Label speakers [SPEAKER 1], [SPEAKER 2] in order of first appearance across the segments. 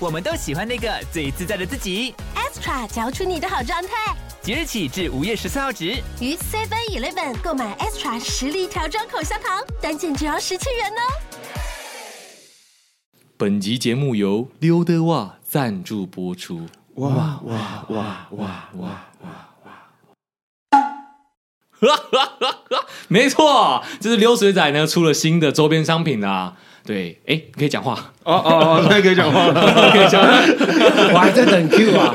[SPEAKER 1] 我们都喜欢那个最自在的自己。
[SPEAKER 2] extra 嚼出你的好状态。
[SPEAKER 1] 即日起至五月十四号止。
[SPEAKER 2] 于 Seven Eleven 购买 extra 实力调装口香糖，单件只要十七元哦。
[SPEAKER 3] 本集节目由溜得哇赞助播出。
[SPEAKER 4] 哇哇哇哇哇！
[SPEAKER 3] 没错，这是溜水仔呢出了新的周边商品啦。对，哎，可以讲 话，
[SPEAKER 4] 哦哦哦，那可以讲话了，
[SPEAKER 3] 可以讲话。
[SPEAKER 5] 我还在等 Q 啊，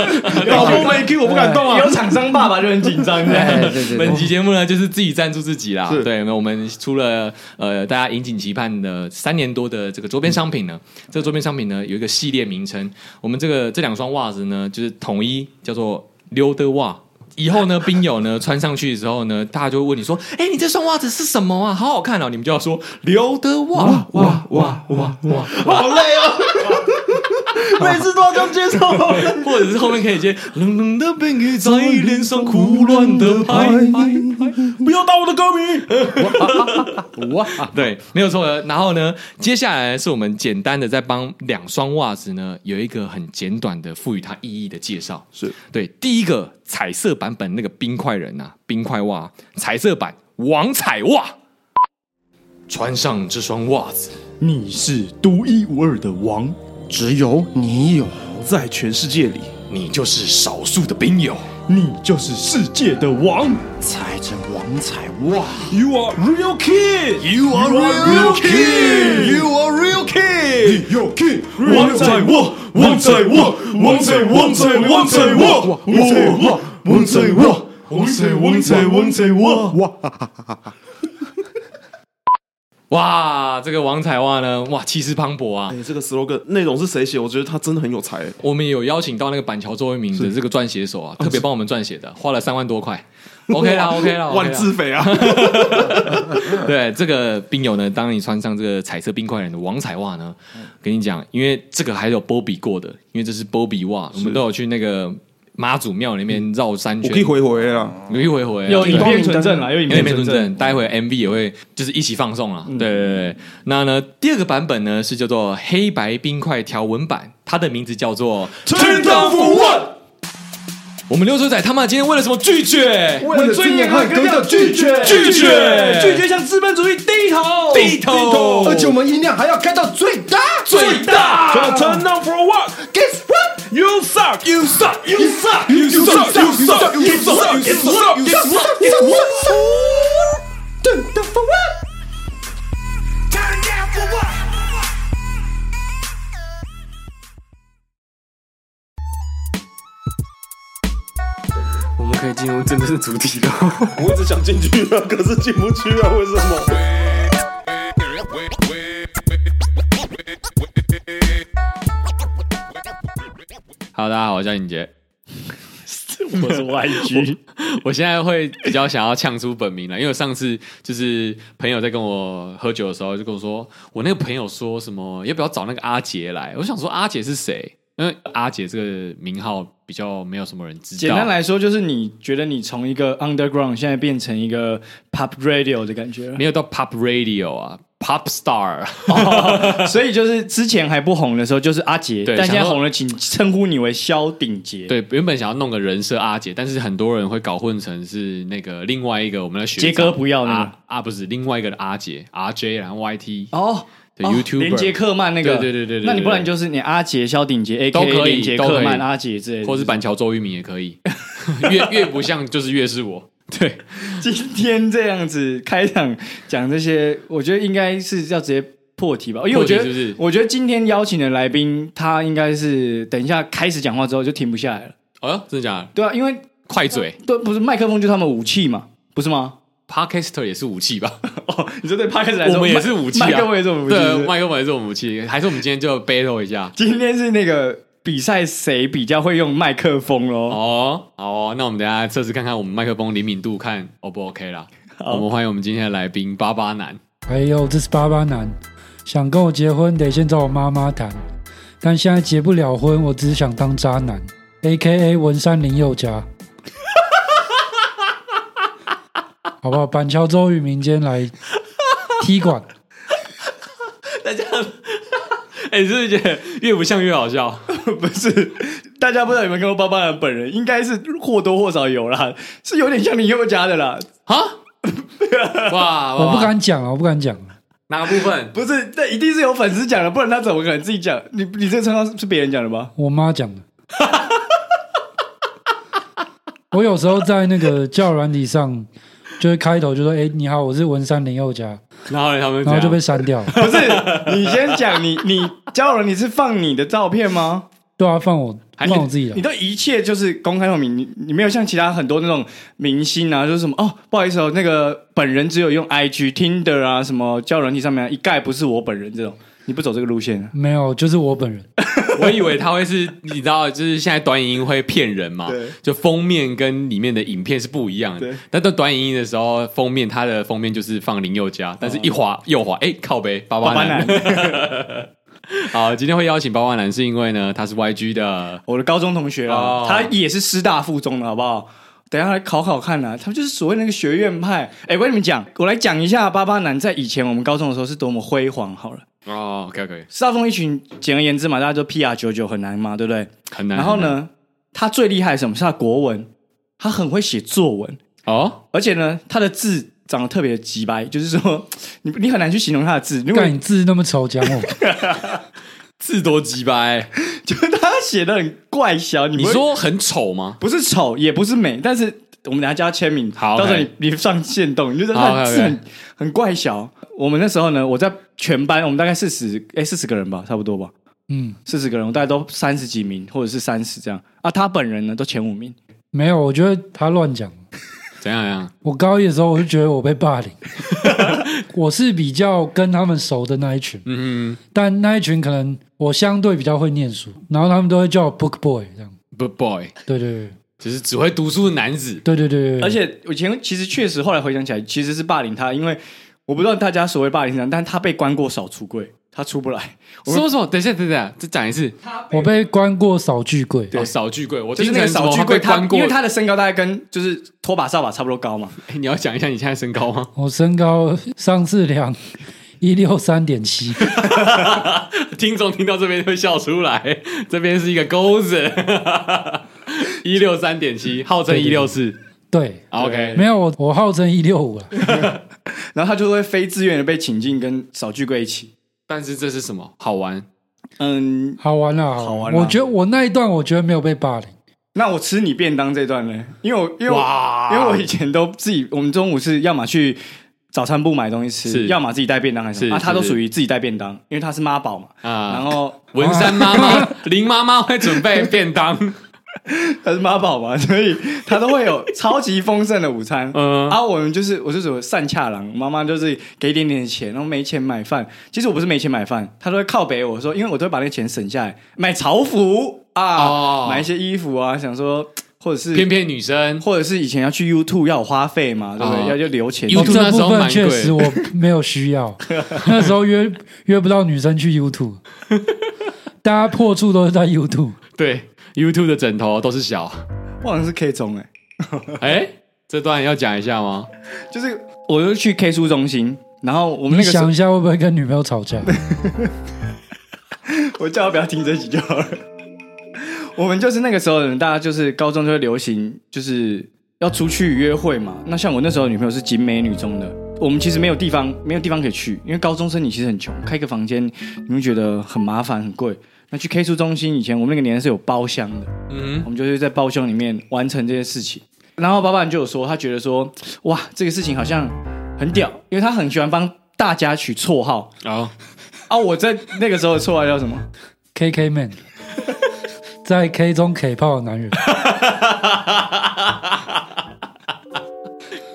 [SPEAKER 4] 老公没 Q 我不敢动啊。
[SPEAKER 6] 有厂商爸爸就很紧张，
[SPEAKER 5] 哎
[SPEAKER 6] 的。
[SPEAKER 5] 对对对，
[SPEAKER 3] 本集节目呢，就是自己赞助自己啦。
[SPEAKER 4] 是
[SPEAKER 3] 对，那我们出了呃，大家引颈期盼的三年多的这个周边商品呢，
[SPEAKER 4] 嗯
[SPEAKER 3] 这个周边商品呢有一个系列名称，我们这个这两双袜子呢，就是统一叫做溜的袜。以后呢，冰友呢穿上去之后呢，大家就会问你说：“哎，你这双袜子是什么啊？好好看哦！”你们就要说“溜的袜”，
[SPEAKER 4] 哇哇哇哇！好累哦，每次都要这样介绍。
[SPEAKER 3] 或者是后面可以接“冷冷的冰雨在脸上胡乱的拍”，
[SPEAKER 4] 不要当我的歌迷。
[SPEAKER 5] 哇，
[SPEAKER 3] 对，没有错的。然后呢，接下来是我们简单的再帮两双袜子呢有一个很简短的赋予它意义的介绍。
[SPEAKER 4] 是
[SPEAKER 3] 对，第一个彩色版本那个冰块人啊，冰块袜，彩色版王彩袜。穿上这双袜子，
[SPEAKER 4] 你是独一无二的王，
[SPEAKER 5] 只有你有，
[SPEAKER 4] 在全世界里，
[SPEAKER 3] 你就是少数的冰友。
[SPEAKER 4] 你就是世界的王。
[SPEAKER 5] 踩着王彩哇，
[SPEAKER 4] You are real king. You are real king. You are real king. Real king. 王在我，王在我，王在王在王在我，王在我，王在我，王在王在王在我。
[SPEAKER 3] 哇，这个王彩袜呢，哇，气势磅礴啊！
[SPEAKER 4] 哎，这个 slogan 内容是谁写？我觉得他真的很有才。
[SPEAKER 3] 我们有邀请到那个板桥周慧敏的这个撰写手啊，特别帮我们撰写的，花了三万多块。OK 啦，OK 啦，OK 啦
[SPEAKER 4] 万自肥啊！
[SPEAKER 3] 对这个冰友呢，当你穿上这个彩色冰块人的王彩袜呢，跟你讲，因为这个还有波比过的，因为这是波比袜，我们都有去那个妈祖庙里面绕三
[SPEAKER 4] 我
[SPEAKER 3] 圈，
[SPEAKER 4] 可以回回啊，
[SPEAKER 3] 有一回回啊，
[SPEAKER 6] 有
[SPEAKER 3] 对
[SPEAKER 6] 影片存证了，有影
[SPEAKER 3] 有点
[SPEAKER 6] 片
[SPEAKER 3] 没
[SPEAKER 6] 存
[SPEAKER 3] 纯
[SPEAKER 6] 证
[SPEAKER 3] 正，。待会 MV 也会就是一起放送啦。啊对对对对，那呢第二个版本呢是叫做黑白冰块条纹版，它的名字叫做
[SPEAKER 4] Turn down for what？
[SPEAKER 3] 我们溜水仔他妈今天为了什么拒绝？
[SPEAKER 6] 为了尊严和格调拒绝，
[SPEAKER 3] 拒绝
[SPEAKER 6] 拒绝向资本主义低头，
[SPEAKER 3] 低
[SPEAKER 4] 哦
[SPEAKER 3] 头，
[SPEAKER 5] 而且我们音量还要开到最大，
[SPEAKER 3] 最大。
[SPEAKER 4] Turn down for what?
[SPEAKER 5] Guess what？
[SPEAKER 4] You suck, you suck, you suck, you suck, you suck, you suck, you suck, you suck.
[SPEAKER 5] 我们可以进入真正的主题了。
[SPEAKER 4] 我一直想进去啊，可是进不去啊，为什么？
[SPEAKER 3] 好，大家好，我叫尹杰。
[SPEAKER 6] 我是 YG，
[SPEAKER 3] 我现在会比较想要呛出本名了，因为我上次就是朋友在跟我喝酒的时候，就跟我说，我那个朋友说什么要不要找那个阿杰来？我想说阿杰是谁？因为阿杰这个名号比较没有什么人知道。
[SPEAKER 6] 简单，来说就是你觉得你从一个 underground 现在变成一个 pop radio 的感觉了
[SPEAKER 3] 没有到 pop radio 啊，pop star。
[SPEAKER 6] 所以就是之前还不红的时候就是阿杰，
[SPEAKER 3] 对
[SPEAKER 6] 但现在
[SPEAKER 3] 想说
[SPEAKER 6] 红了，请称呼你为萧鼎杰。
[SPEAKER 3] 对，原本想要弄个人设阿杰，但是很多人会搞混成是那个另外一个我们的学长
[SPEAKER 6] 杰哥不要那个
[SPEAKER 3] 啊啊，不是另外一个的阿杰 RJ，然后 YT
[SPEAKER 6] 哦。
[SPEAKER 3] 对
[SPEAKER 6] 哦
[SPEAKER 3] YouTuber
[SPEAKER 6] 连杰克曼那个，
[SPEAKER 3] 对对对对对
[SPEAKER 6] 那你不然就是你阿杰、萧鼎杰、A
[SPEAKER 3] 都
[SPEAKER 6] K
[SPEAKER 3] 可
[SPEAKER 6] A
[SPEAKER 3] 以
[SPEAKER 6] 连杰
[SPEAKER 3] 都
[SPEAKER 6] 克
[SPEAKER 3] 可以
[SPEAKER 6] 曼、阿杰之类的。
[SPEAKER 3] 或是板桥周渝民也可以， 越越不像就是越是我。对，
[SPEAKER 6] 今天这样子开场讲这些，我觉得应该是要直接破题吧，因为我觉得，
[SPEAKER 3] 破题是不是
[SPEAKER 6] 我觉得今天邀请的来宾，他应该是等一下开始讲话之后就停不下来了，
[SPEAKER 3] 哦哟，真的假的？
[SPEAKER 6] 对啊，因为
[SPEAKER 3] 快嘴
[SPEAKER 6] 对，不是麦克风就是他们武器嘛，不是吗？
[SPEAKER 3] ，Podcaster 也是武器吧？
[SPEAKER 6] 哦，你说对 p 开始来说，
[SPEAKER 3] 我们也是武器啊
[SPEAKER 6] 麦克风也是我们武器。是不
[SPEAKER 3] 对，
[SPEAKER 6] 是
[SPEAKER 3] 麦克风也是我们武器，还是我们今天就 battle 一下？
[SPEAKER 6] 今天是那个比赛谁比较会用麦克风喽。
[SPEAKER 3] 哦，好哦，那我们等一下测试看看我们麦克风灵敏度，看 O 不 OK 啦。我们欢迎我们今天的来宾巴巴男。
[SPEAKER 7] 哎呦，这是巴巴男，想跟我结婚得先找我妈妈谈，但现在结不了婚，我只是想当渣男，A K A 文山林宥嘉，好不好？板桥周渝民今天来踢馆，
[SPEAKER 3] 哎、你是不是觉得越不像越好笑？
[SPEAKER 6] 不是，大家不知道有没有看过巴巴男本人，应该是或多或少有啦，是有点像林宥嘉的啦。
[SPEAKER 3] 啊？ 哇！
[SPEAKER 7] 我
[SPEAKER 3] 哇
[SPEAKER 7] 不敢讲啊，我不敢讲。
[SPEAKER 3] 哪个部分？
[SPEAKER 6] 不是，那一定是有粉丝讲的，不然他怎么可能自己讲？你你这个称号是别人讲的吗？
[SPEAKER 7] 我妈讲的。我有时候在那个教软体上，就是开头就说：“哎、你好，我是文山林宥嘉。
[SPEAKER 3] 然后呢？他”们
[SPEAKER 7] 然后就
[SPEAKER 3] 怎样
[SPEAKER 7] 被删掉了。
[SPEAKER 6] 不是，你先讲，你你交人你是放你的照片吗？
[SPEAKER 7] 对啊，放我
[SPEAKER 3] 还
[SPEAKER 7] 放我自己
[SPEAKER 6] 你
[SPEAKER 7] 的。
[SPEAKER 6] 都一切就是公开透明，你你没有像其他很多那种明星啊，就是什么哦，不好意思哦，那个本人只有用 IG、Tinder 啊，什么交友软体上面啊、一概不是我本人这种，你不走这个路线、啊。
[SPEAKER 7] 没有，就是我本人。
[SPEAKER 3] 我以为他会是，你知道，就是现在短影音会骗人嘛
[SPEAKER 6] 对，
[SPEAKER 3] 就封面跟里面的影片是不一样的
[SPEAKER 6] 对。
[SPEAKER 3] 但到短影音的时候，封面它的封面就是放林宥嘉，但是一滑右滑，哎、靠背八八
[SPEAKER 6] 巴巴
[SPEAKER 3] 男。
[SPEAKER 6] 男，
[SPEAKER 3] 好，今天会邀请八八男，是因为呢，他是 YG 的。
[SPEAKER 6] 我的高中同学啊，
[SPEAKER 3] 哦
[SPEAKER 6] 他也是师大附中的，好不好？等一下来考考看啊，他们就是所谓那个学院派。哎、我跟你们讲，我来讲一下巴巴男在以前我们高中的时候是多么辉煌好了。
[SPEAKER 3] 哦，OK OK，
[SPEAKER 6] 师大附中一群，简而言之嘛，大家就 PR 九九很难嘛，对不对？
[SPEAKER 3] 很难。
[SPEAKER 6] 然后
[SPEAKER 3] 很难？
[SPEAKER 6] 呢，他最厉害的是什么？是他的国文，他很会写作文，
[SPEAKER 3] 哦，
[SPEAKER 6] 而且呢，他的字长得特别直白，就是说 你你很难去形容他的字，因
[SPEAKER 7] 干
[SPEAKER 6] 为
[SPEAKER 7] 你字那么丑，讲我
[SPEAKER 3] 字多鸡掰。
[SPEAKER 6] 就是他写的很怪小。你
[SPEAKER 3] 你
[SPEAKER 6] 不会
[SPEAKER 3] 说很丑吗？
[SPEAKER 6] 不是丑，也不是美，但是我们等下叫他签名，
[SPEAKER 3] 好
[SPEAKER 6] 到时候
[SPEAKER 3] OK
[SPEAKER 6] 你你上线动，你就知道
[SPEAKER 3] 好
[SPEAKER 6] 他的字
[SPEAKER 3] OK，OK
[SPEAKER 6] 很很怪小。我们那时候呢，我在全班，我们大概四十，哎，四十个人吧，差不多吧，
[SPEAKER 7] 嗯，
[SPEAKER 6] 四十个人，我大概都三十几名，或者是三十这样啊。他本人呢，都前五名。
[SPEAKER 7] 没有，我觉得他乱讲。
[SPEAKER 3] 怎样怎样？
[SPEAKER 7] 我高一的时候，我就觉得我被 霸凌。我是比较跟他们熟的那一群，
[SPEAKER 3] 嗯
[SPEAKER 7] 但那一群可能我相对比较会念书，然后他们都会叫我 Book Boy 这样。
[SPEAKER 3] 哼，b boy，
[SPEAKER 7] 对对对
[SPEAKER 3] 就是只会读书的男子。
[SPEAKER 7] 对对对对对。
[SPEAKER 6] 而且我前其实确实后来回想起来，其实是霸凌他，因为我不知道大家所谓霸凌他，但他被关过少出柜，他出不来。我
[SPEAKER 3] 说什么？等一下，等一下，再讲一次。
[SPEAKER 7] 我被关过扫具柜，
[SPEAKER 3] 哦，少聚贵，我
[SPEAKER 6] 就是
[SPEAKER 3] 听
[SPEAKER 6] 那个
[SPEAKER 3] 成什么
[SPEAKER 6] 少居
[SPEAKER 3] 他
[SPEAKER 6] 柜，
[SPEAKER 3] 被
[SPEAKER 6] 他
[SPEAKER 3] 关过。
[SPEAKER 6] 因为他的身高大概跟就是拖把扫把差不多高嘛，
[SPEAKER 3] 哎 你要讲一下你现在身高吗？
[SPEAKER 7] 我身高上次量 一六三点七，
[SPEAKER 3] 听众听到这边会笑出来， 这边是一个钩子， 一六三点七，号称一六四。啊
[SPEAKER 7] 对，
[SPEAKER 3] OK，
[SPEAKER 7] 没有我我号称一六五啊，
[SPEAKER 6] 然后他就会非自愿的被请进跟少居柜一起。
[SPEAKER 3] 但是这是什么？好玩
[SPEAKER 6] 嗯，
[SPEAKER 7] 好玩啦，
[SPEAKER 6] 好玩啦
[SPEAKER 7] 我觉得我那一段我觉得没有被霸凌，
[SPEAKER 6] 那我吃你便当这段呢？因为我因为我
[SPEAKER 3] 哇
[SPEAKER 6] 因为我以前都自己，我们中午是要么去早餐部买东西吃，
[SPEAKER 3] 是
[SPEAKER 6] 要么自己带便当还是什么。
[SPEAKER 3] 是
[SPEAKER 6] 啊，他都
[SPEAKER 3] 是
[SPEAKER 6] 属于自己带便当，因为他是妈宝嘛。然
[SPEAKER 3] 啊！
[SPEAKER 6] 后
[SPEAKER 3] 文山妈 妈、林妈妈会准备便当，
[SPEAKER 6] 他是妈宝嘛，所以他都会有超级丰盛的午餐。
[SPEAKER 3] 嗯
[SPEAKER 6] 啊，我们就是我是属于善恰郎，妈妈就是给一点点钱，然后没钱买饭。其实我不是没钱买饭，他都会靠北我说，因为我都会把那个钱省下来买潮服啊，
[SPEAKER 3] 哦
[SPEAKER 6] 买一些衣服啊，想说或者是
[SPEAKER 3] 偏偏女生
[SPEAKER 6] 或者是以前要去 YouTube 啊要有花费嘛，对不对？
[SPEAKER 3] 哦
[SPEAKER 6] 要就留钱。
[SPEAKER 3] YouTube
[SPEAKER 7] 这
[SPEAKER 3] 那时
[SPEAKER 7] 部
[SPEAKER 3] 候
[SPEAKER 7] 分
[SPEAKER 3] 蛮
[SPEAKER 7] 确
[SPEAKER 3] 贵
[SPEAKER 7] 实我没有 需要，那时候约约不到女生去 YouTube，大家破处都是在 YouTube，
[SPEAKER 3] 对 YouTube 的枕头都是小。
[SPEAKER 6] 我好像是 K 中哎、
[SPEAKER 3] 哎，这段要讲一下吗？
[SPEAKER 6] 就是我就去 K 书中心，然后我们
[SPEAKER 7] 你
[SPEAKER 6] 那个时候
[SPEAKER 7] 想一下会不会跟女朋友吵架？
[SPEAKER 6] 我叫他不要听这集就好了。我们就是那个时候的人，大家就是高中就会流行，就是要出去约会嘛。那像我那时候的女朋友是景美女中的，我们其实没有地方，没有地方可以去，因为高中生你其实很穷，开个房间你会觉得很麻烦很贵。那去 K 书中心以前，我们那个年代是有包厢的，
[SPEAKER 3] 嗯
[SPEAKER 6] 我们就是在包厢里面完成这件事情。然后爸爸就有说，他觉得说，哇，这个事情好像很屌，因为他很喜欢帮大家取绰号
[SPEAKER 3] 哼，好，
[SPEAKER 6] 啊。我在那个时候的绰号叫什么？
[SPEAKER 7] KK man，在 K 中 K 炮的男人。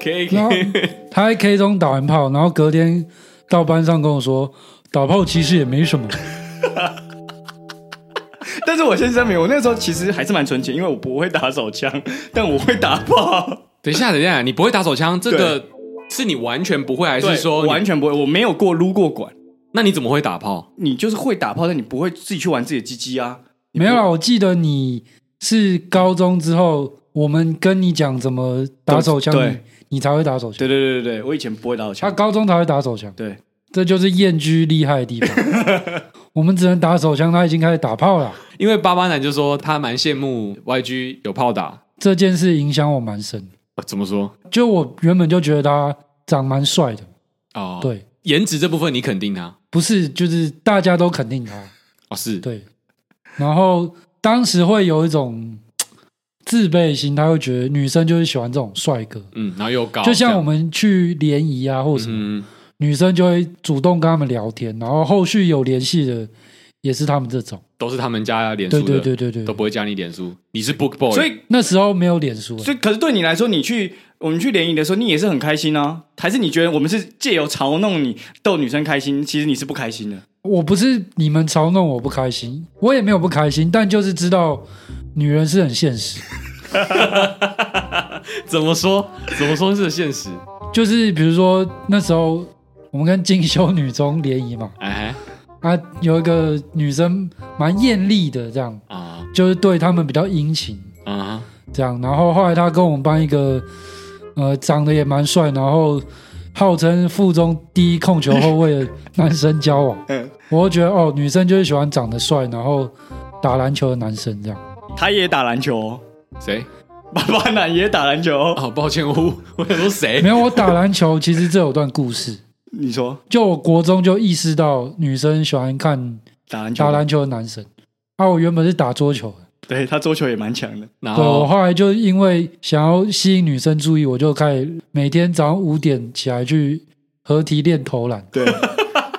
[SPEAKER 3] 可以可
[SPEAKER 7] 然后
[SPEAKER 3] 以。
[SPEAKER 7] 他在 K 中打完炮，然后隔天到班上跟我说，打炮其实也没什么。
[SPEAKER 6] 但是我先声明，我那时候其实还是蛮纯情，因为我不会打手枪， 但我会打炮。
[SPEAKER 3] 等一下，等一下，你不会打手枪，这个是你完全不会，还是
[SPEAKER 6] 对
[SPEAKER 3] 说
[SPEAKER 6] 我
[SPEAKER 3] 你
[SPEAKER 6] 完？全不会，我没有过撸过管。
[SPEAKER 3] 那你怎么会打炮？
[SPEAKER 6] 你就是会打炮，但你不会自己去玩自己的鸡鸡啊。
[SPEAKER 7] 没有啦，我记得你是高中之后，我们跟你讲怎么打手枪，
[SPEAKER 6] 对
[SPEAKER 7] 你你才会打手枪。
[SPEAKER 6] 对对对对对，我以前不会打手
[SPEAKER 7] 他
[SPEAKER 6] 枪。
[SPEAKER 7] 高中才会打手枪，
[SPEAKER 6] 对，
[SPEAKER 7] 这就是燕居厉害的地方。 我们只能打手枪，他已经开始打炮了。
[SPEAKER 3] 因为巴巴男就说他蛮羡慕 YG 有炮打，
[SPEAKER 7] 这件事影响我蛮深的，
[SPEAKER 3] 呃怎么说？
[SPEAKER 7] 就我原本就觉得他长蛮帅的，
[SPEAKER 3] 哦，，
[SPEAKER 7] 对，
[SPEAKER 3] 颜值这部分你肯定他
[SPEAKER 7] 不是就是大家都肯定他，
[SPEAKER 3] 哦，是
[SPEAKER 7] 对。然后当时会有一种自卑心，他会觉得女生就是喜欢这种帅哥，
[SPEAKER 3] 嗯，然后又高，
[SPEAKER 7] 就像
[SPEAKER 3] 这
[SPEAKER 7] 我
[SPEAKER 3] 样
[SPEAKER 7] 们去联谊啊或什么，
[SPEAKER 3] 嗯，
[SPEAKER 7] 女生就会主动跟他们聊天，然后后续有联系的也是他们这种，
[SPEAKER 3] 都是他们家脸书
[SPEAKER 7] 对
[SPEAKER 3] 的，
[SPEAKER 7] 对对对对
[SPEAKER 3] 都不会加你脸书，你是 Book Boy，
[SPEAKER 6] 所以
[SPEAKER 7] 那时候没有脸书、啊
[SPEAKER 6] 所以，可是对你来说，你去我们去联谊的时候，你也是很开心啊？还是你觉得我们是借由嘲弄你逗女生开心？其实你是不开心的。
[SPEAKER 7] 我不是你们嘲弄我不开心，我也没有不开心，但就是知道女人是很现实，
[SPEAKER 3] 怎么说？怎么说是现实？
[SPEAKER 7] 就是比如说那时候我们跟进修女中联谊嘛，
[SPEAKER 3] 哎
[SPEAKER 7] 啊，有一个女生蛮艳丽的，这样
[SPEAKER 3] 啊
[SPEAKER 7] 就是对他们比较殷勤，
[SPEAKER 3] 啊
[SPEAKER 7] 这样。然后后来他跟我们班一个，呃，长得也蛮帅，然后号称附中第一控球后卫的男生交往。
[SPEAKER 6] 嗯，
[SPEAKER 7] 我就觉得哦，女生就是喜欢长得帅，然后打篮球的男生这样。
[SPEAKER 6] 他也打篮球、哦，
[SPEAKER 3] 谁？
[SPEAKER 6] 爸爸男也打篮球、哦。
[SPEAKER 3] 哦，抱歉，我我想说谁
[SPEAKER 7] 没？有，我打篮球其实这有段故事，
[SPEAKER 6] 你说
[SPEAKER 7] 就我国中就意识到女生喜欢看
[SPEAKER 6] 打篮球，
[SPEAKER 7] 打篮球的男生。啊，我原本是打桌球的，
[SPEAKER 6] 对他桌球也蛮强的。
[SPEAKER 3] 然
[SPEAKER 7] 对
[SPEAKER 3] 后
[SPEAKER 7] 我后来就因为想要吸引女生注意，我就开始每天早上五点起来去合体练 投篮。
[SPEAKER 6] 对，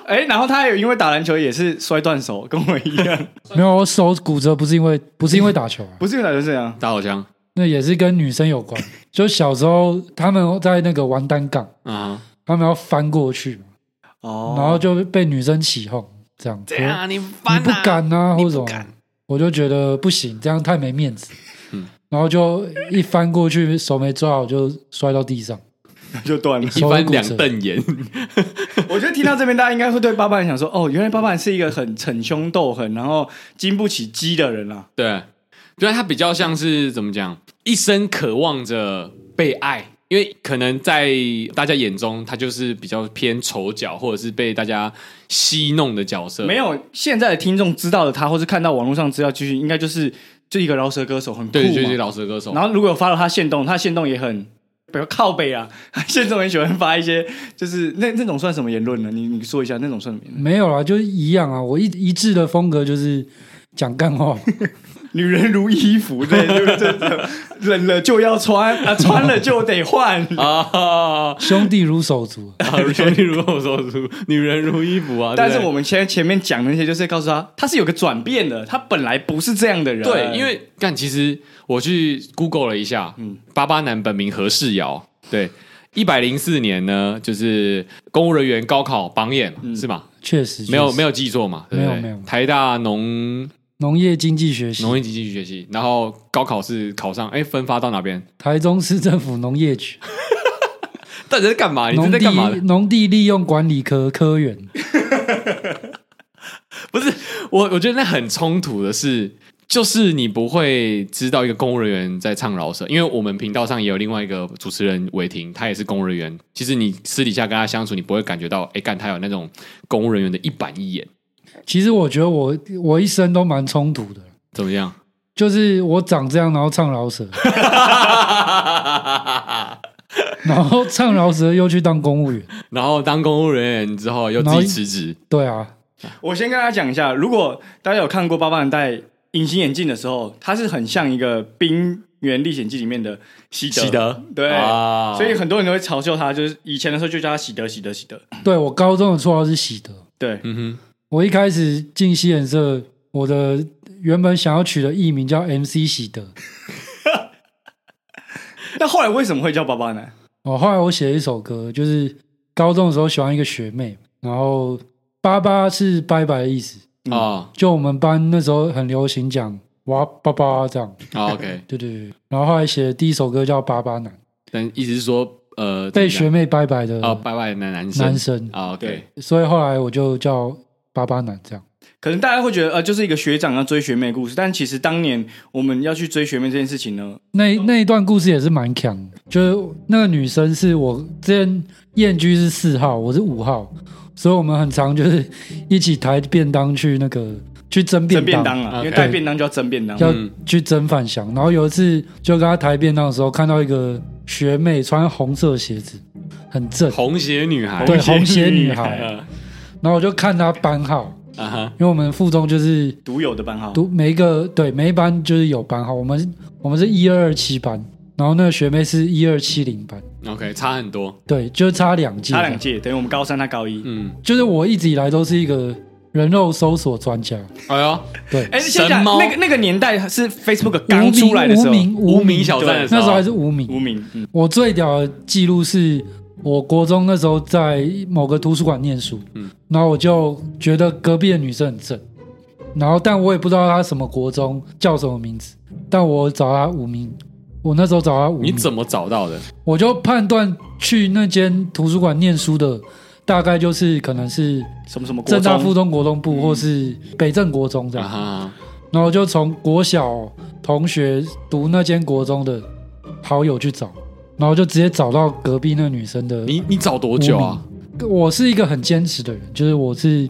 [SPEAKER 6] 哎、然后他也因为打篮球也是摔断手，跟我一 样，
[SPEAKER 7] 没有，我手骨折不是因为不是因为打球 啊，
[SPEAKER 6] 不是因为打球这样。
[SPEAKER 3] 打手枪
[SPEAKER 7] 那也是跟女生有关。就小时候他们在那个玩单杠，
[SPEAKER 3] 啊，
[SPEAKER 7] 他们要翻过去嘛，
[SPEAKER 6] 哦，
[SPEAKER 7] 然后就被女生起哄这样子，
[SPEAKER 3] 对啊，你
[SPEAKER 7] 你
[SPEAKER 3] 翻
[SPEAKER 7] 不
[SPEAKER 3] 啊，
[SPEAKER 7] 敢啊
[SPEAKER 3] 你不
[SPEAKER 7] 或者什么
[SPEAKER 3] 敢，
[SPEAKER 7] 我就觉得不行，这样太没面子。
[SPEAKER 3] 嗯
[SPEAKER 7] 然后就一翻过去，手没抓好就摔到地上，
[SPEAKER 6] 就断了。
[SPEAKER 3] 一翻两瞪眼，
[SPEAKER 6] 我觉得听到这边，大家应该会对爸爸人想说，哦，原来爸爸是一个很逞凶斗狠，然后经不起激的人啊。
[SPEAKER 3] 对，对，他比较像是怎么讲，一生渴望着被爱，因为可能在大家眼中，他就是比较偏丑角，或者是被大家戏弄的角色。
[SPEAKER 6] 没
[SPEAKER 3] 有，
[SPEAKER 6] 有现在的听众知道的他，或是看到网络上资料继续，应该就是就一个饶舌歌手，很酷
[SPEAKER 3] 对，就是
[SPEAKER 6] 嘛。
[SPEAKER 3] 老舌歌手。
[SPEAKER 6] 然后如果有发了他线动，他线动也很，比如靠北啊， 他线动很喜欢发一些，就是那那种算什么言论呢？你你说一下，那种算什么言论？
[SPEAKER 7] 没有啦，就是一样啊。我一一致的风格就是讲干 话，
[SPEAKER 6] 女人如衣服，对对对，对冷了就要穿 啊，穿了就得换。
[SPEAKER 3] 啊，
[SPEAKER 7] 兄弟如手足。啊
[SPEAKER 3] 兄弟如我手足，女人如衣服啊。
[SPEAKER 6] 但是
[SPEAKER 3] 对不对
[SPEAKER 6] 我们现在前面讲的那些，就是告诉他，他是有个转变的，他本来不是这样的人。
[SPEAKER 3] 对，因为干，其实我去 Google 了一下，嗯，巴巴男本名何世尧，对，一百零四年呢，就是公务人员高考榜眼、
[SPEAKER 6] 嗯
[SPEAKER 3] 是吧？
[SPEAKER 7] 确实
[SPEAKER 3] 没有没
[SPEAKER 7] 有
[SPEAKER 3] 有记错嘛？对不对
[SPEAKER 7] 没有没有
[SPEAKER 3] 台大农
[SPEAKER 7] 农业经济学系，
[SPEAKER 3] 农业经济学系，然后高考是考上，哎，分发到哪边？
[SPEAKER 7] 台中市政府农业局。
[SPEAKER 3] 到底在干哎嘛？你
[SPEAKER 7] 农
[SPEAKER 3] 是在
[SPEAKER 7] 地
[SPEAKER 3] 干嘛的？
[SPEAKER 7] 农地利用管理科科员，
[SPEAKER 3] 不是我，我觉得那很冲突的是。就是你不会知道一个公务人员在唱饶舌，因为我们频道上也有另外一个主持人韦霆，他也是公务人员。其实你私底下跟他相处，你不会感觉到，哎，干他有那种公务人员的一板一眼，
[SPEAKER 7] 其实我觉得我我一生都蛮冲突的，
[SPEAKER 3] 怎么样？
[SPEAKER 7] 就是我长这样，然后唱饶舌，然后唱饶舌又去当公务员，
[SPEAKER 3] 然后当公务人员之后又自己辞职，
[SPEAKER 7] 对啊，
[SPEAKER 6] 我先跟大家讲一下，如果大家有看过《巴巴人戴隐形眼镜的时候，他是很像一个《冰原历险记》里面的西德。
[SPEAKER 3] 西德
[SPEAKER 6] 对，
[SPEAKER 3] 啊
[SPEAKER 6] 所以很多人都会嘲笑他，就是以前的时候就叫他喜德，喜德，喜德。
[SPEAKER 7] 对我高中的绰号是喜德，
[SPEAKER 6] 对，
[SPEAKER 3] 嗯
[SPEAKER 7] 我一开始进西演社，我的原本想要取的艺名叫 MC 喜德，
[SPEAKER 6] 那后来为什么会叫巴巴呢？
[SPEAKER 7] 哦，后来我写了一首歌，就是高中的时候喜欢一个学妹，然后“巴巴”是拜拜的意思，
[SPEAKER 3] 哦
[SPEAKER 7] 就我们班那时候很流行讲哇爸爸这样，
[SPEAKER 3] 哦，OK，
[SPEAKER 7] 对对对。然后后来写第一首歌叫《巴巴男》，
[SPEAKER 3] 但意思是说，呃，
[SPEAKER 7] 被
[SPEAKER 3] 怎
[SPEAKER 7] 学
[SPEAKER 3] 么
[SPEAKER 7] 妹拜拜的
[SPEAKER 3] 样哦，拜拜男男生
[SPEAKER 7] 男生，
[SPEAKER 3] 啊，OK，
[SPEAKER 7] 所以后来我就叫巴巴男这样。
[SPEAKER 6] 可能大家会觉得呃，就是一个学长要追学妹的故事，但其实当年我们要去追学妹这件事情呢，
[SPEAKER 7] 那那一段故事也是蛮强的，就是那个女生是我之前燕居是四号，我是五号，所以我们很常就是一起抬便当去那个去蒸便
[SPEAKER 6] 蒸便
[SPEAKER 7] 当，
[SPEAKER 6] 当
[SPEAKER 3] OK
[SPEAKER 6] 啊，因为带便当就要蒸便当。啊
[SPEAKER 7] 要
[SPEAKER 3] 嗯
[SPEAKER 7] 去蒸饭箱。然后有一次就跟她抬便当的时候，看到一个学妹穿红色鞋子，很正，
[SPEAKER 3] 嗯红鞋女孩，
[SPEAKER 7] 对红鞋女孩
[SPEAKER 3] 啊，
[SPEAKER 7] 然后我就看她班号，
[SPEAKER 3] 啊哈，
[SPEAKER 7] 因为我们附中就是
[SPEAKER 6] 独有的班号，
[SPEAKER 7] 读每一个对每一班就是有班号，我们我们是一二二七班，然后那个学妹是一二七零班，
[SPEAKER 3] OK，差很多，
[SPEAKER 7] 对，就差两届，啊
[SPEAKER 6] 差两届，等于我们高三，他高一。
[SPEAKER 3] 嗯，
[SPEAKER 7] 就是我一直以来都是一个人肉搜索专家，
[SPEAKER 3] 哎呦，
[SPEAKER 7] 对，
[SPEAKER 6] 哎，现在
[SPEAKER 3] 神猫
[SPEAKER 6] 那个那个年代是 Facebook 刚出来的时候
[SPEAKER 7] 无，名
[SPEAKER 3] 无
[SPEAKER 7] 无
[SPEAKER 3] 名
[SPEAKER 7] 名
[SPEAKER 3] 小站的时
[SPEAKER 7] 那
[SPEAKER 3] 候，
[SPEAKER 7] 时候还是无名。
[SPEAKER 6] 无名，嗯
[SPEAKER 7] 我最屌的记录是，我国中那时候在某个图书馆念书，
[SPEAKER 3] 嗯
[SPEAKER 7] 然后我就觉得隔壁的女生很正，然后但我也不知道她什么国中叫什么名字，但我找她无名，我那时候找她无名，
[SPEAKER 3] 你怎么找到的？
[SPEAKER 7] 我就判断去那间图书馆念书的大概就是可能是
[SPEAKER 6] 什么什么国
[SPEAKER 7] 正大附
[SPEAKER 6] 中，
[SPEAKER 7] 中国中嗯部或是北正国中这
[SPEAKER 3] 啊
[SPEAKER 7] 样，
[SPEAKER 3] 哈，
[SPEAKER 7] 然后我就从国小同学读那间国中的好友去找，然后就直接找到隔壁那女生的。
[SPEAKER 3] 你你找多久啊？
[SPEAKER 7] 我是一个很坚持的人，就是我是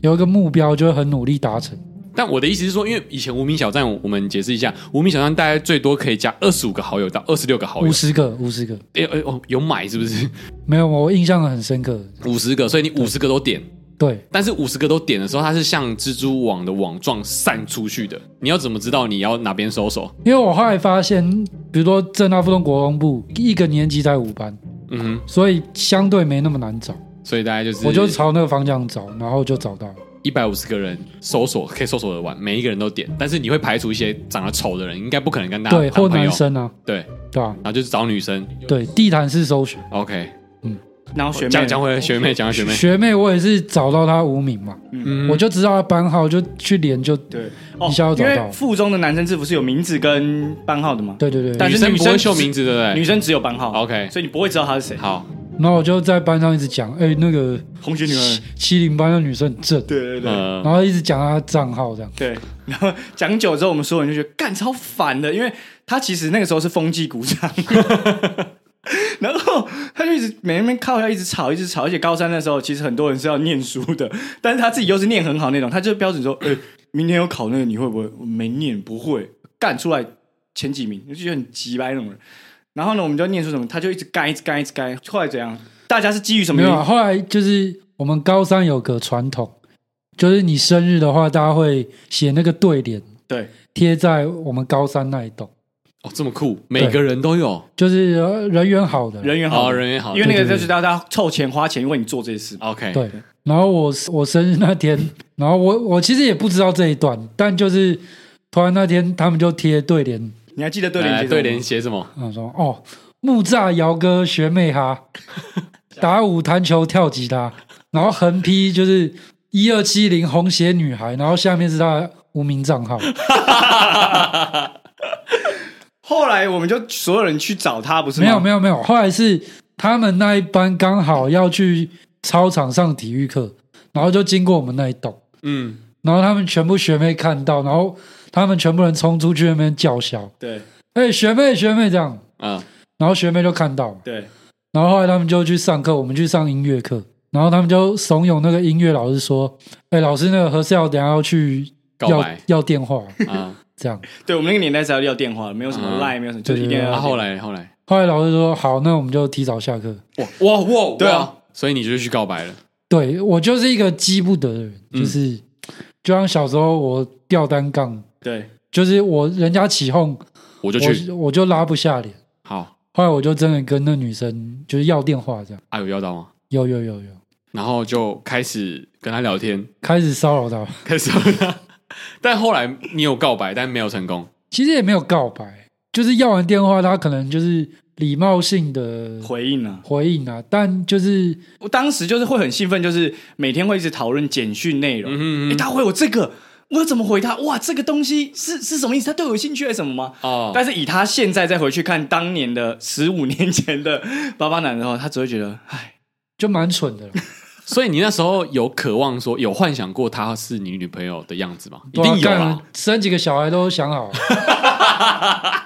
[SPEAKER 7] 有一个目标，就会很努力达成。
[SPEAKER 3] 但我的意思是说，因为以前无名小站，我们解释一下，无名小站大概最多可以加二十五个好友到二十六个好友
[SPEAKER 7] 五，十个，五十个，
[SPEAKER 3] 哎哎哦，有买是不 是？
[SPEAKER 7] 没有，我印象很深刻。
[SPEAKER 3] 五十个，所以你五十个都点，
[SPEAKER 7] 对，
[SPEAKER 3] 但是五十个都点的时候，它是像蜘蛛网的网状散出去的。你要怎么知道你要哪边收手？
[SPEAKER 7] 因为我后来发现，比如说正大附中国中部一个年级才五班，
[SPEAKER 3] 嗯哼，
[SPEAKER 7] 所以相对没那么难找。
[SPEAKER 3] 所以大概就是
[SPEAKER 7] 我就朝那个方向找，然后就找到了。
[SPEAKER 3] 一百五十个人搜索可以搜索的完，每一个人都点，但是你会排除一些长得丑的人，应该不可能跟大家
[SPEAKER 7] 对，
[SPEAKER 3] 当
[SPEAKER 7] 或
[SPEAKER 3] 朋友
[SPEAKER 7] 男生啊，
[SPEAKER 3] 对，
[SPEAKER 7] 对吧、
[SPEAKER 3] 然后就是找女生。
[SPEAKER 7] 对，地毯式搜寻。
[SPEAKER 3] OK，
[SPEAKER 6] 然后学
[SPEAKER 3] 讲
[SPEAKER 6] 妹，
[SPEAKER 3] 讲回学妹，讲回学妹，
[SPEAKER 7] 学妹，我也是找到她无名嘛，
[SPEAKER 3] 嗯
[SPEAKER 7] 我就知道她班号，就去连就对
[SPEAKER 6] 对，哦
[SPEAKER 7] 一下就，找
[SPEAKER 6] 因
[SPEAKER 7] 到
[SPEAKER 6] 为附中的男生制服是有名字跟班号的嘛，
[SPEAKER 7] 对对
[SPEAKER 6] 但
[SPEAKER 3] 女
[SPEAKER 6] 是
[SPEAKER 3] 生
[SPEAKER 6] 女
[SPEAKER 3] 不
[SPEAKER 6] 生
[SPEAKER 3] 会秀名字，对不对？
[SPEAKER 6] 女生只有班号
[SPEAKER 3] OK
[SPEAKER 6] 所以你不会知道他是谁。
[SPEAKER 3] 好，
[SPEAKER 7] 然后我就在班上一直讲，哎、那个
[SPEAKER 6] 红学女儿
[SPEAKER 7] 七，七零班的女生很正，
[SPEAKER 6] 对对对。
[SPEAKER 3] 呃
[SPEAKER 7] 然，后一直讲她账号这样。
[SPEAKER 6] 对，然后讲久之后，我们所有人就觉得干超烦的，因为他其实那个时候是风纪鼓掌， 然后他就一直每那边靠要一直吵，一直吵，而且高三的时候，其实很多人是要念书的，但是他自己又是念很好那种，他就是标准说，呃，明天有考那个你会不会？我没念，不会，干出来前几名，就觉得很急掰那种人。然后呢，我们就念书什么，他就一直干，一直干，一直干，后来怎样？大家是基于什么
[SPEAKER 7] 没
[SPEAKER 6] 原
[SPEAKER 7] 有
[SPEAKER 6] 因
[SPEAKER 7] 啊，？后来就是我们高三有个传统，就是你生日的话，大家会写那个对联
[SPEAKER 6] 对，
[SPEAKER 7] 贴在我们高三那一栋，
[SPEAKER 3] 哦，这么酷，每个人都有。
[SPEAKER 7] 就是呃人缘好的
[SPEAKER 6] 人缘好
[SPEAKER 3] 好，
[SPEAKER 6] 的，
[SPEAKER 3] 哦人也好，
[SPEAKER 6] 因为那个就
[SPEAKER 7] 对对对
[SPEAKER 6] 是大家凑钱花钱为你做这些事。
[SPEAKER 3] OK，
[SPEAKER 7] 对，然后我我生日那天， 然后我我其实也不知道这一段，但就是突然那天他们就贴对联，
[SPEAKER 6] 你还记得对联
[SPEAKER 3] 来
[SPEAKER 6] 结
[SPEAKER 3] 哎对
[SPEAKER 6] 什么
[SPEAKER 3] 联
[SPEAKER 6] 吗
[SPEAKER 3] 写什么？
[SPEAKER 7] 啊说哦，木栅姚哥学妹哈，打舞弹球跳吉他，然后横批就是一二七零红鞋女孩，然后下面是她的无名账号，
[SPEAKER 6] 后来我们就所有人去找他，不是吗？
[SPEAKER 7] 没有没有没有，后来是他们那一班刚好要去操场上体育课，然后就经过我们那一栋。
[SPEAKER 3] 嗯，
[SPEAKER 7] 然后他们全部学妹看到，然后他们全部人冲出去那边叫嚣
[SPEAKER 6] 对：“
[SPEAKER 7] 哎、学妹学妹！”这样，
[SPEAKER 3] 啊，
[SPEAKER 7] 然后学妹就看到，
[SPEAKER 6] 对，
[SPEAKER 7] 然后后来他们就去上课，我们去上音乐课，然后他们就怂恿那个音乐老师说：“哎、老师，那个何思瑶等一下要去
[SPEAKER 3] 告
[SPEAKER 7] 要
[SPEAKER 3] 白
[SPEAKER 7] 要电话。
[SPEAKER 3] 啊，”
[SPEAKER 7] 这样，
[SPEAKER 6] 对我们那个年代是要要电话的，没有什
[SPEAKER 3] 嗯
[SPEAKER 6] 么 line，没有什么，就是一定
[SPEAKER 7] 对
[SPEAKER 6] 要
[SPEAKER 7] 对
[SPEAKER 3] 啊
[SPEAKER 6] 要。
[SPEAKER 3] 后来后来，
[SPEAKER 7] 后来老师说：“好，那我们就提早下课。
[SPEAKER 3] 哇哇哇，
[SPEAKER 6] 对啊
[SPEAKER 3] 哇，所以你就去告白了，
[SPEAKER 7] 对”我就是一个激不得的人，
[SPEAKER 3] 嗯
[SPEAKER 7] 就是、就像小时候我吊单杠，
[SPEAKER 6] 对，
[SPEAKER 7] 就是我人家起哄，
[SPEAKER 3] 我就去，
[SPEAKER 7] 我我就拉不下脸。
[SPEAKER 3] 好，
[SPEAKER 7] 后来我就真的跟那女生就是要电话，这样
[SPEAKER 3] 啊有要到吗？
[SPEAKER 7] 有有有有，
[SPEAKER 3] 然后就开始跟他聊天，
[SPEAKER 7] 开始骚扰她。
[SPEAKER 3] 开始跟他， 但后来你有告白，但没有成功，
[SPEAKER 7] 其实也没有告白，就是要完电话，她可能就是礼貌性的
[SPEAKER 6] 回应啊。
[SPEAKER 7] 回应啊，但就是
[SPEAKER 6] 我当时就是会很兴奋，就是每天会一直讨论简讯内容。嗯他回我这个，我要怎么回他？哇，这个东西是是什么意思？他对我有兴趣还是什么吗？
[SPEAKER 3] 哦
[SPEAKER 6] 但是以他现在再回去看当年的十五年前的巴巴男的话，他只会觉得，唉，
[SPEAKER 7] 就蛮蠢的啦，
[SPEAKER 3] 所以你那时候有渴望说，有幻想过她是你女朋友的样子吗？一
[SPEAKER 7] 对啊
[SPEAKER 3] 定有啦
[SPEAKER 7] 干。生几个小孩都想好，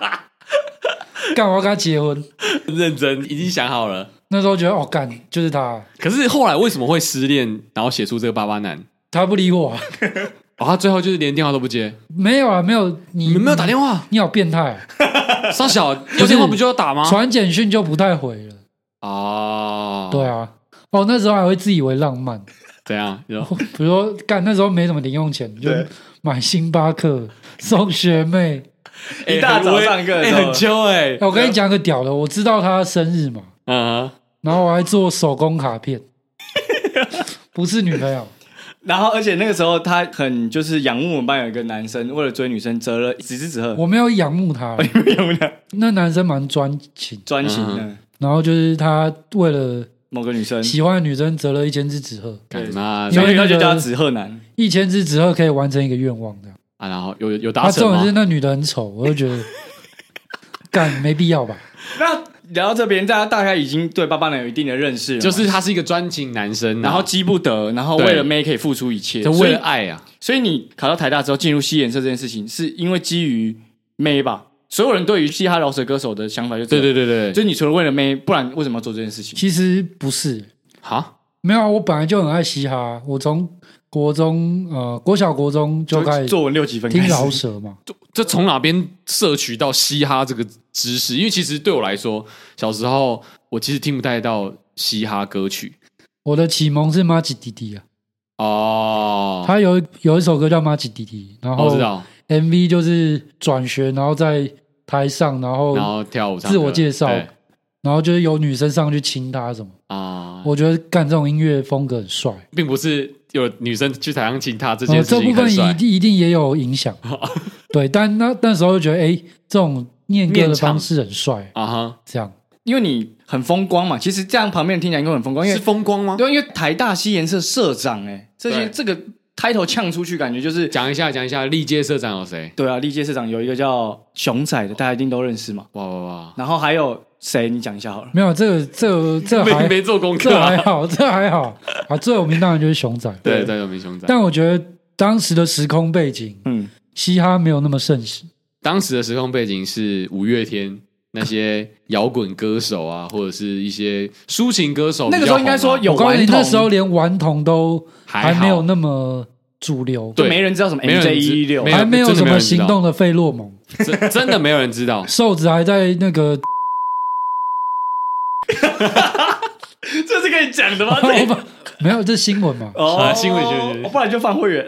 [SPEAKER 7] 干我要跟他结婚。
[SPEAKER 3] 认真已经想好了。
[SPEAKER 7] 那时候觉得哦，干就是他，
[SPEAKER 3] 可是后来为什么会失恋，然后写出这个八八男？
[SPEAKER 7] 他不理我啊、
[SPEAKER 3] 哦，他最后就是连电话都不接，
[SPEAKER 7] 没有啊，没有你
[SPEAKER 3] 你们没有打电 话？啊
[SPEAKER 7] 你好变态啊、
[SPEAKER 3] 上小有电话不就要打吗？
[SPEAKER 7] 传简讯就不太回了。
[SPEAKER 3] 哦，
[SPEAKER 7] 对，啊，哦，那时候还会自以为浪漫，
[SPEAKER 3] 怎样？然后
[SPEAKER 7] 哦比如说干那时候没什么零用钱，就买星巴克送学妹。
[SPEAKER 6] 一大早上课的
[SPEAKER 3] 哎
[SPEAKER 6] 时候
[SPEAKER 3] 很秋哎，
[SPEAKER 7] 哎我跟你讲个屌的，我知道他生日嘛，
[SPEAKER 3] 嗯，
[SPEAKER 7] 然后我还做手工卡片， 不是女朋友，
[SPEAKER 6] 然后而且那个时候他很就是仰慕我们班有一个男生，为了追女生折了几只纸鹤，
[SPEAKER 7] 我没有仰慕他
[SPEAKER 3] 哎
[SPEAKER 7] 啦。
[SPEAKER 6] 仰慕他
[SPEAKER 7] 那男生蛮专情，
[SPEAKER 6] 专情
[SPEAKER 3] 嗯
[SPEAKER 6] 的
[SPEAKER 7] 然后就是他为了
[SPEAKER 6] 某个女生，
[SPEAKER 7] 喜欢的女生折了一千只纸鹤，
[SPEAKER 3] 干嘛
[SPEAKER 7] 因
[SPEAKER 6] 所
[SPEAKER 7] 为
[SPEAKER 6] 以他
[SPEAKER 7] 那个
[SPEAKER 6] 就叫他纸鹤男。
[SPEAKER 7] 一千只纸鹤可以完成一个愿望的。
[SPEAKER 3] 啊？然后有有
[SPEAKER 7] 啊，
[SPEAKER 3] 达
[SPEAKER 7] 这
[SPEAKER 3] 成
[SPEAKER 7] 种
[SPEAKER 3] 吗
[SPEAKER 7] 是？那女的很丑，我就觉得 干没必要吧。
[SPEAKER 6] 那聊到这边，大家大概已经对巴巴男有一定的认识了嘛，
[SPEAKER 3] 就是他是一个专情男生，
[SPEAKER 6] 然后激不得，然后
[SPEAKER 3] 对
[SPEAKER 6] 为了妹可以付出一切，
[SPEAKER 3] 就
[SPEAKER 6] 所
[SPEAKER 3] 为
[SPEAKER 6] 以
[SPEAKER 3] 了爱啊，
[SPEAKER 6] 所以你考到台大之后进入西研社这件事情，是因为基于妹吧？所有人对于嘻哈饶舌歌手的想法就
[SPEAKER 3] 对对
[SPEAKER 6] 对，
[SPEAKER 3] 对对，
[SPEAKER 6] 就你除了为了妹，不然为什么要做这件事情？
[SPEAKER 7] 其实不是，
[SPEAKER 3] 好，
[SPEAKER 7] 没有啊，我本来就很爱嘻哈，啊我从国中呃国小国中就开始
[SPEAKER 6] 作文六级分开
[SPEAKER 7] 听
[SPEAKER 6] 始
[SPEAKER 7] 饶舌嘛，
[SPEAKER 3] 这从哪边摄取到嘻哈这个知识？因为其实对我来说，小时候我其实听不太到嘻哈歌曲
[SPEAKER 7] 我的启蒙是马吉弟弟啊，
[SPEAKER 3] 哦。
[SPEAKER 7] 他有一有一首歌叫马吉弟弟，然
[SPEAKER 3] 哦我
[SPEAKER 7] 后
[SPEAKER 3] 知道，
[SPEAKER 7] MV 就是转学，然后在台上，然后
[SPEAKER 3] 然后跳舞唱歌、
[SPEAKER 7] 自我介绍
[SPEAKER 3] 对
[SPEAKER 7] 然后就是有女生上去亲他什么，
[SPEAKER 3] 啊，
[SPEAKER 7] 我觉得干这种音乐风格很帅，
[SPEAKER 3] 并不是有女生去台上亲他哦这
[SPEAKER 7] 呃，
[SPEAKER 3] 件事
[SPEAKER 7] 这部
[SPEAKER 3] 情
[SPEAKER 7] 分
[SPEAKER 3] 很帅哦
[SPEAKER 7] 一，定一定也有影响， 对，但那那时候就觉得哎，这种念歌
[SPEAKER 3] 念
[SPEAKER 7] 的
[SPEAKER 3] 唱
[SPEAKER 7] 方式很帅，
[SPEAKER 3] 啊哈，
[SPEAKER 7] 这样。
[SPEAKER 6] 因为你很风光嘛。其实这样旁边人听起来应该很风光，因
[SPEAKER 3] 是
[SPEAKER 6] 为
[SPEAKER 3] 风光吗？
[SPEAKER 6] 对，因为台大西研社社长哎、这些
[SPEAKER 3] 对
[SPEAKER 6] 这个开头呛出去，感觉就是
[SPEAKER 3] 讲一下，讲一下历届社长有谁？
[SPEAKER 6] 对啊。历届社长有一个叫熊仔的，大家一定都认识嘛。
[SPEAKER 3] 哇哇哇！
[SPEAKER 6] 然后还有谁？你讲一下好了。
[SPEAKER 7] 没有这个，这个这个、
[SPEAKER 3] 没
[SPEAKER 7] 还
[SPEAKER 3] 没做功课
[SPEAKER 7] 这还
[SPEAKER 3] 啊？
[SPEAKER 7] 好，这还好啊。最有名当然就是熊仔，
[SPEAKER 3] 对，对，有明熊仔。
[SPEAKER 7] 但我觉得当时的时空背景，
[SPEAKER 6] 嗯，
[SPEAKER 7] 嘻哈没有那么盛行，
[SPEAKER 3] 当时的时空背景是五月天那些摇滚歌手啊，或者是一些抒情歌手比
[SPEAKER 6] 那
[SPEAKER 3] 较红啊。
[SPEAKER 6] 个时候应该说有
[SPEAKER 7] 我告诉你，
[SPEAKER 6] 顽童
[SPEAKER 7] 那时候连顽童都
[SPEAKER 3] 还
[SPEAKER 7] 还
[SPEAKER 3] 好
[SPEAKER 7] 没有那么主流，
[SPEAKER 3] 对
[SPEAKER 6] 就没人知道什么
[SPEAKER 3] 没有
[SPEAKER 6] MJ
[SPEAKER 3] 人知
[SPEAKER 6] 一六
[SPEAKER 3] 没，有
[SPEAKER 7] 还没有什
[SPEAKER 3] 真的没有
[SPEAKER 7] 么
[SPEAKER 3] 人知道
[SPEAKER 7] 行动的费洛蒙，。
[SPEAKER 3] 真真的没有人知道
[SPEAKER 7] 瘦子还在那个，
[SPEAKER 6] 这是可以讲的吗？这
[SPEAKER 7] 没有这是新闻嘛？
[SPEAKER 6] 哦
[SPEAKER 3] 啊新闻新闻新闻
[SPEAKER 6] 不然就放会员。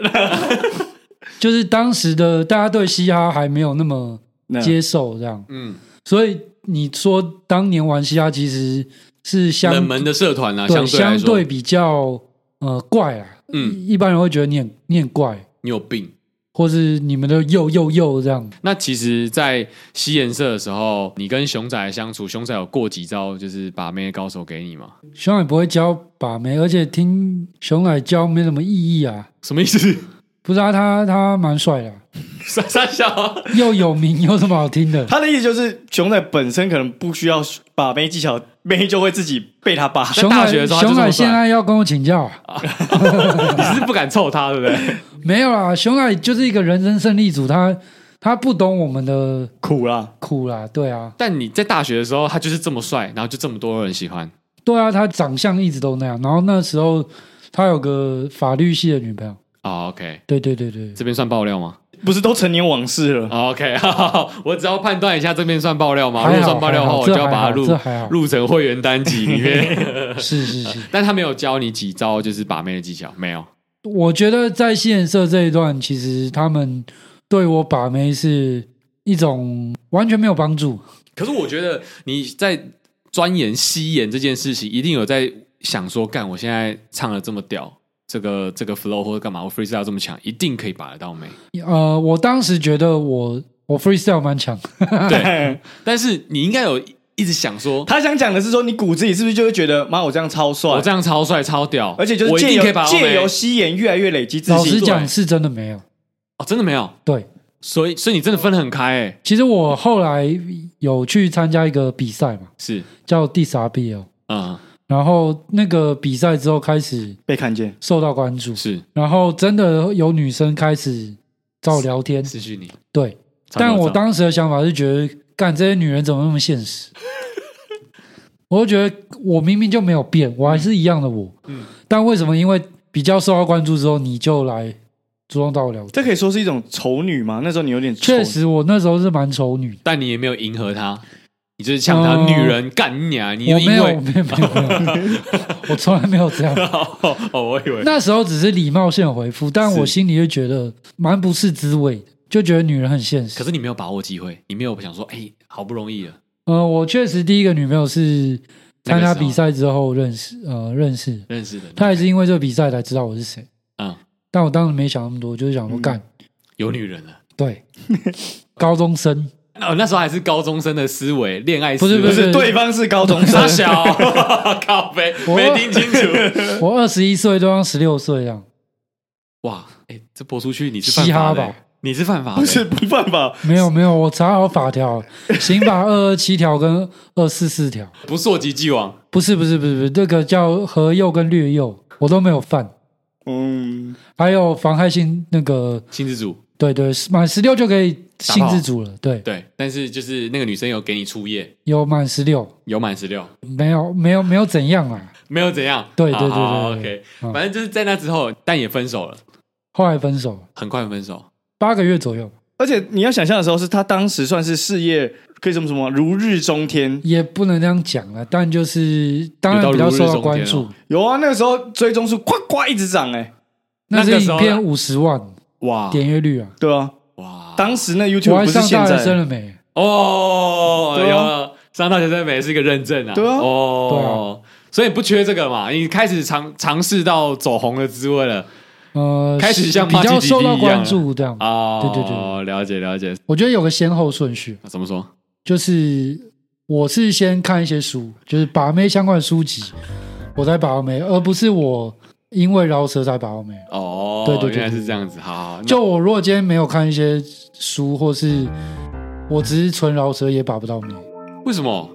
[SPEAKER 7] 就是当时的大家对嘻哈还没有那么接受这样，
[SPEAKER 3] 嗯，
[SPEAKER 7] 所以你说当年玩嘻哈其实是相
[SPEAKER 3] 冷门的社团啊，
[SPEAKER 7] 对
[SPEAKER 3] 相来
[SPEAKER 7] 相
[SPEAKER 3] 说
[SPEAKER 7] 对，比较呃怪啊，
[SPEAKER 3] 嗯，
[SPEAKER 7] 一般人会觉得你很你很怪，
[SPEAKER 3] 你有病。
[SPEAKER 7] 或是你们的又又又这样，
[SPEAKER 3] 那其实，在西颜社的时候，你跟熊仔相处，熊仔有过几招就是把妹的高手给你吗？
[SPEAKER 7] 熊奶不会教把妹，而且听熊奶教没什么意义啊。
[SPEAKER 3] 什么意思？
[SPEAKER 7] 不是啊，他他蛮帅的啊、
[SPEAKER 3] 傻傻笑啊，
[SPEAKER 7] 又有名，有什么好听的？
[SPEAKER 6] 他的意思就是，熊仔本身可能不需要把妹技巧，妹就会自己被他扒。
[SPEAKER 7] 熊
[SPEAKER 3] 大
[SPEAKER 7] 奶
[SPEAKER 3] 学的时候 他就
[SPEAKER 7] 熊
[SPEAKER 3] 这么
[SPEAKER 7] 奶
[SPEAKER 3] 帅
[SPEAKER 7] 现在要跟我请教、啊，
[SPEAKER 3] 你是不敢凑他，对不 对？
[SPEAKER 7] 没有啦，熊奶就是一个人生胜利组，他他不懂我们的
[SPEAKER 6] 苦啦，
[SPEAKER 7] 苦啦，对啊，
[SPEAKER 3] 但你在大学的时候，他就是这么帅，然后就这么多人喜欢。
[SPEAKER 7] 对啊，他长相一直都那样，然后那时候他有个法律系的女朋友，
[SPEAKER 3] 哦、o k
[SPEAKER 7] 对对对 对，
[SPEAKER 3] 这边算爆料吗、
[SPEAKER 6] 不是都成年往事 了。
[SPEAKER 3] o k 好好 好，我只要判断一下这边算爆料吗？
[SPEAKER 7] 还好
[SPEAKER 3] 如果算爆料的话，
[SPEAKER 7] 还好
[SPEAKER 3] 我就要把它录
[SPEAKER 7] 这还好
[SPEAKER 3] 录成会员单集里 面。
[SPEAKER 7] 是是是，
[SPEAKER 3] 但他没有教你几招就是把妹的技巧，没有。
[SPEAKER 7] 我觉得在线社这一段，其实他们对我把妹是一种完全没有帮助。
[SPEAKER 3] 可是我觉得你在钻研吸研这件事情，一定有在想说，干，我现在唱的这么屌，这个这个 flow 或者干嘛，我 freestyle 这么强，一定可以把得 到妹。
[SPEAKER 7] 呃，我当时觉得我我 freestyle 蛮强，
[SPEAKER 6] 嗯
[SPEAKER 3] 对，但是你应该有一直想说，
[SPEAKER 6] 他想讲的是说，你骨子里是不是就会觉得，妈，我这样超帅，
[SPEAKER 3] 我这样超帅超屌，
[SPEAKER 6] 而且就
[SPEAKER 3] 我
[SPEAKER 6] 是
[SPEAKER 3] 一
[SPEAKER 6] 借
[SPEAKER 3] 定可以
[SPEAKER 6] 由
[SPEAKER 3] 把欧
[SPEAKER 6] 借
[SPEAKER 3] 美
[SPEAKER 6] 由吸眼越来越累积自
[SPEAKER 7] 老
[SPEAKER 6] 信。
[SPEAKER 7] 实讲，是真的没有。
[SPEAKER 3] 哦，真的没有，
[SPEAKER 7] 对，
[SPEAKER 3] 所以所以你真的分得很开哎，
[SPEAKER 7] 其实我后来有去参加一个比赛嘛，
[SPEAKER 3] 是
[SPEAKER 7] 叫 DSRBL，
[SPEAKER 3] 啊，
[SPEAKER 7] 然后那个比赛之后开始
[SPEAKER 6] 被看见，
[SPEAKER 7] 受到关注，
[SPEAKER 3] 是
[SPEAKER 7] 然后真的有女生开始找我聊天，
[SPEAKER 3] 失去你，
[SPEAKER 7] 对。但我当时的想法是觉得，干这些女人怎么那么现 实？我就觉得我明明就没有变，我还是一样的我。嗯。但为什么因为比较受到关注之后，你就来主动找我聊天？
[SPEAKER 6] 这可以说是一种丑女吗？那时候你有点丑
[SPEAKER 7] 确，实，我那时候是蛮丑女的。
[SPEAKER 3] 但你也没有迎合他，你就是呛他
[SPEAKER 7] 哦
[SPEAKER 3] 女人干你啊！你就
[SPEAKER 7] 我
[SPEAKER 3] 因
[SPEAKER 7] 没有，我
[SPEAKER 3] 为
[SPEAKER 7] 没有，没有，没有我从来没有这样。
[SPEAKER 3] 哦，我以为
[SPEAKER 7] 那时候只是礼貌性的回复，但我心里就觉得蛮不是滋味的，就觉得女人很现实。
[SPEAKER 3] 可是你没有把握机会，你没有想说，哎，好不容易了，
[SPEAKER 7] 呃，我确实第一个女朋友是
[SPEAKER 3] 那
[SPEAKER 7] 参
[SPEAKER 3] 个
[SPEAKER 7] 加
[SPEAKER 3] 时候
[SPEAKER 7] 比赛之后认识，呃，认识的。
[SPEAKER 3] 认识的
[SPEAKER 7] 她也是因为这个比赛才知道我是谁。
[SPEAKER 3] 啊，
[SPEAKER 7] 但我当时没想那么多，就是想说干，
[SPEAKER 3] 有女人了。哦
[SPEAKER 7] 对， 高中生
[SPEAKER 3] 那那时候还是高中生的思维，恋爱思
[SPEAKER 7] 不是
[SPEAKER 3] 维
[SPEAKER 7] 不
[SPEAKER 6] 不是对方是高中
[SPEAKER 3] 傻，
[SPEAKER 6] 生
[SPEAKER 3] 小，靠背
[SPEAKER 7] 我
[SPEAKER 3] 没听清楚。
[SPEAKER 7] 我二十一岁对方十六岁这样，
[SPEAKER 3] 哇，哎，这播出去你是犯法
[SPEAKER 7] 嘻
[SPEAKER 3] 的
[SPEAKER 7] 哈吧
[SPEAKER 3] 欸，你是犯法的
[SPEAKER 6] 不
[SPEAKER 3] 欸，
[SPEAKER 6] 是不犯法，
[SPEAKER 7] 没有没有，我查好法条，刑法二二七条跟二四四条，
[SPEAKER 3] 不溯及既往。
[SPEAKER 7] 不是不是不是不是，这个叫合诱跟略诱，我都没有犯，
[SPEAKER 6] 嗯，
[SPEAKER 7] 还有妨害性那个，
[SPEAKER 3] 亲自主
[SPEAKER 7] 对对，满十六就可以性自主了，对，
[SPEAKER 3] 对，但是就是那个女生有给你初夜，
[SPEAKER 7] 有满十六，
[SPEAKER 3] 有满十六，
[SPEAKER 7] 没有没有没有怎样啦，
[SPEAKER 3] 没有怎样。
[SPEAKER 7] 对对对
[SPEAKER 3] 好好
[SPEAKER 7] 对对
[SPEAKER 3] ，OK，
[SPEAKER 7] 嗯
[SPEAKER 3] 反正就是在那之后，但也分手了，
[SPEAKER 7] 后来分手
[SPEAKER 3] 很快分手。
[SPEAKER 7] 八个月左右，
[SPEAKER 6] 而且你要想象的时候，是他当时算是事业可以这么什么如日中天。
[SPEAKER 7] 也不能这样讲了，但就是当然比较受到关
[SPEAKER 3] 有
[SPEAKER 7] 注，
[SPEAKER 6] 有啊，那个时候追踪数呱呱一直涨哎、
[SPEAKER 7] 那
[SPEAKER 3] 那个
[SPEAKER 7] 是
[SPEAKER 3] 时候
[SPEAKER 7] 影
[SPEAKER 3] 啊
[SPEAKER 7] 片五十万
[SPEAKER 3] 哇
[SPEAKER 7] 点阅率啊，
[SPEAKER 6] 对啊，
[SPEAKER 3] 哇，
[SPEAKER 6] 当时那
[SPEAKER 7] 我
[SPEAKER 6] YouTube
[SPEAKER 7] 还
[SPEAKER 6] 不是
[SPEAKER 7] 上
[SPEAKER 6] 现
[SPEAKER 7] 大学生
[SPEAKER 6] 在，
[SPEAKER 7] 了没？
[SPEAKER 3] 哦，
[SPEAKER 6] 对啊
[SPEAKER 3] 有了上大学生美是一个认证啊，
[SPEAKER 6] 对啊
[SPEAKER 3] 哦，
[SPEAKER 7] 啊
[SPEAKER 3] 所以不缺这个嘛，你开始尝尝试到走红的滋味了
[SPEAKER 7] 呃，
[SPEAKER 3] 开始像
[SPEAKER 7] 比较
[SPEAKER 3] Party
[SPEAKER 7] 受到
[SPEAKER 3] DD 一样啊
[SPEAKER 7] 关注这样，
[SPEAKER 3] 哦，
[SPEAKER 7] 对对对，
[SPEAKER 3] 了解了解，
[SPEAKER 7] 我觉得有个先后顺序，
[SPEAKER 3] 啊怎么说？
[SPEAKER 7] 就是我是先看一些书，就是把妹相关的书籍，我才把到妹，而不是我因为饶舌才把到妹。
[SPEAKER 3] 哦，
[SPEAKER 7] 对对对
[SPEAKER 3] 原来是这样子，好好，好
[SPEAKER 7] 就我如果今天没有看一些书，或是我只是纯饶舌，也把不到妹，
[SPEAKER 3] 那为什么？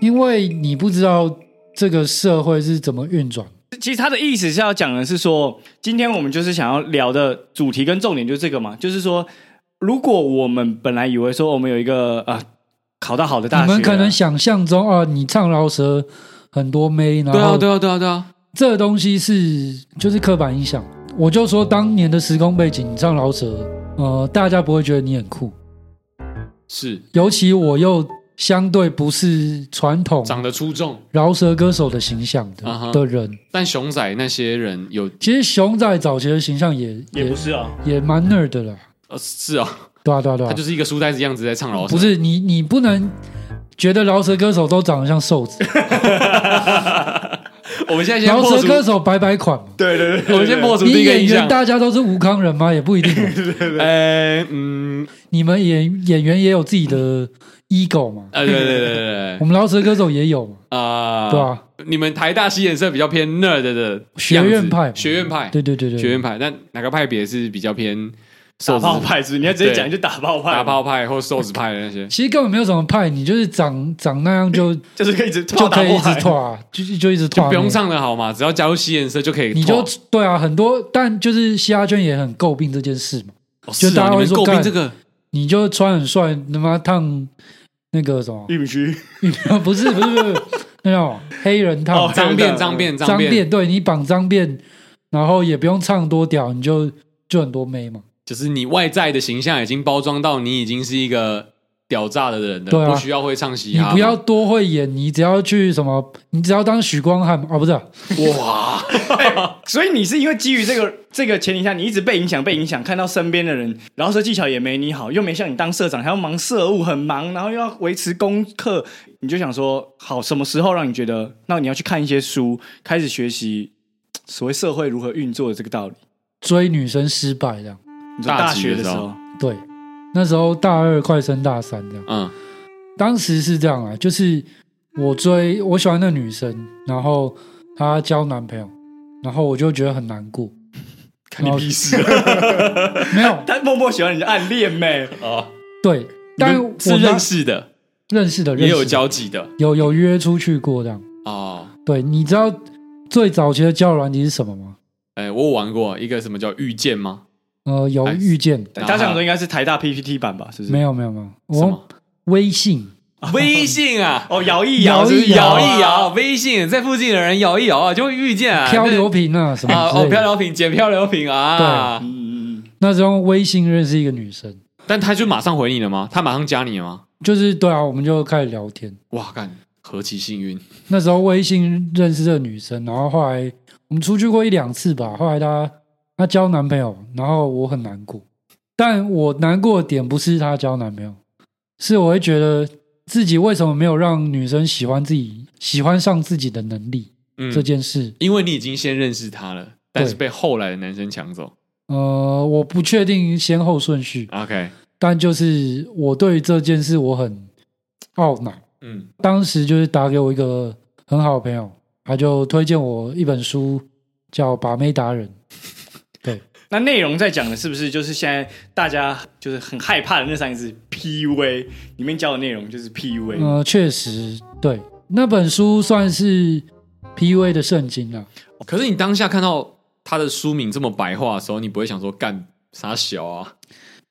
[SPEAKER 7] 因为你不知道这个社会是怎么运转。
[SPEAKER 6] 其实他的意思是要讲的是说，今天我们就是想要聊的主题跟重点就是这个嘛，就是说，如果我们本来以为说我们有一个啊、考到好的大学啊，
[SPEAKER 7] 你们可能想象中啊，你唱饶舌很多妹，然
[SPEAKER 3] 对啊
[SPEAKER 7] 后
[SPEAKER 3] 对啊对啊对啊，
[SPEAKER 7] 这东西是就是刻板印象。我就说当年的时空背景，你唱饶舌，呃，大家不会觉得你很酷。
[SPEAKER 3] 是
[SPEAKER 7] 尤其我又相对不是传统
[SPEAKER 3] 长得出众，
[SPEAKER 7] 饶舌歌手的形象的、
[SPEAKER 3] 啊哈
[SPEAKER 7] 的人，
[SPEAKER 3] 但熊仔那些人有
[SPEAKER 7] 其实熊仔早期的形象也
[SPEAKER 6] 也不是啊，
[SPEAKER 7] 也蛮 nerd 的啦，
[SPEAKER 3] 呃是哦，
[SPEAKER 7] 对啊对啊对啊
[SPEAKER 3] 他就，是一个书呆子样子在唱饶舌，
[SPEAKER 7] 不是你你不能觉得饶舌歌手都长得像 瘦子，
[SPEAKER 3] 我们现在先
[SPEAKER 7] 饶
[SPEAKER 3] 破
[SPEAKER 7] 舌
[SPEAKER 3] 除，
[SPEAKER 7] 歌手白白款嘛，
[SPEAKER 6] 对对 对
[SPEAKER 3] 我们先破除
[SPEAKER 7] 你
[SPEAKER 3] 第一个
[SPEAKER 7] 演
[SPEAKER 3] 印
[SPEAKER 7] 员
[SPEAKER 3] 象，
[SPEAKER 7] 大家都是吴康人吗？也不一定嘛，
[SPEAKER 3] 呃嗯
[SPEAKER 7] 你们演演员也有自己的 ego 嘛，
[SPEAKER 3] 呃对对对对对
[SPEAKER 7] 我。们饶舌歌手也有嘛，
[SPEAKER 3] 啊、
[SPEAKER 7] 对吧？
[SPEAKER 3] 你们台大西演社比较偏 nerd 的样子
[SPEAKER 7] 学院派嘛
[SPEAKER 3] 学院派，
[SPEAKER 7] 对对对对，
[SPEAKER 3] 学院派。但哪个派别是比较偏
[SPEAKER 6] 打
[SPEAKER 3] 瘦子
[SPEAKER 6] 炮派是不是你要直接讲
[SPEAKER 3] 对
[SPEAKER 6] 就打炮派，
[SPEAKER 3] 打包派或瘦子派的 那些？
[SPEAKER 7] 其实根本没有什么派，你就是长长那 样就
[SPEAKER 6] 就是可以一直
[SPEAKER 7] 就可以一直
[SPEAKER 6] 拓，，
[SPEAKER 7] 拓，就就一直
[SPEAKER 3] 啊就
[SPEAKER 7] 拓，
[SPEAKER 3] 不用上了好吗？只要加入西演社就可以
[SPEAKER 7] 你
[SPEAKER 3] 拓，
[SPEAKER 7] 就对啊，很多，但就是嘻哈圈也很诟病这件事嘛。
[SPEAKER 3] 哦
[SPEAKER 7] 就是
[SPEAKER 3] 哦
[SPEAKER 7] 大家会
[SPEAKER 3] 你们
[SPEAKER 7] 说
[SPEAKER 3] 诟病
[SPEAKER 7] 干
[SPEAKER 3] 这个
[SPEAKER 7] 你就穿很帅，他妈烫那个什么
[SPEAKER 6] 玉米须，
[SPEAKER 7] 不是不是不是那种黑人烫
[SPEAKER 6] 哦
[SPEAKER 3] 脏
[SPEAKER 6] 对对
[SPEAKER 3] 辫，
[SPEAKER 6] 对
[SPEAKER 3] 脏辫，
[SPEAKER 7] 脏
[SPEAKER 3] 辫，
[SPEAKER 7] 辫，对你绑脏辫，然后也不用唱多屌，你就就很多妹嘛。
[SPEAKER 3] 就是你外在的形象已经包装到你已经是一个屌炸的人了，
[SPEAKER 7] 对啊
[SPEAKER 3] 不需要会唱嘻
[SPEAKER 7] 你
[SPEAKER 3] 哈嘛。
[SPEAKER 7] 不要多会演，你只要去什么，你只要当许光汉啊，不是啊
[SPEAKER 3] 哇，
[SPEAKER 6] 所以你是因为基于这个这个前提下，你一直被影响被影响，看到身边的人，然后说技巧也没你好，又没像你当社长还要忙社务很忙，然后又要维持功课，你就想说好什么时候让你觉得，那你要去看一些书，开始学习嘖所谓社会如何运作的这个道理。
[SPEAKER 7] 追女生失败这样。
[SPEAKER 6] 你说
[SPEAKER 3] 大
[SPEAKER 6] 大
[SPEAKER 3] 几的
[SPEAKER 6] 学的
[SPEAKER 3] 时
[SPEAKER 6] 时
[SPEAKER 3] 候
[SPEAKER 6] 候，
[SPEAKER 7] 对，那时候大二快升大三这样，
[SPEAKER 3] 嗯，
[SPEAKER 7] 当时是这样啊，就是我追我喜欢的女生，然后她交男朋友，然后我就觉得很难过。
[SPEAKER 3] 看你屁事啊！
[SPEAKER 7] 没有
[SPEAKER 6] 但默默喜欢你的暗恋妹，
[SPEAKER 3] 哦
[SPEAKER 7] 对，但
[SPEAKER 3] 你
[SPEAKER 7] 我
[SPEAKER 3] 们是
[SPEAKER 7] 那
[SPEAKER 3] 认识的，
[SPEAKER 7] 认识的，认
[SPEAKER 3] 也
[SPEAKER 7] 识的
[SPEAKER 3] 有交集的
[SPEAKER 7] 有有约出去过这样。
[SPEAKER 3] 哦。
[SPEAKER 7] 对，你知道最早期的交友软体是什么吗？
[SPEAKER 3] 哎，我有玩过一个什么叫遇见吗？
[SPEAKER 7] 呃，有
[SPEAKER 3] 哎
[SPEAKER 7] 遇见，
[SPEAKER 3] 然后
[SPEAKER 6] 他想说应该是台大 PPT 版吧？是不是？
[SPEAKER 7] 没有没有没有，
[SPEAKER 3] 什
[SPEAKER 7] 我
[SPEAKER 3] 么
[SPEAKER 7] 微信
[SPEAKER 3] 微信啊，
[SPEAKER 6] 哦，摇一摇，
[SPEAKER 7] 摇
[SPEAKER 6] 是不是
[SPEAKER 7] 一
[SPEAKER 3] 摇
[SPEAKER 7] 摇啊
[SPEAKER 3] 一摇，微信在附近的人摇一摇啊，就会遇见啊。
[SPEAKER 7] 漂流瓶啊什
[SPEAKER 3] 那啊
[SPEAKER 7] 么
[SPEAKER 3] 哦，
[SPEAKER 7] 之类
[SPEAKER 3] 漂
[SPEAKER 7] 的，
[SPEAKER 3] 流瓶捡漂流瓶啊。
[SPEAKER 6] 嗯嗯嗯，
[SPEAKER 7] 那时候微信认识一个女生，
[SPEAKER 3] 但他就马上回你了吗？他马上加你了吗？
[SPEAKER 7] 就是对啊，我们就开始聊天。
[SPEAKER 3] 哇，干，何其幸运！
[SPEAKER 7] 那时候微信认识这个女生，然后后来我们出去过一两次吧。后来她她交男朋友，然后我很难过。但我难过的点不是她交男朋友，是我会觉得自己为什么没有让女生喜欢自己、喜欢上自己的能力、
[SPEAKER 3] 嗯
[SPEAKER 7] 这件事。
[SPEAKER 3] 因为你已经先认识他了，但是
[SPEAKER 7] 对
[SPEAKER 3] 被后来的男生抢走。
[SPEAKER 7] 呃，我不确定先后顺序，
[SPEAKER 3] OK，
[SPEAKER 7] 但就是我对于这件事我很懊恼。
[SPEAKER 3] 嗯，
[SPEAKER 7] 当时就是打给我一个很好的朋友，他就推荐我一本书，叫《把妹达人》。
[SPEAKER 6] 那内容在讲的是不是就是现在大家就是很害怕的那三个字 PUA？里面教的内容就是 PUA。
[SPEAKER 7] 呃，确实，对那本书算是 PUA 的圣经了。
[SPEAKER 3] 可是你当下看到他的书名这么白话的时候，你不会想说干傻小啊？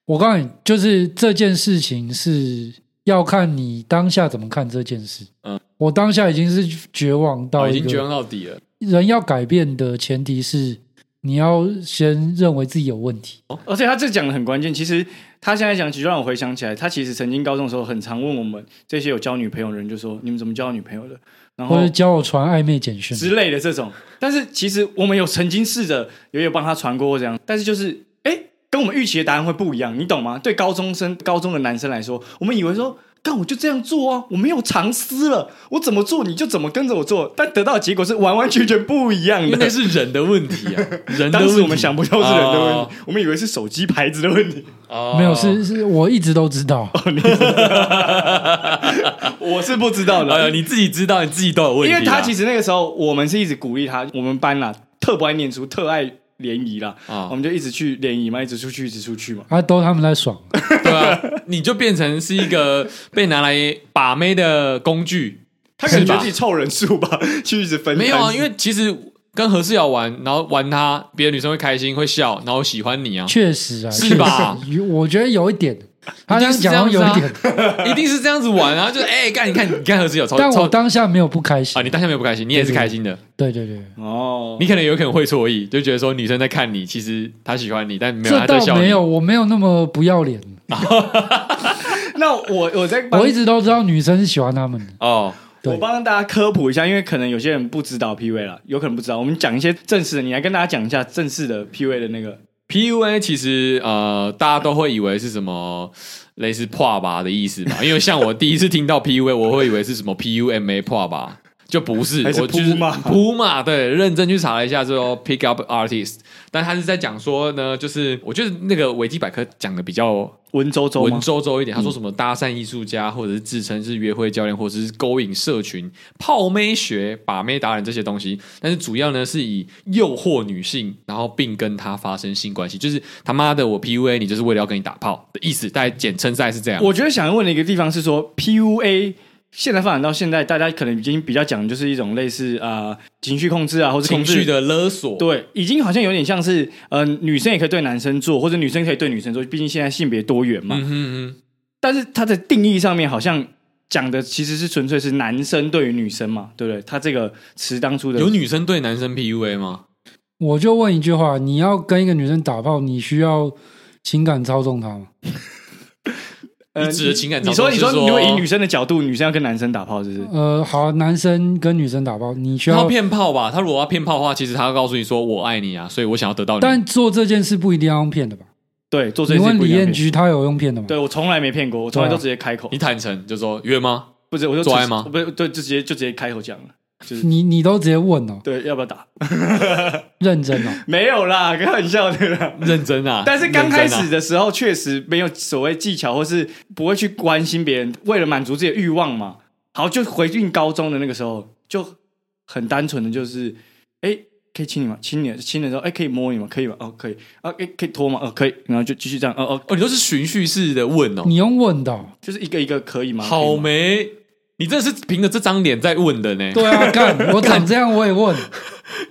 [SPEAKER 7] 我告诉你，就是这件事情是要看你当下怎么看这件事。
[SPEAKER 3] 嗯哦
[SPEAKER 7] 嗯，我当下已经是绝望到
[SPEAKER 3] 我已
[SPEAKER 7] 一
[SPEAKER 3] 经绝
[SPEAKER 7] 个
[SPEAKER 3] 望到底了。
[SPEAKER 7] 人要改变的前提是你要先认为自己有问题。
[SPEAKER 3] 哦
[SPEAKER 6] 哦而且他这讲的很关键，其实他现在讲起就让我回想起来，他其实曾经高中的时候很常问我们这些有交女朋友的人，就说你们怎么交女朋友的？然后
[SPEAKER 7] 或者教我传暧昧简 讯，
[SPEAKER 6] 之类的这种。但是其实我们有曾经试着也有帮他传过这样，但是就是哎，诶跟我们预期的答案会不一样，你懂吗？对高中生、高中的男生来说，我们以为说。干我就这样做啊！我没有藏私了，我怎么做你就怎么跟着我做，但得到的结果是完完全全不一样
[SPEAKER 3] 因为
[SPEAKER 6] 的。
[SPEAKER 3] 那是人的问题 啊，人的问
[SPEAKER 6] 当
[SPEAKER 3] 题。
[SPEAKER 6] 时我们想不到是人的问
[SPEAKER 3] 哦
[SPEAKER 6] 题，我们以为是手机牌子的问 题。
[SPEAKER 3] 哦
[SPEAKER 7] 没有是是我一直都知道。
[SPEAKER 6] 我是不知道的，
[SPEAKER 3] 哎呀，你自己知道，你自己都有问题
[SPEAKER 6] 因
[SPEAKER 3] 啊。
[SPEAKER 6] 为他其实那个时候，我们是一直鼓励他，我们班啦，特不爱念书，特爱联谊啦，
[SPEAKER 3] 啊
[SPEAKER 6] 我们就一直去联谊嘛，一直出去，一直出去嘛。
[SPEAKER 7] 啊，都他们在 爽，
[SPEAKER 3] 对啊，你就变成是一个被拿来把妹的工具。
[SPEAKER 6] 他可能觉
[SPEAKER 3] 是吧
[SPEAKER 6] 得自己凑人数吧， 去一直分摊
[SPEAKER 3] 没有啊，因为其实跟何世瑶玩，然后玩他，别的女生会开心，会笑，然后喜欢你啊，
[SPEAKER 7] 确实啊，
[SPEAKER 3] 是吧
[SPEAKER 7] 确实？有我觉得有一点，他
[SPEAKER 3] 一定
[SPEAKER 7] 这样
[SPEAKER 3] 是这
[SPEAKER 7] 讲好像有一
[SPEAKER 3] 样
[SPEAKER 7] 点，
[SPEAKER 3] 子啊， 一定是这样子玩啊，就是哎，干、你看你看何世瑶超
[SPEAKER 7] 但
[SPEAKER 3] 超
[SPEAKER 7] 我当下没有不开心
[SPEAKER 3] 啊，。你当下没有不开心，你也是开心的，
[SPEAKER 7] 对对对，
[SPEAKER 6] 哦，
[SPEAKER 3] 你可能有可能会错意，就觉得说女生在看你，其实她喜欢你，但没有她
[SPEAKER 7] 这
[SPEAKER 3] 在
[SPEAKER 7] 倒
[SPEAKER 3] 笑你。
[SPEAKER 7] 没有，我没有那么不要脸，
[SPEAKER 6] 那我我在帮
[SPEAKER 7] 我一直都知道女生是喜欢他们的。
[SPEAKER 3] 哦，
[SPEAKER 7] 对
[SPEAKER 6] 我帮大家科普一下，因为可能有些人不知道 PUA 啦，有可能不知道。我们讲一些正式的，你来跟大家讲一下正式的 PUA 的那个
[SPEAKER 3] PUA 其实呃，大家都会以为是什么类似破吧的意思嘛，因为像我第一次听到 PUA，我会以为是什么 PUMA 破吧，就不是，
[SPEAKER 6] 还是
[SPEAKER 3] 我就是
[SPEAKER 6] 扑嘛
[SPEAKER 3] 扑嘛，对，认真去查了一下之后，pick up artist，但他是在讲说呢，就是我觉得那个维基百科讲的比较
[SPEAKER 6] 文绉绉
[SPEAKER 3] 文
[SPEAKER 6] 吗？
[SPEAKER 3] 绉绉一点，他说什么搭讪艺术家，或者是自称是约会教练，或者是勾引社群、泡妹学、把妹达人这些东西，但是主要呢是以诱惑女性，然后并跟她发生性关系，就是他妈的我 PUA 你，就是为了要跟你打炮的意思，大概简称赛是这样。
[SPEAKER 6] 我觉得想问的一个地方是说 PUA。现在发展到现在，大家可能已经比较讲，就是一种类似啊、呃情绪控制啊，或是
[SPEAKER 3] 情
[SPEAKER 6] 控制
[SPEAKER 3] 绪的勒索，
[SPEAKER 6] 对，已经好像有点像是，呃，女生也可以对男生做，或者女生可以对女生做，毕竟现在性别多元嘛。
[SPEAKER 3] 嗯哼嗯哼，
[SPEAKER 6] 但是它的定义上面好像讲的其实是纯粹是男生对于女生嘛，对不对？它这个词当初的
[SPEAKER 3] 有女生对男生 PUA 吗？
[SPEAKER 7] 我就问一句话：你要跟一个女生打炮，你需要情感操纵她吗？
[SPEAKER 6] 呃
[SPEAKER 3] 你指的情感
[SPEAKER 6] 你
[SPEAKER 3] 操纵
[SPEAKER 6] 说你
[SPEAKER 3] 是
[SPEAKER 6] 说，
[SPEAKER 3] 说
[SPEAKER 6] 如果以女生的角度，女生要跟男生打炮，是不是？
[SPEAKER 7] 呃，好啊，男生跟女生打炮，你需
[SPEAKER 3] 他要
[SPEAKER 7] 要，
[SPEAKER 3] 骗炮吧？他如果要骗炮的话，其实他要告诉你说我爱你啊，所以我想要得到你。
[SPEAKER 7] 但做这件事不一定要用骗的吧？
[SPEAKER 6] 对，做这
[SPEAKER 7] 你
[SPEAKER 6] 件事
[SPEAKER 7] 问
[SPEAKER 6] 不
[SPEAKER 7] 李
[SPEAKER 6] 一样
[SPEAKER 7] 彦
[SPEAKER 6] 的骗。
[SPEAKER 7] 菊，她有用骗的吗？
[SPEAKER 6] 对，我从来没骗过，我从来
[SPEAKER 7] 对啊
[SPEAKER 6] 都直接开口
[SPEAKER 3] 你，坦诚就说约吗？
[SPEAKER 6] 不是，我就
[SPEAKER 3] 做爱吗
[SPEAKER 6] 不是，对，就直接就直接开口讲了。
[SPEAKER 7] 你你都直接问哦，
[SPEAKER 6] 对，要不要打？
[SPEAKER 7] 认真 哦，
[SPEAKER 6] 没有啦，开玩笑的啦。
[SPEAKER 3] 认真 啊！
[SPEAKER 6] 但是刚开
[SPEAKER 3] 认
[SPEAKER 6] 始
[SPEAKER 3] 真啊
[SPEAKER 6] 的时候，确实没有所谓技巧，或是不会去关心别人，为了满足自己的欲望嘛。好，就回进高中的那个时候，就很单纯的就是，哎、可以亲你吗？亲你，亲的时候，哎、可以摸你吗？可以吗？哦，可以啊，哎、可以脱吗？哦，可以，然后就继续这样，哦哦，
[SPEAKER 3] 哦，你都是循序式的问哦，
[SPEAKER 7] 你用问的哦、
[SPEAKER 6] 就是一个一个可以吗？
[SPEAKER 3] 好
[SPEAKER 6] 美，
[SPEAKER 3] 没？你真的是凭着这张脸在问的呢？
[SPEAKER 7] 对啊，干 我长这样我也问，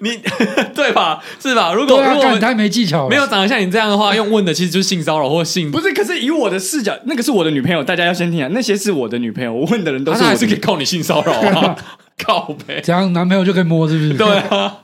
[SPEAKER 3] 你 对吧？是吧？如果
[SPEAKER 7] 对
[SPEAKER 3] 如
[SPEAKER 7] 啊，
[SPEAKER 3] 果我
[SPEAKER 7] 干
[SPEAKER 3] 们
[SPEAKER 7] 太没技巧了，
[SPEAKER 3] 没有长得像你这样的话，用问的其实就是性骚扰或性，
[SPEAKER 6] 不是，可是以我的视角，那个是我的女朋友，大家要先听啊，那些是我的女朋友，我问的人 都
[SPEAKER 3] 他
[SPEAKER 6] 啊是我
[SPEAKER 3] 还
[SPEAKER 6] 的
[SPEAKER 3] 是可
[SPEAKER 6] 女
[SPEAKER 3] 以告你性骚扰 啊？靠呗！
[SPEAKER 7] 怎样男朋友就可以摸是不是？
[SPEAKER 3] 对啊。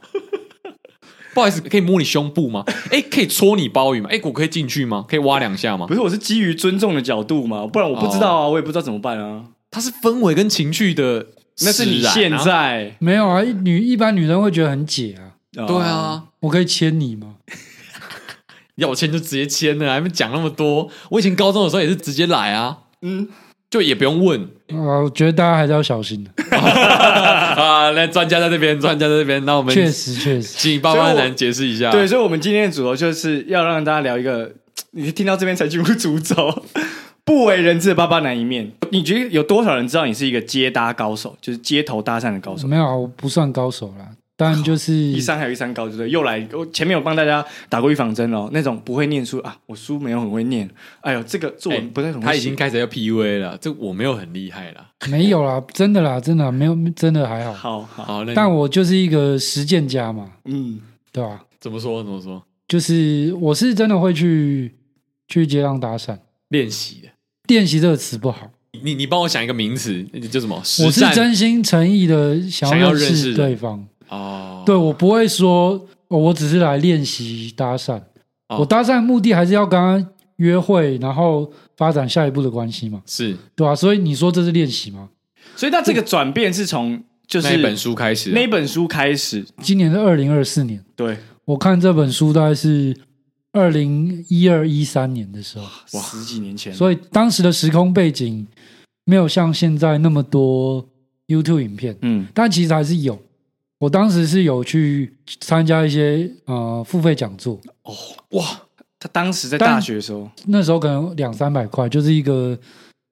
[SPEAKER 3] 不好意思，可以摸你胸部吗？哎，可以戳你包鱼吗？哎，我可以进去吗？可以挖两下吗
[SPEAKER 6] 不？是，我是基于尊重的角度嘛，不然我不知道啊，我也不知道怎么办啊。
[SPEAKER 3] 它是氛围跟情绪的使然啊，
[SPEAKER 6] 那是你现在，哦
[SPEAKER 7] 没有啊，女一般女生会觉得很解啊，
[SPEAKER 3] 对
[SPEAKER 6] 对，
[SPEAKER 3] 啊，
[SPEAKER 7] 我可以牵你吗？
[SPEAKER 3] 要签就直接签了，还没讲那么多。我以前高中的时候也是直接来啊，
[SPEAKER 6] 嗯，
[SPEAKER 3] 就也不用问
[SPEAKER 7] 啊，我觉得大家还是要小心的，
[SPEAKER 3] 啊。那专家在这边，专家在这边，那我们
[SPEAKER 7] 确实确实，
[SPEAKER 3] 请爸
[SPEAKER 6] 所
[SPEAKER 3] 爸
[SPEAKER 6] 以我
[SPEAKER 3] 男解释一下。
[SPEAKER 6] 对，所以，我们今天的主轴就是要让大家聊一个，你听到这边才进入主轴， 不为人知的巴巴男一面。你觉得有多少人知道你是一个接搭高手，就是街头搭讪的
[SPEAKER 3] 嗯
[SPEAKER 6] 高手？
[SPEAKER 7] 没有啊，我不算高手啦，但就是
[SPEAKER 6] 一三还有一三高，对不对？又来，我前面有帮大家打过预防针哦。那种不会念书啊，我书没有很会念，哎呦，这个作
[SPEAKER 3] 哎，
[SPEAKER 6] 文不太很会写、
[SPEAKER 3] 他已经开始要 PUA 了，这我没有很厉害啦。
[SPEAKER 7] 没有啦，真的啦，真的啦没有，真的还好，
[SPEAKER 6] 好好，
[SPEAKER 3] 好，那
[SPEAKER 7] 啊但我就是一个实践家嘛，
[SPEAKER 6] 嗯，
[SPEAKER 7] 对吧、
[SPEAKER 3] 怎么说？怎么说？
[SPEAKER 7] 就是我是真的会去去街上搭讪，
[SPEAKER 3] 练习的，
[SPEAKER 7] 练习这个词不好，
[SPEAKER 3] 你你帮我想一个名词，那叫什么？
[SPEAKER 7] 我
[SPEAKER 3] 实
[SPEAKER 7] 是
[SPEAKER 3] 战
[SPEAKER 7] 真心诚意的想
[SPEAKER 3] 想要认
[SPEAKER 7] 认
[SPEAKER 3] 识
[SPEAKER 7] 识
[SPEAKER 3] 人
[SPEAKER 7] 对方，
[SPEAKER 3] 哦，
[SPEAKER 7] 对我不会说、哦我只是来练习搭讪，
[SPEAKER 3] 哦
[SPEAKER 7] 我搭讪的目的还是要跟他约会，然后发展下一步的关系嘛，
[SPEAKER 3] 是
[SPEAKER 7] 对吧、所以你说这是练习吗？
[SPEAKER 6] 所以他这个转变是从就是
[SPEAKER 3] 那一本书开始啊，
[SPEAKER 6] 那一本书开始，
[SPEAKER 7] 今年是二零二四年，
[SPEAKER 6] 对，
[SPEAKER 7] 我看这本书大概是二零一二一三年的时候，
[SPEAKER 6] 哇，十几年前，
[SPEAKER 7] 所以当时的时空背景没有像现在那么多 YouTube 影片，
[SPEAKER 6] 嗯，
[SPEAKER 7] 但其实还是有。我当时是有去参加一些呃付费讲座，
[SPEAKER 6] 他当时在
[SPEAKER 7] 但
[SPEAKER 6] 大学的时候，
[SPEAKER 7] 那时候可能两三百块，就是一个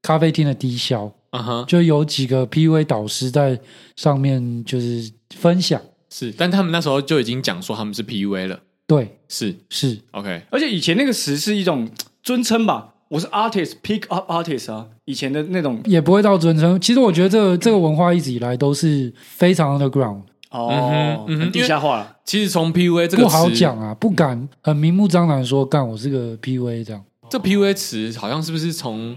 [SPEAKER 7] 咖啡厅的低消，
[SPEAKER 3] 嗯哼
[SPEAKER 7] 就有几个 PUA 导师在上面就是分享。
[SPEAKER 3] 是，但他们那时候就已经讲说他们是 PUA 了，
[SPEAKER 7] 对，
[SPEAKER 3] 是
[SPEAKER 7] 是
[SPEAKER 3] OK
[SPEAKER 6] 而且以前那个词是一种尊称吧，我是 artist，pick up artist 啊，以前的那种
[SPEAKER 7] 也不会到尊称。其实我觉得这个这个文化一直以来都是非常的 ground，
[SPEAKER 6] 哦
[SPEAKER 3] 嗯哼，嗯哼
[SPEAKER 6] 很地下化了，
[SPEAKER 3] 其实从 PUA 这个
[SPEAKER 7] 不好
[SPEAKER 3] 词嗯
[SPEAKER 7] 讲啊，不敢很明目张胆说干我是个 PUA 这样。
[SPEAKER 3] 这 PUA 词好像是不是从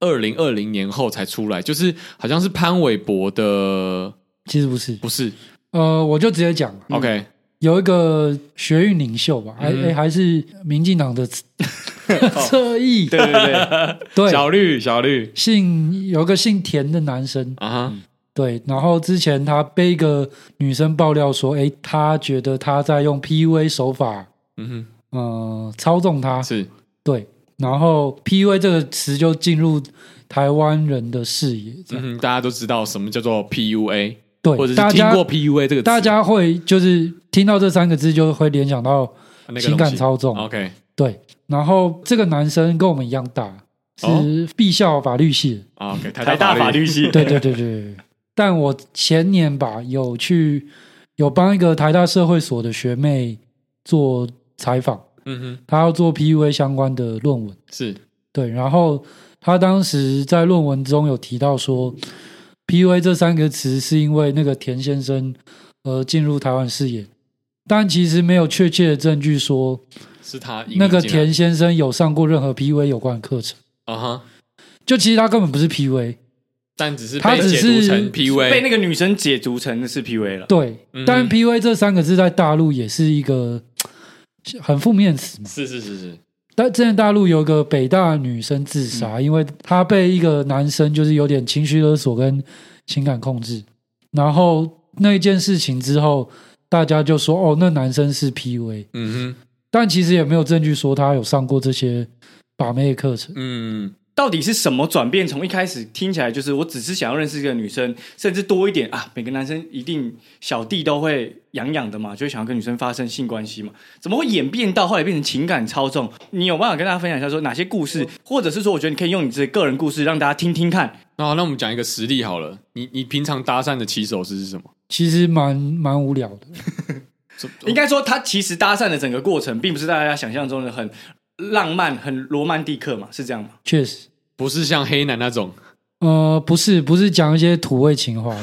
[SPEAKER 3] 二零二零年后才出来？就是好像是潘玮柏的，
[SPEAKER 7] 其实不是，
[SPEAKER 3] 不是、
[SPEAKER 7] 呃，我就直接讲了。
[SPEAKER 3] OK
[SPEAKER 7] 有一个学运领袖吧，
[SPEAKER 3] 嗯
[SPEAKER 7] 还、
[SPEAKER 3] 哦
[SPEAKER 7] 诶还是民 进党的侧翼，
[SPEAKER 6] 对对对，
[SPEAKER 7] 对，
[SPEAKER 3] 小绿小绿
[SPEAKER 7] 姓有个姓田的男生，
[SPEAKER 3] 啊哈
[SPEAKER 7] 对，然后之前他被一个女生爆料说，诶，他觉得他在用 PUA 手法，
[SPEAKER 3] 嗯
[SPEAKER 7] 呃，操纵他
[SPEAKER 3] 哼，是
[SPEAKER 7] 对，然后 PUA 这个词就进入台湾人的视野，这
[SPEAKER 3] 嗯
[SPEAKER 7] 样、
[SPEAKER 3] 哼，大家都知道什么叫做 PUA，或者
[SPEAKER 7] 对，大
[SPEAKER 3] 是听
[SPEAKER 7] 家
[SPEAKER 3] 过 PUA 这个词
[SPEAKER 7] 大家会就是听到这三个字就会联想到
[SPEAKER 3] 那个
[SPEAKER 7] 情
[SPEAKER 3] 东
[SPEAKER 7] 感
[SPEAKER 3] 西哦
[SPEAKER 7] 操纵，
[SPEAKER 3] OK
[SPEAKER 7] 对，然后这个男生跟我们一样大，
[SPEAKER 3] 哦
[SPEAKER 7] 是必校法律系的。
[SPEAKER 3] 啊 OK 台
[SPEAKER 6] 台大法
[SPEAKER 3] 律
[SPEAKER 6] 律系，
[SPEAKER 7] 对对对对对。但我前年吧，有去有帮一个台大社会所的学妹做采访，
[SPEAKER 3] 嗯哼
[SPEAKER 7] 她要做 PUA 相关的论文。
[SPEAKER 3] 是
[SPEAKER 7] 对，然后她当时在论文中有提到说，PUA 这三个词是因为那个田先生而进入台湾视野，但其实没有确切的证据说
[SPEAKER 3] 是他
[SPEAKER 7] 那个田先生有上过任何 PUA 有关的课程。
[SPEAKER 3] 啊哈，
[SPEAKER 7] 就其实他根本不是 PUA，
[SPEAKER 3] 但只是
[SPEAKER 7] 他
[SPEAKER 3] 被
[SPEAKER 7] 只
[SPEAKER 3] 解读
[SPEAKER 7] 是
[SPEAKER 3] 成
[SPEAKER 6] 被
[SPEAKER 3] PUA
[SPEAKER 6] 那个女生解读成是 PUA 了，
[SPEAKER 7] 对，
[SPEAKER 3] 嗯
[SPEAKER 7] 但 PUA 这三个字在大陆也是一个很负面的词嘛。
[SPEAKER 3] 是是是是
[SPEAKER 7] 但之前大陆有一个北大女生自杀，因为她被一个男生就是有点情绪勒索跟情感控制，然后那一件事情之后，大家就说哦，那男生是 PUA，
[SPEAKER 3] 嗯哼
[SPEAKER 7] 但其实也没有证据说他有上过这些把妹的课程。
[SPEAKER 3] 嗯。
[SPEAKER 6] 到底是什么转变？从一开始听起来就是我只是想要认识一个女生，甚至多一点啊。每个男生一定小弟都会痒痒的嘛，就会想要跟女生发生性关系嘛。怎么会演变到后来变成情感操纵？你有办法跟大家分享一下说哪些故事，或者是说我觉得你可以用你自己个人故事让大家听听看。
[SPEAKER 3] 那好那我们讲一个实例好了，你你平常搭讪的起手式是什么？
[SPEAKER 7] 其实蛮蛮无聊的。
[SPEAKER 6] 应该说，他其实搭讪的整个过程，并不是大家想象中的很浪漫、很罗曼蒂克嘛，是这样 吗？
[SPEAKER 7] 确实，
[SPEAKER 3] 不是像黑男那种，
[SPEAKER 7] 呃，不是不是讲一些土味情话，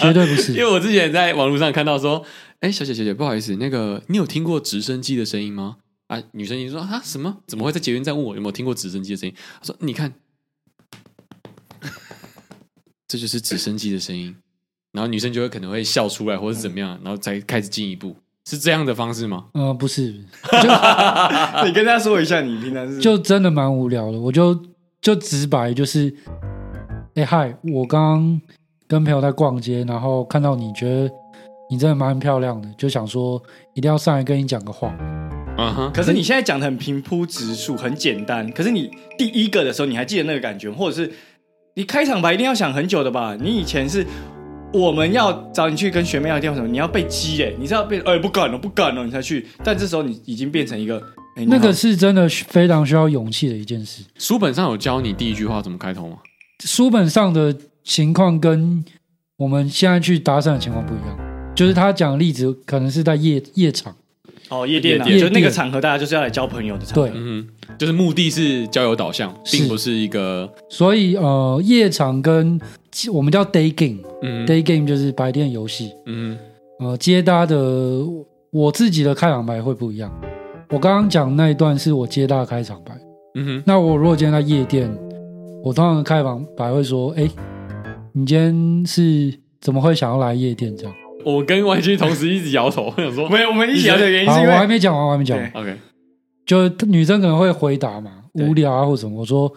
[SPEAKER 7] 绝对不
[SPEAKER 3] 因为
[SPEAKER 7] 是。
[SPEAKER 3] 我之前在网络上看到说，哎，小姐小姐，不好意思，那个你有听过直升机的声音吗？啊，女生就说啊什么？怎么会在捷运站问我有没有听过直升机的声音？她说你看， 这就是直升机的声音。然后女生就会可能会笑出来，或是怎么样，然后才开始进一步，是这样的方式吗？
[SPEAKER 7] 呃，不是，
[SPEAKER 6] 你跟大家说一下，你平常是
[SPEAKER 7] 就真的蛮无聊的。我就就直白，就是，哎、嗨，我刚刚跟朋友在逛街，然后看到你，觉得你真的蛮漂亮的，就想说一定要上来跟你讲个话。
[SPEAKER 3] 嗯哼，
[SPEAKER 6] 可是你现在讲的很平铺直述，很简单。可是你第一个的时候，你还记得那个感觉吗，或者是你开场白一定要想很久的吧？你以前是我们要找你去跟学妹聊天什么，你要被激哎，你是要被哎、不敢了不敢了你才去，但这时候你已经变成一个、哎你好
[SPEAKER 7] 那个是真的非常需要勇气的一件事。
[SPEAKER 3] 书本上有教你第一句话怎么开头吗？
[SPEAKER 7] 书本上的情况跟我们现在去搭讪的情况不一样，就是他讲的例子可能是在夜夜场，
[SPEAKER 6] 哦夜店啊，
[SPEAKER 7] 夜店
[SPEAKER 6] 就那个场合大家就是要来交朋友的场合。
[SPEAKER 7] 对，
[SPEAKER 3] 嗯哼，就是目的是交友导向，
[SPEAKER 7] 是
[SPEAKER 3] 并不是一个
[SPEAKER 7] 所以呃，夜场跟我们叫 day game，day
[SPEAKER 3] 嗯
[SPEAKER 7] game 就是白天游戏，
[SPEAKER 3] 嗯
[SPEAKER 7] 呃，接搭的我自己的开场白会不一样。我刚刚讲那一段是我接搭的开场白，
[SPEAKER 3] 嗯哼
[SPEAKER 7] 那我如果今天在夜店，我通常开场白会说，哎，你今天是怎么会想要来夜店这样？
[SPEAKER 3] 我跟 YG 同时一直摇头，我想说
[SPEAKER 6] 没有，我们一起聊的原因
[SPEAKER 7] 好，
[SPEAKER 6] 是因
[SPEAKER 7] 我还
[SPEAKER 6] 为
[SPEAKER 7] 没讲完，我还没讲完。
[SPEAKER 6] 对
[SPEAKER 3] OK，
[SPEAKER 7] 就女生可能会回答嘛，无聊啊或什么。我说，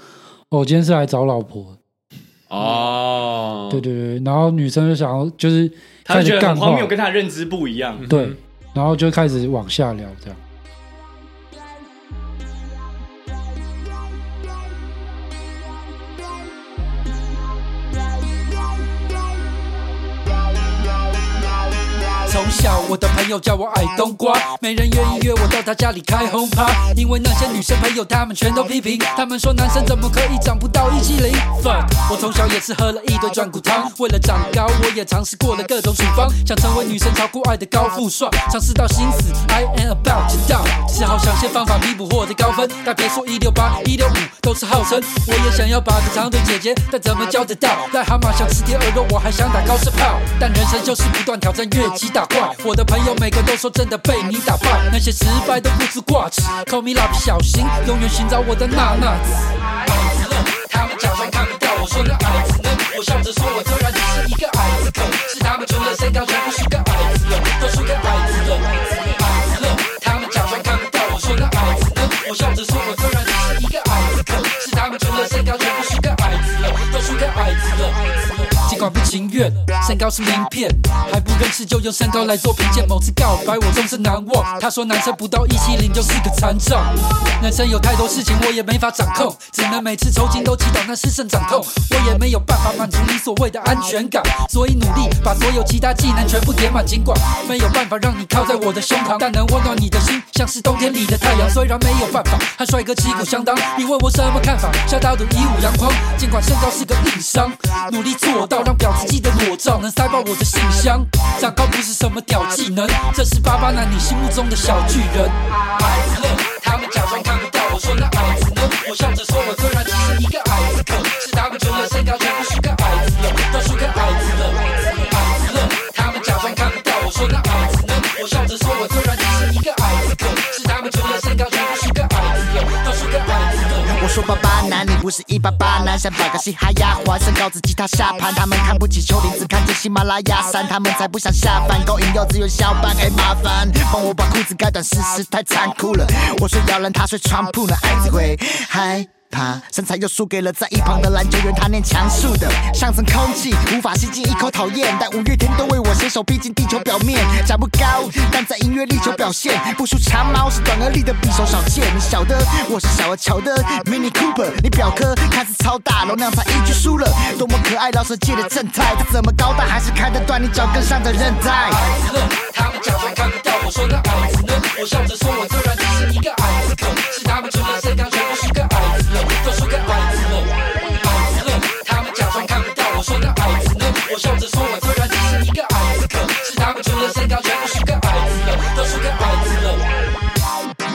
[SPEAKER 7] 哦我今天是来找老婆的，
[SPEAKER 3] 哦，
[SPEAKER 7] 对对对。然后女生就想要就是
[SPEAKER 6] 他
[SPEAKER 7] 开
[SPEAKER 6] 就觉
[SPEAKER 7] 始
[SPEAKER 6] 得很
[SPEAKER 7] 干
[SPEAKER 6] 荒
[SPEAKER 7] 话，
[SPEAKER 6] 谬，跟他的认知不一样。
[SPEAKER 3] 嗯哼
[SPEAKER 7] 对，然后就开始往下聊这样。
[SPEAKER 8] 从小我的朋友叫我矮冬瓜，没人愿意约我到他家里开轰趴，因为那些女生朋友她们全都批评，她们说男生怎么可以长不到一七零？fuck，我从小也是喝了一堆转骨汤，为了长高我也尝试过了各种处方，想成为女生超酷爱的高富帅，尝试到心死，I am about to die，只好想些方法弥补或者高分，但别说一六八、一六五都是号称，我也想要把个长腿姐姐，但怎么交得到？癞蛤蟆想吃点鹅肉，我还想打高射炮，但人生就是不断挑战，越级打怪。我的朋友每个都说真的被你打败，那些失败都不足挂齿。Call me 蜡笔小新，永远寻找我的娜娜子。矮子了，他们假装看不到我说的矮子呢，我笑着说我虽然只是一个矮子，可是他们除了身高全部是个矮子了，都是个矮子了，矮子了，他们假装看不到我说的矮子呢，我笑着说我虽然只是一个矮子，可是他们除了身高全部是个矮子了，都是个矮子了。尽管不情愿，身高是名片，还不认识就用身高来做评鉴。某次告白我终身难忘，他说男生不到一七零就是个残障。人生有太多事情我也没法掌控，只能每次抽筋都祈祷那是肾掌痛。我也没有办法满足你所谓的安全感，所以努力把所有其他技能全部点满。尽管没有办法让你靠在我的胸膛，但能温暖你的心，像是冬天里的太阳。虽然没有办法和帅哥旗鼓相当，你问我什么看法？下大赌以武扬匡，尽管身高是个硬伤，努力做到让婊子记得裸照，能塞爆我的信箱。长高不是什么屌技能，这是巴巴男你心目中的小巨人。矮子了，他们假装看不到我说那矮子呢？我笑着说我虽然只是一个矮子，可是他们除了身高全部是个矮子了，都是个矮子了，矮子了，他们假装看不到我说那矮子呢？我笑着说我虽然只是一个矮子，可是他们除了身高全部是个矮子了，都是个矮子了。
[SPEAKER 9] 我说爸爸男，你不是一八八男，想把个嘻哈压环，身高只吉他下盘，他们看不起丘陵，只看见喜马拉雅山，他们才不想下凡，勾引幼稚园小班，哎麻烦，帮我把裤子改短，事实太残酷了，我睡摇篮，他睡床铺呢，爱只会嗨。他身材又输给了在一旁的篮球员，他念强速的上层空气，无法吸进一口讨厌。但五月天都为我携手逼近地球表面，长不高，但在音乐力求表现，不输长毛是短而力的匕首少见。你晓得我是小而巧的 Mini Cooper，你表哥看似超大容量才一句输了，多么可爱，饶舌界的正太，他怎么高大还是看得断你脚跟上的韧带。
[SPEAKER 8] 他们假装看不到我说那矮子呢，我笑着说我当然只是一个矮子，可是他们除了身高全部是个矮子了，都是个矮子了，矮子了。他们假装看不到我说那矮子呢，我笑着说我当然只是一个矮子，可是他们除了身高全部是个矮子了，哎都是个矮子了。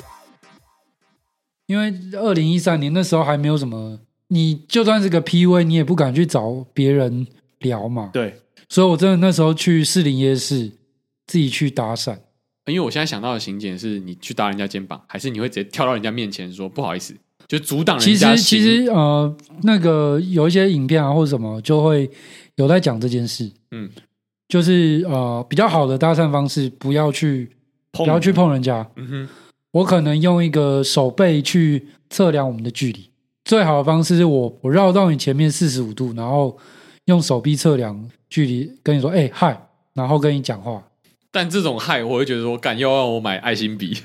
[SPEAKER 7] 因为二零一三年那时候还没有什么，你就算是个 PV，你也不敢去找别人聊嘛。
[SPEAKER 6] 对，
[SPEAKER 7] 所以我真的那时候去士林夜市自己去搭讪，
[SPEAKER 3] 因为我现在想到的行检是你去搭人家肩膀，还是你会直接跳到人家面前说不好意思，就阻挡
[SPEAKER 7] 其
[SPEAKER 3] 人啊家
[SPEAKER 7] 实
[SPEAKER 3] 行。
[SPEAKER 7] 其实呃，那个有一些影片啊或者什么，就会有在讲这件事。
[SPEAKER 3] 嗯，
[SPEAKER 7] 就是呃，比较好的搭讪方式，不要去不要去碰人家。
[SPEAKER 3] 嗯哼，
[SPEAKER 7] 我可能用一个手背去测量我们的距离，最好的方式是我我绕到你前面四十五度，然后用手臂测量距离，跟你说哎、嗨，然后跟你讲话。
[SPEAKER 3] 但这种害我会觉得说，干又要我买爱心 笔，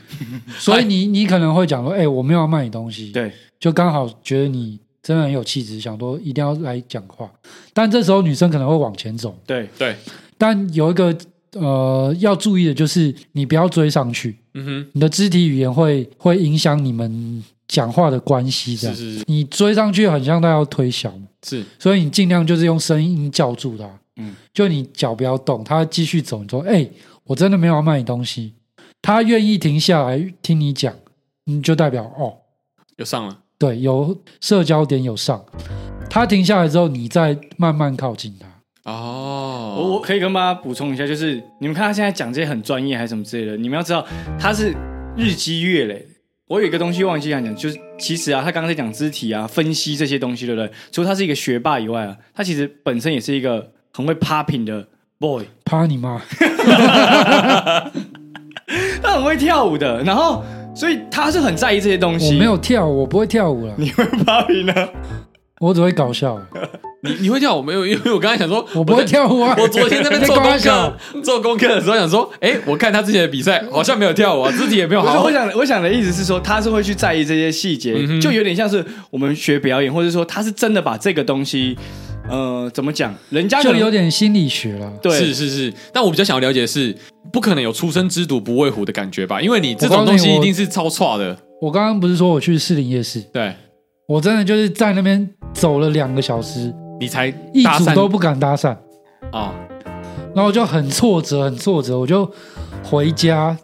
[SPEAKER 7] 所以你你可能会讲说，哎、我没有要卖你东西，
[SPEAKER 6] 对，
[SPEAKER 7] 就刚好觉得你真的很有气质，想说一定要来讲话。但这时候女生可能会往前走，
[SPEAKER 6] 对，
[SPEAKER 3] 对，
[SPEAKER 7] 但有一个呃要注意的就是，你不要追上去，
[SPEAKER 3] 嗯哼，
[SPEAKER 7] 你的肢体语言会会影响你们讲话的关系。这
[SPEAKER 3] 是
[SPEAKER 7] 样，
[SPEAKER 3] 是是
[SPEAKER 7] 你追上去很像他要推销嘛，
[SPEAKER 3] 是，
[SPEAKER 7] 所以你尽量就是用声音叫住他，嗯，就你脚不要动，他继续走，你说，哎、我真的没有要卖你东西，他愿意停下来听你讲，你就代表哦，
[SPEAKER 3] 又上了，
[SPEAKER 7] 对，有社交点有上，他停下来之后，你再慢慢靠近他。
[SPEAKER 3] 哦，
[SPEAKER 6] 我我可以跟大家补充一下，就是你们看他现在讲这些很专业还是什么之类的，你们要知道他是日积月累。我有一个东西忘记讲讲，就是其实啊，他刚刚在讲肢体啊、分析这些东西，对不对？除了他是一个学霸以外啊，他其实本身也是一个很会 popping 的 boy，
[SPEAKER 7] 啪你妈！
[SPEAKER 6] 他很会跳舞的。然后，所以他是很在意这些东
[SPEAKER 7] 我
[SPEAKER 6] 西。
[SPEAKER 7] 没有跳，我不会跳舞了，
[SPEAKER 6] popping 呢、
[SPEAKER 7] 我只会搞笑，
[SPEAKER 3] 你你会跳舞没有？因为我刚才想说，
[SPEAKER 7] 我不会
[SPEAKER 3] 在。
[SPEAKER 7] 跳舞啊！
[SPEAKER 3] 我昨天在那边做
[SPEAKER 7] 搞
[SPEAKER 3] 功
[SPEAKER 7] 笑，
[SPEAKER 3] 课，做功课的时候想说，哎，我看他之前的比赛好像没有跳舞啊，肢体也没有
[SPEAKER 6] 不是，
[SPEAKER 3] 好嗯好
[SPEAKER 6] 我。想我想的意思是说，他是会去在意这些细节，就有点像是我们学表演，或者说他是真的把这个东西，呃，怎么讲？人家可
[SPEAKER 7] 就
[SPEAKER 6] 能
[SPEAKER 7] 有点心理学了。
[SPEAKER 6] 对
[SPEAKER 3] 是是是，但我比较想要了解的是，不可能有初生之犊不畏虎的感觉吧？因为你这
[SPEAKER 7] 我
[SPEAKER 3] 种
[SPEAKER 7] 告诉
[SPEAKER 3] 东
[SPEAKER 7] 你
[SPEAKER 3] 西一
[SPEAKER 7] 我
[SPEAKER 3] 定是超差的，
[SPEAKER 7] 我刚刚不是说我去士林夜市，
[SPEAKER 3] 对
[SPEAKER 7] 我真的就是在那边走了两个小时，
[SPEAKER 3] 你才
[SPEAKER 7] 一
[SPEAKER 3] 搭
[SPEAKER 7] 组
[SPEAKER 3] 讪
[SPEAKER 7] 都不敢搭讪，
[SPEAKER 3] 啊，
[SPEAKER 7] 然后我就很挫折，很挫折，我就回家，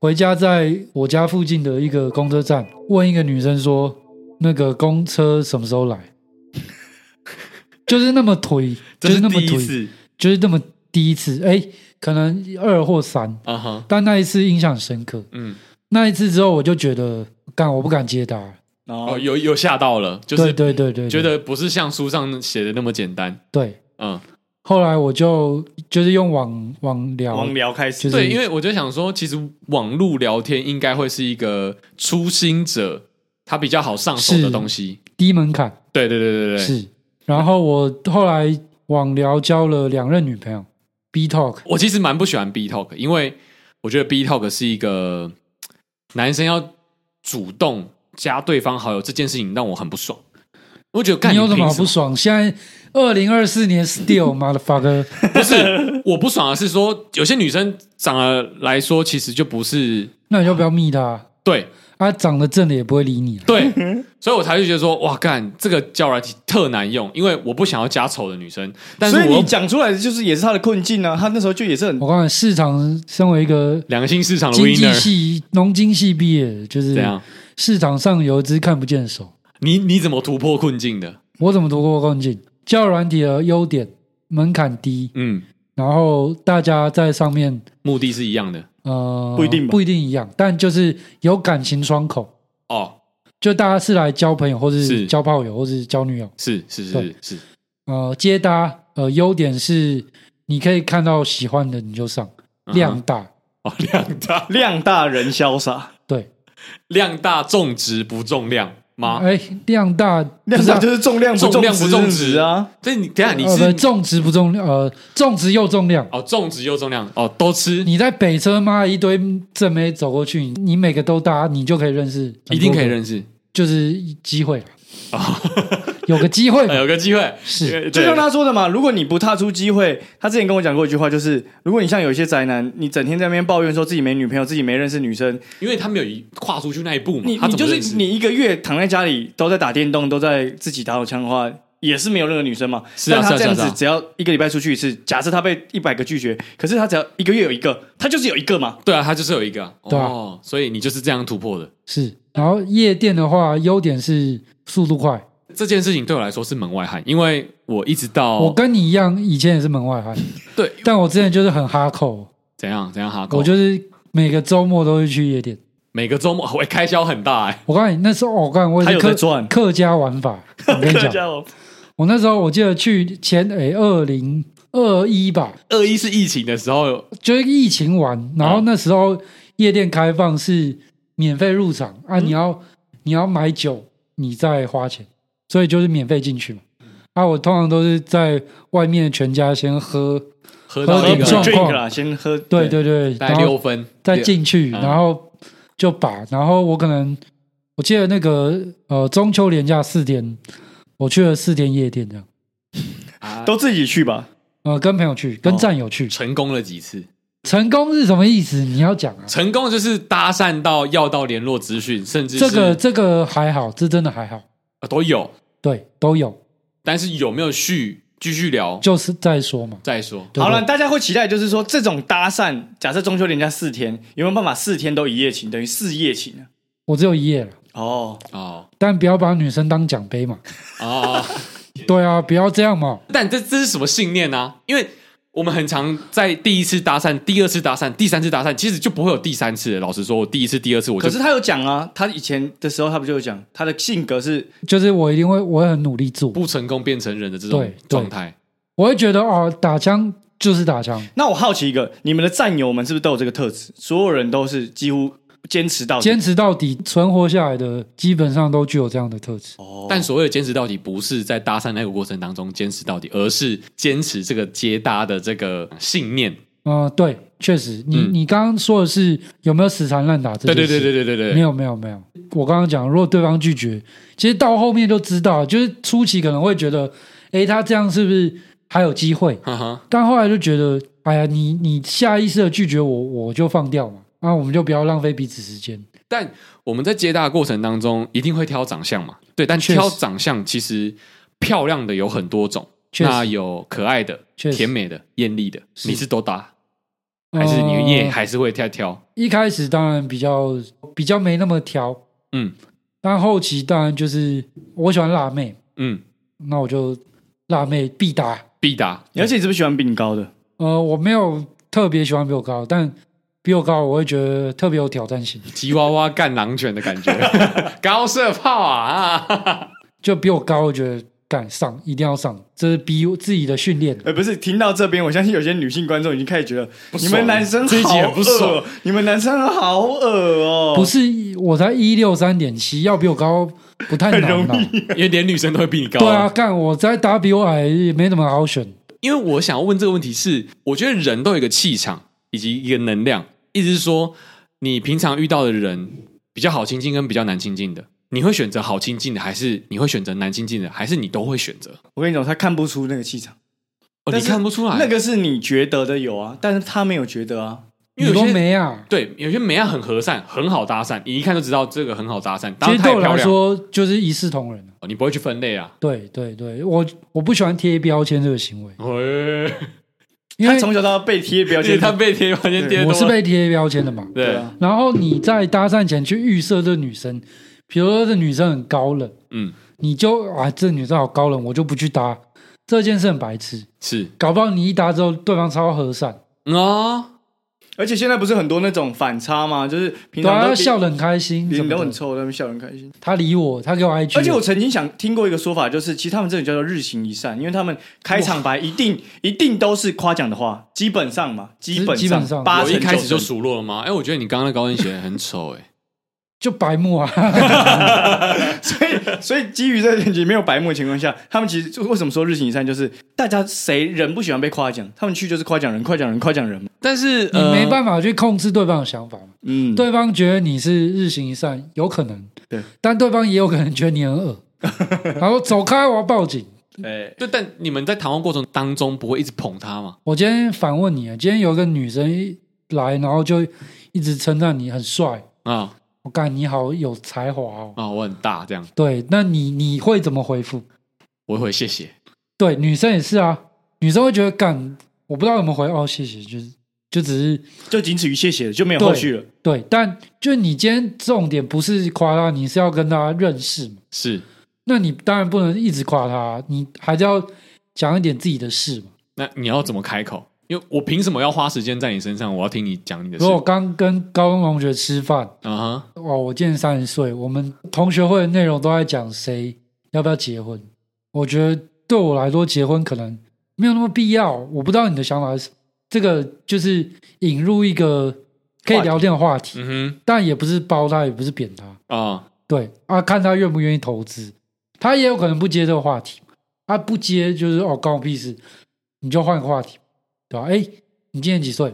[SPEAKER 7] 回家在我家附近的一个公车站问一个女生说，那个公车什么时候来？ 就是那么颓，
[SPEAKER 3] 这
[SPEAKER 7] 就是那么
[SPEAKER 3] 第一
[SPEAKER 7] 颓，
[SPEAKER 3] 次
[SPEAKER 7] 就是那么第一次，哎，可能二或三，
[SPEAKER 3] 啊哈，
[SPEAKER 7] 但那一次印象深刻。
[SPEAKER 3] 嗯，
[SPEAKER 7] 那一次之后，我就觉得，干，我不敢接她。
[SPEAKER 3] 哦，有有吓到了，就是
[SPEAKER 7] 对对对对，对
[SPEAKER 3] 觉得不是像书上写的那么简单，
[SPEAKER 7] 对。
[SPEAKER 3] 嗯，
[SPEAKER 7] 后来我就就是用网网聊，
[SPEAKER 6] 网聊开始
[SPEAKER 7] 就，是
[SPEAKER 3] 对，因为我哦就想说，其实网络聊天应该会是一个初心者他比较好上手的
[SPEAKER 7] 是
[SPEAKER 3] 东西，
[SPEAKER 7] 低门槛
[SPEAKER 3] 对对对对对，
[SPEAKER 7] 是。然后我后来网聊交了两任女朋友，B Talk
[SPEAKER 3] 我其实蛮不喜欢 B Talk，因为我觉得 B Talk 是一个男生要主动加对方好友这件事情让我很不爽。我觉得干
[SPEAKER 7] 你有什
[SPEAKER 3] 凭
[SPEAKER 7] 么好不爽？现在二零二四年 still motherfucker，
[SPEAKER 3] 不是，我不爽的是说，有些女生长得来说其实就不是
[SPEAKER 7] 那你就不要密他，
[SPEAKER 3] 对
[SPEAKER 7] 他长得正的也不会理你了。
[SPEAKER 3] 对，所以我才会觉得说，哇，干这个交友软体特难用，因为我不想要加丑的女生，但是
[SPEAKER 6] 所以
[SPEAKER 3] 我哦
[SPEAKER 6] 你
[SPEAKER 3] 又
[SPEAKER 6] 讲出来的就是也是他的困境啊。他那时候就也是很
[SPEAKER 7] 我告诉你，市场身为一个
[SPEAKER 3] 两个新市场的
[SPEAKER 7] 经济
[SPEAKER 3] winner
[SPEAKER 7] 系农经系毕业的，就是
[SPEAKER 3] 怎样？
[SPEAKER 7] 市场上有一只看不见的手。
[SPEAKER 3] 你你怎么突破困境的？
[SPEAKER 7] 我怎么读过困境？教软体的优点门槛低，
[SPEAKER 3] 嗯，
[SPEAKER 7] 然后大家在上面
[SPEAKER 3] 目的是一样的
[SPEAKER 7] 呃
[SPEAKER 6] 不一定吧
[SPEAKER 7] 不一定一样，但就是有感情窗口，
[SPEAKER 3] 哦，
[SPEAKER 7] 就大家是来交朋友，或
[SPEAKER 3] 是
[SPEAKER 7] 是交炮友，或是交女友。
[SPEAKER 3] 是是是
[SPEAKER 7] 对
[SPEAKER 3] 是，
[SPEAKER 7] 呃，接搭呃优点是你可以看到喜欢的你就上，
[SPEAKER 3] 嗯哼
[SPEAKER 7] 量大。
[SPEAKER 3] 哦， 量大
[SPEAKER 6] 量大人潇洒，
[SPEAKER 7] 对，
[SPEAKER 3] 量大重质不重量，吗？
[SPEAKER 7] 哎，量大，啊
[SPEAKER 6] 量大就是嗯重量不
[SPEAKER 3] 重量不
[SPEAKER 6] 值
[SPEAKER 3] 重
[SPEAKER 6] 值啊，
[SPEAKER 3] 所以你等一下你
[SPEAKER 7] 呃不
[SPEAKER 3] 是
[SPEAKER 7] 是重质不重量，呃，重质又重量。
[SPEAKER 3] 哦重质又重量哦都吃，
[SPEAKER 7] 你在北车妈一堆正妹走过去，你每个都搭，你就可以认识，
[SPEAKER 3] 一定可以，认识哦
[SPEAKER 7] 就是机会啊，有个机会
[SPEAKER 3] 呃有个机会
[SPEAKER 7] 是
[SPEAKER 6] 就
[SPEAKER 3] 对
[SPEAKER 6] 像他说的嘛，如果你不踏出机会，他之前跟我讲过一句话，就是如果你像有一些宅男，你整天在那边抱怨说自己没女朋友，自己没认识女生，
[SPEAKER 3] 因为他没有一跨出去那一步嘛，
[SPEAKER 6] 你
[SPEAKER 3] 他
[SPEAKER 6] 你
[SPEAKER 3] 怎
[SPEAKER 6] 就
[SPEAKER 3] 么认识
[SPEAKER 6] 是你一个月躺在家里都在打电动，都在自己打手枪的话，也是没有任何女生嘛。
[SPEAKER 3] 是啊
[SPEAKER 6] 但
[SPEAKER 3] 是
[SPEAKER 6] 他这
[SPEAKER 3] 啊
[SPEAKER 6] 样
[SPEAKER 3] 是啊
[SPEAKER 6] 子，只要一个礼拜出去一次，假设他被一百个拒绝，可是他只要一个月有一个，他就是有一个嘛。
[SPEAKER 3] 对啊，他就是有一个啊
[SPEAKER 7] 对啊
[SPEAKER 3] 哦，所以你就是这样突破的。
[SPEAKER 7] 是。然后夜店的话，优点是速度快。
[SPEAKER 3] 这件事情对我来说是门外汉，因为我一直到
[SPEAKER 7] 我跟你一样，以前也是门外汉，
[SPEAKER 3] 对
[SPEAKER 7] 但我之前就是很哈扣，
[SPEAKER 3] 怎样怎样哈
[SPEAKER 6] 哦
[SPEAKER 3] 扣，
[SPEAKER 7] 我就是每个周末都会去夜店。
[SPEAKER 3] 每个周末 我开销很大哎、
[SPEAKER 7] 我告诉你，那时候我干，我也
[SPEAKER 6] 他
[SPEAKER 7] 是
[SPEAKER 6] 有在
[SPEAKER 7] 客
[SPEAKER 6] 赚
[SPEAKER 7] 客家玩法。我跟你
[SPEAKER 6] 客
[SPEAKER 7] 讲，
[SPEAKER 6] 家哦，
[SPEAKER 7] 我那时候我记得去前诶二零二一吧，
[SPEAKER 3] 二一是疫情的时候，
[SPEAKER 7] 就是疫情
[SPEAKER 6] 嗯
[SPEAKER 7] 完，然后那时候夜店开放是免费入场啊，
[SPEAKER 6] 嗯
[SPEAKER 7] 你要你要买酒，你再花钱，所以就是免费进去嘛。啊，我通常都是在外面全家先喝，
[SPEAKER 3] 喝到
[SPEAKER 7] 喝
[SPEAKER 3] 一
[SPEAKER 7] 顶撞
[SPEAKER 3] 个
[SPEAKER 7] 状况
[SPEAKER 6] drink 啦，先喝。
[SPEAKER 7] 对对对，
[SPEAKER 3] 大概
[SPEAKER 7] 然
[SPEAKER 3] 六
[SPEAKER 7] 后
[SPEAKER 3] 分，
[SPEAKER 7] 再
[SPEAKER 3] 六
[SPEAKER 7] 进去，
[SPEAKER 3] 嗯
[SPEAKER 7] 然后就把，然后我可能我记得那个呃中秋连假四天，我去了四天夜店这样，
[SPEAKER 3] 啊
[SPEAKER 6] 都自己去吧。
[SPEAKER 7] 呃，跟朋友去，跟战友去，
[SPEAKER 3] 成功了几次？
[SPEAKER 7] 成功是什么意思？你要讲啊。
[SPEAKER 3] 成功就是搭讪到要到联络资讯，甚至是
[SPEAKER 7] 这个这个还好，这真的还好，
[SPEAKER 3] 呃都有，
[SPEAKER 7] 对，都有，
[SPEAKER 3] 但是有没有续继续聊
[SPEAKER 7] 就是再说嘛。
[SPEAKER 3] 再说。
[SPEAKER 7] 对
[SPEAKER 6] 好了，
[SPEAKER 7] 对
[SPEAKER 6] 大家会期待，就是说这种搭讪，假设中秋连假四天，有没有办法四天都一夜情，等于四夜情啊？
[SPEAKER 7] 我只有一夜了，
[SPEAKER 6] 哦，
[SPEAKER 3] 哦
[SPEAKER 7] 但不要把女生当 奖杯嘛。
[SPEAKER 3] 哦，
[SPEAKER 7] 对啊，不要这样嘛。
[SPEAKER 3] 但这这是什么信念呢、啊因为我们很常在第一次搭讪、第二次搭讪、第三次搭讪，其实就不会有第三次了。老实说，我第一次、第二次我就
[SPEAKER 6] 可是他有讲啊，他以前的时候他不就有讲，他的性格是
[SPEAKER 7] 就是我一定会，我会很努力做，
[SPEAKER 3] 不成功变成人的这种
[SPEAKER 7] 对对
[SPEAKER 3] 状态。
[SPEAKER 7] 我会觉得哦，打枪就是打枪，
[SPEAKER 6] 那我好奇一个，你们的战友们是不是都有这个特质？所有人都是几乎坚持到底
[SPEAKER 7] 坚持到底、存活下来的，基本上都具有这样的特质。
[SPEAKER 3] 但所谓的坚持到底，不是在搭讪那个过程当中坚持到底，而是坚持这个接搭的这个信念。
[SPEAKER 7] 嗯、对，确实，你、
[SPEAKER 3] 嗯
[SPEAKER 7] 你刚刚说的是有没有死缠烂打这
[SPEAKER 3] 对
[SPEAKER 7] 件
[SPEAKER 3] 对
[SPEAKER 7] 事？
[SPEAKER 3] 对对对对
[SPEAKER 7] 没
[SPEAKER 3] 对，
[SPEAKER 7] 有没有没有，我刚刚讲，如果对方拒绝，其实到后面就知道，就是初期可能会觉得，诶，他这样是不是还有机会？
[SPEAKER 3] 哈哈，
[SPEAKER 7] 但后来就觉得，哎呀，你你下意识的拒绝我，我就放掉嘛，那、我们就不要浪费彼此时间。
[SPEAKER 3] 但我们在接搭的过程当中，一定会挑长相嘛？对，但
[SPEAKER 7] 确实
[SPEAKER 3] 挑长相其实漂亮的有很多种，
[SPEAKER 7] 确实
[SPEAKER 3] 那有可爱的、
[SPEAKER 7] 确实
[SPEAKER 3] 甜美的、艳丽的，
[SPEAKER 7] 是
[SPEAKER 3] 你是都搭，还是你也
[SPEAKER 7] 呃
[SPEAKER 3] 还是会挑挑？
[SPEAKER 7] 一开始当然比较比较没那么挑，
[SPEAKER 3] 嗯
[SPEAKER 7] 但后期当然就是我喜欢辣妹，
[SPEAKER 3] 嗯，
[SPEAKER 7] 那我就辣妹必打。
[SPEAKER 3] 必搭。
[SPEAKER 6] 而且你是不是喜欢比你高的？
[SPEAKER 7] 呃，我没有特别喜欢比我高，但比我高我会觉得特别有挑战性，
[SPEAKER 3] 吉娃娃干狼犬的感 觉，高射炮啊！ 啊
[SPEAKER 7] 就比我高，我觉得敢上一定要上，这是逼我自己的训
[SPEAKER 3] 哦
[SPEAKER 7] 练。
[SPEAKER 6] 呃，不是，听到这边，我相信有些女性观众已经开始觉得你们男 生
[SPEAKER 3] 这一集
[SPEAKER 6] 好
[SPEAKER 3] 很不爽
[SPEAKER 6] 恶，你们男生好恶哦。
[SPEAKER 7] 不，是我才一六三点七，要比我高不太难吧？
[SPEAKER 3] 因为连女生都会比你高、
[SPEAKER 7] 对啊，干我在打比我矮也没什么好选。
[SPEAKER 3] 因为我想要问这个问题是，我觉得人都有一个气场以及一个能量，意思是说，你平常遇到的人比较好亲近跟比较难亲近的，你会选择好亲近的，还是你会选择难亲近的，还是你都会选择？
[SPEAKER 6] 我跟你讲，他看不出那个气场，
[SPEAKER 3] 哦，
[SPEAKER 6] 但
[SPEAKER 3] 你
[SPEAKER 6] 是
[SPEAKER 3] 看不出来，
[SPEAKER 6] 那个是你觉得的有啊，但是他没有觉得啊。
[SPEAKER 3] 因
[SPEAKER 7] 你
[SPEAKER 3] 为有
[SPEAKER 7] 都
[SPEAKER 3] 些
[SPEAKER 7] 没啊？
[SPEAKER 3] 对，有些美亚很和善，很好搭讪，你一看就知道这个很好搭讪。当然
[SPEAKER 7] 其实
[SPEAKER 3] 太
[SPEAKER 7] 对我
[SPEAKER 3] 漂
[SPEAKER 7] 来
[SPEAKER 3] 亮，
[SPEAKER 7] 说就是一视同仁啊
[SPEAKER 3] 哦你不会去分类啊。
[SPEAKER 7] 对对对，我我不喜欢贴标签这个行为，
[SPEAKER 3] 喂，
[SPEAKER 7] 哎因
[SPEAKER 6] 他
[SPEAKER 7] 为
[SPEAKER 6] 从小到大被贴 标
[SPEAKER 3] 而且
[SPEAKER 6] 签，
[SPEAKER 3] 他被贴完全贴多
[SPEAKER 7] 我
[SPEAKER 3] 了，
[SPEAKER 7] 是被贴标签的嘛。
[SPEAKER 6] 对
[SPEAKER 3] 对，
[SPEAKER 6] 啊，
[SPEAKER 7] 然后你在搭讪前去预设这女生，比如说这女生很高冷，
[SPEAKER 3] 嗯，
[SPEAKER 7] 你就啊这女生好高冷，我就不去搭。这件事很白痴，
[SPEAKER 3] 是
[SPEAKER 7] 搞不好你一搭之后，对方超和善，
[SPEAKER 3] 嗯哦，
[SPEAKER 6] 而且现在不是很多那种反差吗？就是平
[SPEAKER 7] 对啊，
[SPEAKER 6] 常
[SPEAKER 7] 他
[SPEAKER 6] 都
[SPEAKER 7] 笑得很开心，
[SPEAKER 6] 脸
[SPEAKER 7] 怎
[SPEAKER 6] 都
[SPEAKER 7] 么
[SPEAKER 6] 很
[SPEAKER 7] 的？
[SPEAKER 6] 臭，他们笑得很开心。
[SPEAKER 7] 他理我，他给我 IG，
[SPEAKER 6] 而且我曾经想听过一个说法，就是其实他们这里叫做日行一善，因为他们开场白一定 一定都是夸奖的话，基本上嘛，基本
[SPEAKER 7] 基本上
[SPEAKER 6] 八
[SPEAKER 3] 我
[SPEAKER 6] 成
[SPEAKER 3] 一开始
[SPEAKER 6] 九
[SPEAKER 3] 就
[SPEAKER 6] 成
[SPEAKER 3] 数落了吗？哎，我觉得你刚刚的高跟鞋很丑，哎，
[SPEAKER 7] 就白目 啊，
[SPEAKER 6] 呃所以，所以基于这个你没有白目的情况下，他们其实为什么说日行一善，就是大家谁人不喜欢被夸奖，他们去就是夸奖人，夸奖人，夸奖人嘛。
[SPEAKER 3] 但是
[SPEAKER 7] 你没办法去控制对方的想法嘛。
[SPEAKER 6] 嗯，
[SPEAKER 7] 对方觉得你是日行一善，有可能，
[SPEAKER 6] 对，
[SPEAKER 7] 但对方也有可能觉得你很恶， 然后走开，我要报警。
[SPEAKER 6] 哎，
[SPEAKER 3] 对，但你们在谈话过程当中不会一直捧他嘛？
[SPEAKER 7] 我今天反问你啊，今天有一个女生一来，然后就一直称赞你很帅，
[SPEAKER 3] 啊
[SPEAKER 7] 我干你好有才华哦。
[SPEAKER 3] 啊，我很大这样，
[SPEAKER 7] 对，那你你会怎么回复？
[SPEAKER 3] 我会谢谢。
[SPEAKER 7] 对，女生也是啊，女生会觉得干，我不知道怎么回哦，谢谢，就是就只是
[SPEAKER 6] 就仅此于谢谢了，就没有后续了。
[SPEAKER 7] 对，但就你今天重点不是夸她，你是要跟她认识嘛？
[SPEAKER 3] 是，
[SPEAKER 7] 那你当然不能一直夸她，啊你还是要讲一点自己的事嘛。
[SPEAKER 3] 那你要怎么开口？因为我凭什么要花时间在你身上？我要听你讲你的事
[SPEAKER 7] 如果我刚跟高中同学吃饭，
[SPEAKER 3] 啊哈。
[SPEAKER 7] 哇，我今年三十岁，我们同学会的内容都在讲谁要不要结婚。我觉得对我来说，结婚可能没有那么必要。我不知道你的想法是什么，这个就是引入一个可以聊天的话题，
[SPEAKER 3] 嗯
[SPEAKER 7] 但也不是包他，也不是贬他。
[SPEAKER 3] 哼啊，
[SPEAKER 7] 对啊，看他愿不愿意投资，他也有可能不接这个话题，他、不接就是哦，关我屁事，你就换个话题，对吧、哎，你今年几岁？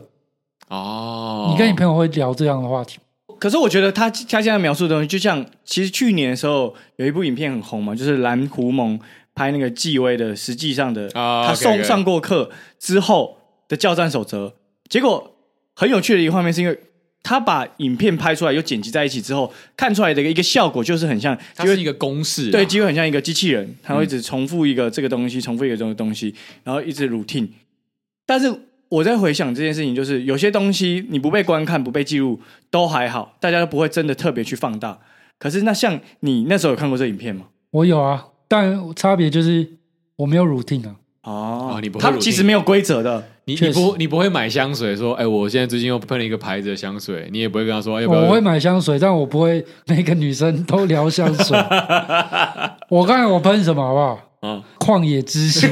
[SPEAKER 3] 哦，
[SPEAKER 7] 你跟你朋友会聊这样的话题吗？
[SPEAKER 6] 可是我觉得他他现在描述的东西，就像其实去年的时候有一部影片很红嘛，就是蓝狐蒙拍那个纪威的，实际上的、
[SPEAKER 3] 啊
[SPEAKER 6] 他
[SPEAKER 3] OK，OK
[SPEAKER 6] 送上过课之后的教战守则，结果很有趣的一个画面是因为。他把影片拍出来，又剪辑在一起之后，看出来的一个效果就是很像，
[SPEAKER 3] 它
[SPEAKER 6] 因为
[SPEAKER 3] 是一个公式啊，
[SPEAKER 6] 对，几乎很像一个机器人，它会一直重复一个这个东西，重复一个这个东西，然后一直 routine。但是我在回想这件事情，就是有些东西你不被观看、不被记录都还好，大家都不会真的特别去放大。可是那像你那时候有看过这影片吗？
[SPEAKER 7] 我有啊，但差别就是我没有 routine 啊。
[SPEAKER 6] 哦
[SPEAKER 3] 哦你不会
[SPEAKER 6] 它
[SPEAKER 3] routine
[SPEAKER 6] 其实没有规则的，
[SPEAKER 3] 你
[SPEAKER 7] 确
[SPEAKER 3] 你
[SPEAKER 7] 实
[SPEAKER 3] 不你不会买香水说，哎，我现在最近又喷了一个牌子的香水，你也不会跟他说哎要不要？
[SPEAKER 7] 我会买香水，但我不会每个女生都聊香水。我看我喷什么好不好？
[SPEAKER 3] 啊，
[SPEAKER 7] 旷野之心，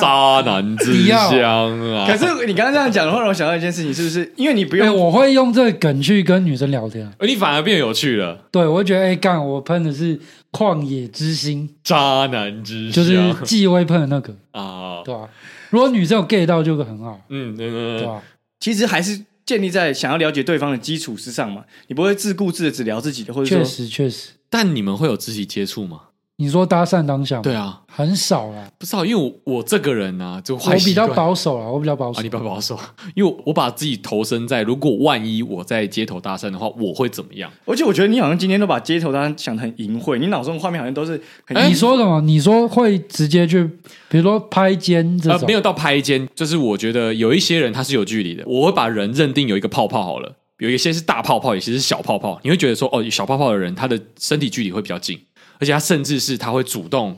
[SPEAKER 3] 渣男之
[SPEAKER 7] 不要
[SPEAKER 3] 香啊！
[SPEAKER 6] 可是你刚刚这样讲的话，让我想到一件事情，是不是？因为你不
[SPEAKER 7] 对，
[SPEAKER 6] 用，
[SPEAKER 7] 哎我会用这个梗去跟女生聊天啊。
[SPEAKER 3] 而你反而变有趣了，
[SPEAKER 7] 对，我会觉得哎、干，我喷的是旷野之心，
[SPEAKER 3] 渣男之
[SPEAKER 7] 就
[SPEAKER 3] 香
[SPEAKER 7] 是纪威喷的那个，
[SPEAKER 3] 啊，
[SPEAKER 7] 对吧、如果女生有 get 到，就很好，
[SPEAKER 3] 嗯嗯
[SPEAKER 7] 对啊
[SPEAKER 3] 嗯
[SPEAKER 7] 吧、
[SPEAKER 3] 嗯，
[SPEAKER 6] 其实还是建立在想要了解对方的基础之上嘛。你不会自顾自的只聊自己的，或者
[SPEAKER 7] 确
[SPEAKER 6] 说
[SPEAKER 7] 实，确实，
[SPEAKER 3] 但你们会有肢体接触吗？
[SPEAKER 7] 你说搭讪当下，
[SPEAKER 3] 对，啊，
[SPEAKER 7] 很少啦。
[SPEAKER 3] 不知道，因为我我这个人啊，就
[SPEAKER 7] 我
[SPEAKER 3] 坏习
[SPEAKER 7] 比较
[SPEAKER 3] 惯
[SPEAKER 7] 保守啦，我比较保守。
[SPEAKER 3] 啊，你不要把我说，因为我把自己投身在，如果万一我在街头搭讪的话，我会怎么样？
[SPEAKER 6] 而且我觉得你好像今天都把街头搭讪想的很淫秽，你脑中的画面好像都是很
[SPEAKER 7] 哎你说什么？你说会直接去，比如说拍肩这
[SPEAKER 3] 呃，
[SPEAKER 7] 种，
[SPEAKER 3] 没有到拍肩，就是我觉得有一些人他是有距离的，我会把人认定有一个泡泡好了，有一些是大泡泡，有些是小泡泡，你会觉得说，哦，小泡泡的人他的身体距离会比较近，而且他甚至是他会主动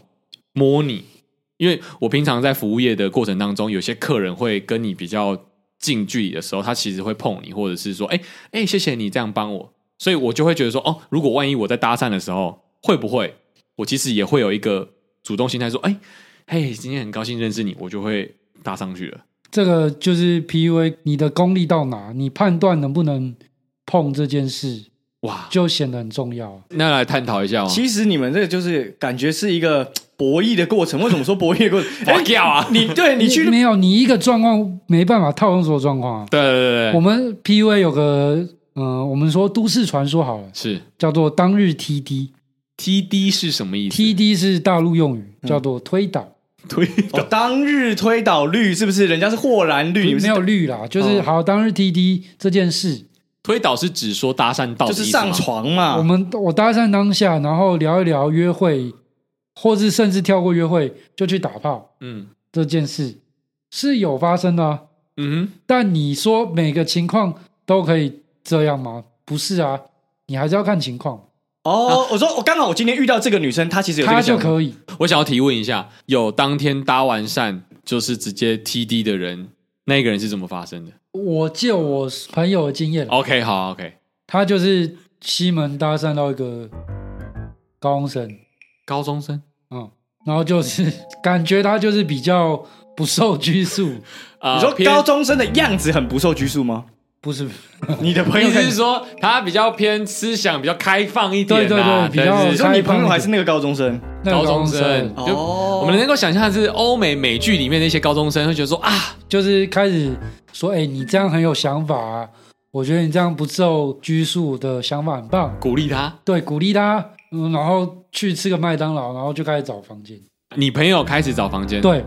[SPEAKER 3] 摸你，因为我平常在服务业的过程当中，有些客人会跟你比较近距离的时候，他其实会碰你，或者是说，哎哎，谢谢你这样帮我，所以我就会觉得说，哦，如果万一我在搭讪的时候，会不会我其实也会有一个主动心态，说，哎嘿，今天很高兴认识你，我就会搭上去了。
[SPEAKER 7] 这个就是 PUA，你的功力到哪，你判断能不能碰这件事，
[SPEAKER 3] 哇，
[SPEAKER 7] 就显得很重要啊。
[SPEAKER 3] 那来探讨一下哦。
[SPEAKER 6] 其实你们这个就是感觉是一个博弈的过程。为什么说博弈的过程？
[SPEAKER 3] 我掉啊！
[SPEAKER 6] 你对你去
[SPEAKER 7] 没有你一个状况没办法套用所有状况啊。
[SPEAKER 3] 对对对
[SPEAKER 7] 我
[SPEAKER 3] 对，
[SPEAKER 7] 们 PUA 有个，嗯、我们说都市传说好了，
[SPEAKER 3] 是
[SPEAKER 7] 叫做当日 TD。
[SPEAKER 3] TD 是什么意 思
[SPEAKER 7] TD 是大陆用语，叫做推导，
[SPEAKER 6] 哦，当日推倒率是不是？人家是豁然率，你们
[SPEAKER 7] 没
[SPEAKER 6] 是
[SPEAKER 7] 有律啦，就是、好当日 TD 这件事，
[SPEAKER 3] 推导是指说搭讪到
[SPEAKER 6] 就
[SPEAKER 3] 的
[SPEAKER 6] 是
[SPEAKER 3] 意思吗啊
[SPEAKER 6] 上床嘛？
[SPEAKER 7] 我们我搭讪当下，然后聊一聊约会，或是甚至跳过约会就去打炮
[SPEAKER 3] 嗯
[SPEAKER 7] 这件事是有发生的、啊，
[SPEAKER 3] 嗯哼
[SPEAKER 7] 但你说每个情况都可以这样吗？不是啊，你还是要看情况，
[SPEAKER 6] 哦，我说我刚好我今天遇到这个女生，她其实有这
[SPEAKER 7] 他
[SPEAKER 6] 个
[SPEAKER 7] 就
[SPEAKER 6] 想法，
[SPEAKER 7] 可以。
[SPEAKER 3] 我想要提问一下，有当天搭完讪就是直接 TD 的人，那个人是怎么发生的
[SPEAKER 7] 我借我朋友的经验，
[SPEAKER 6] 哦
[SPEAKER 3] ？OK，好，OK，
[SPEAKER 7] 他就是西门搭讪到一个高中生，
[SPEAKER 3] 高中生
[SPEAKER 7] 嗯，然后就是 感觉他就是比较不受拘束，
[SPEAKER 3] 啊
[SPEAKER 6] 你说
[SPEAKER 3] 偏
[SPEAKER 6] 高中生的样子很不受拘束吗？
[SPEAKER 7] 不是，
[SPEAKER 6] 你的朋
[SPEAKER 3] 意
[SPEAKER 6] 友
[SPEAKER 3] 思
[SPEAKER 6] 看
[SPEAKER 3] 是说他比较偏思想比较开放一点、啊，
[SPEAKER 7] 对对对比较
[SPEAKER 3] 但是
[SPEAKER 6] 你说你朋友还是那个高中生，
[SPEAKER 7] 那个
[SPEAKER 3] 高中生，就
[SPEAKER 6] 哦
[SPEAKER 3] 我们能够想象的是欧美美剧里面的一些高中生会觉得说啊，
[SPEAKER 7] 就是开始说，哎、你这样很有想法、啊，我觉得你这样不受拘束的想法很棒，
[SPEAKER 3] 鼓励他。
[SPEAKER 7] 对，鼓励他，嗯，然后去吃个麦当劳，然后就开始找房间，
[SPEAKER 3] 你朋友开始找房间，，
[SPEAKER 7] 对，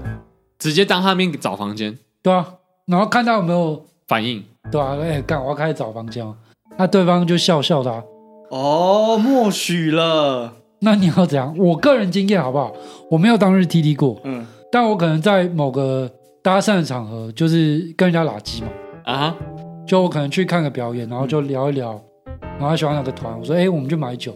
[SPEAKER 3] 直接当他面找房间
[SPEAKER 7] 对啊，然后看他有没有，
[SPEAKER 3] 反应，
[SPEAKER 7] 对啊，哎、干，我要开始找房间哦，那对方就笑笑他，
[SPEAKER 6] 哦，默许了，
[SPEAKER 7] 那你要怎样？我个人经验好不好？我没有当日 TD 过，
[SPEAKER 6] 嗯，
[SPEAKER 7] 但我可能在某个搭讪的场合，就是跟人家拉鸡嘛，
[SPEAKER 3] 啊哈，
[SPEAKER 7] 就我可能去看个表演，然后
[SPEAKER 6] 嗯
[SPEAKER 7] 就聊一聊，然后他喜欢哪个团，我说哎、我们去买酒，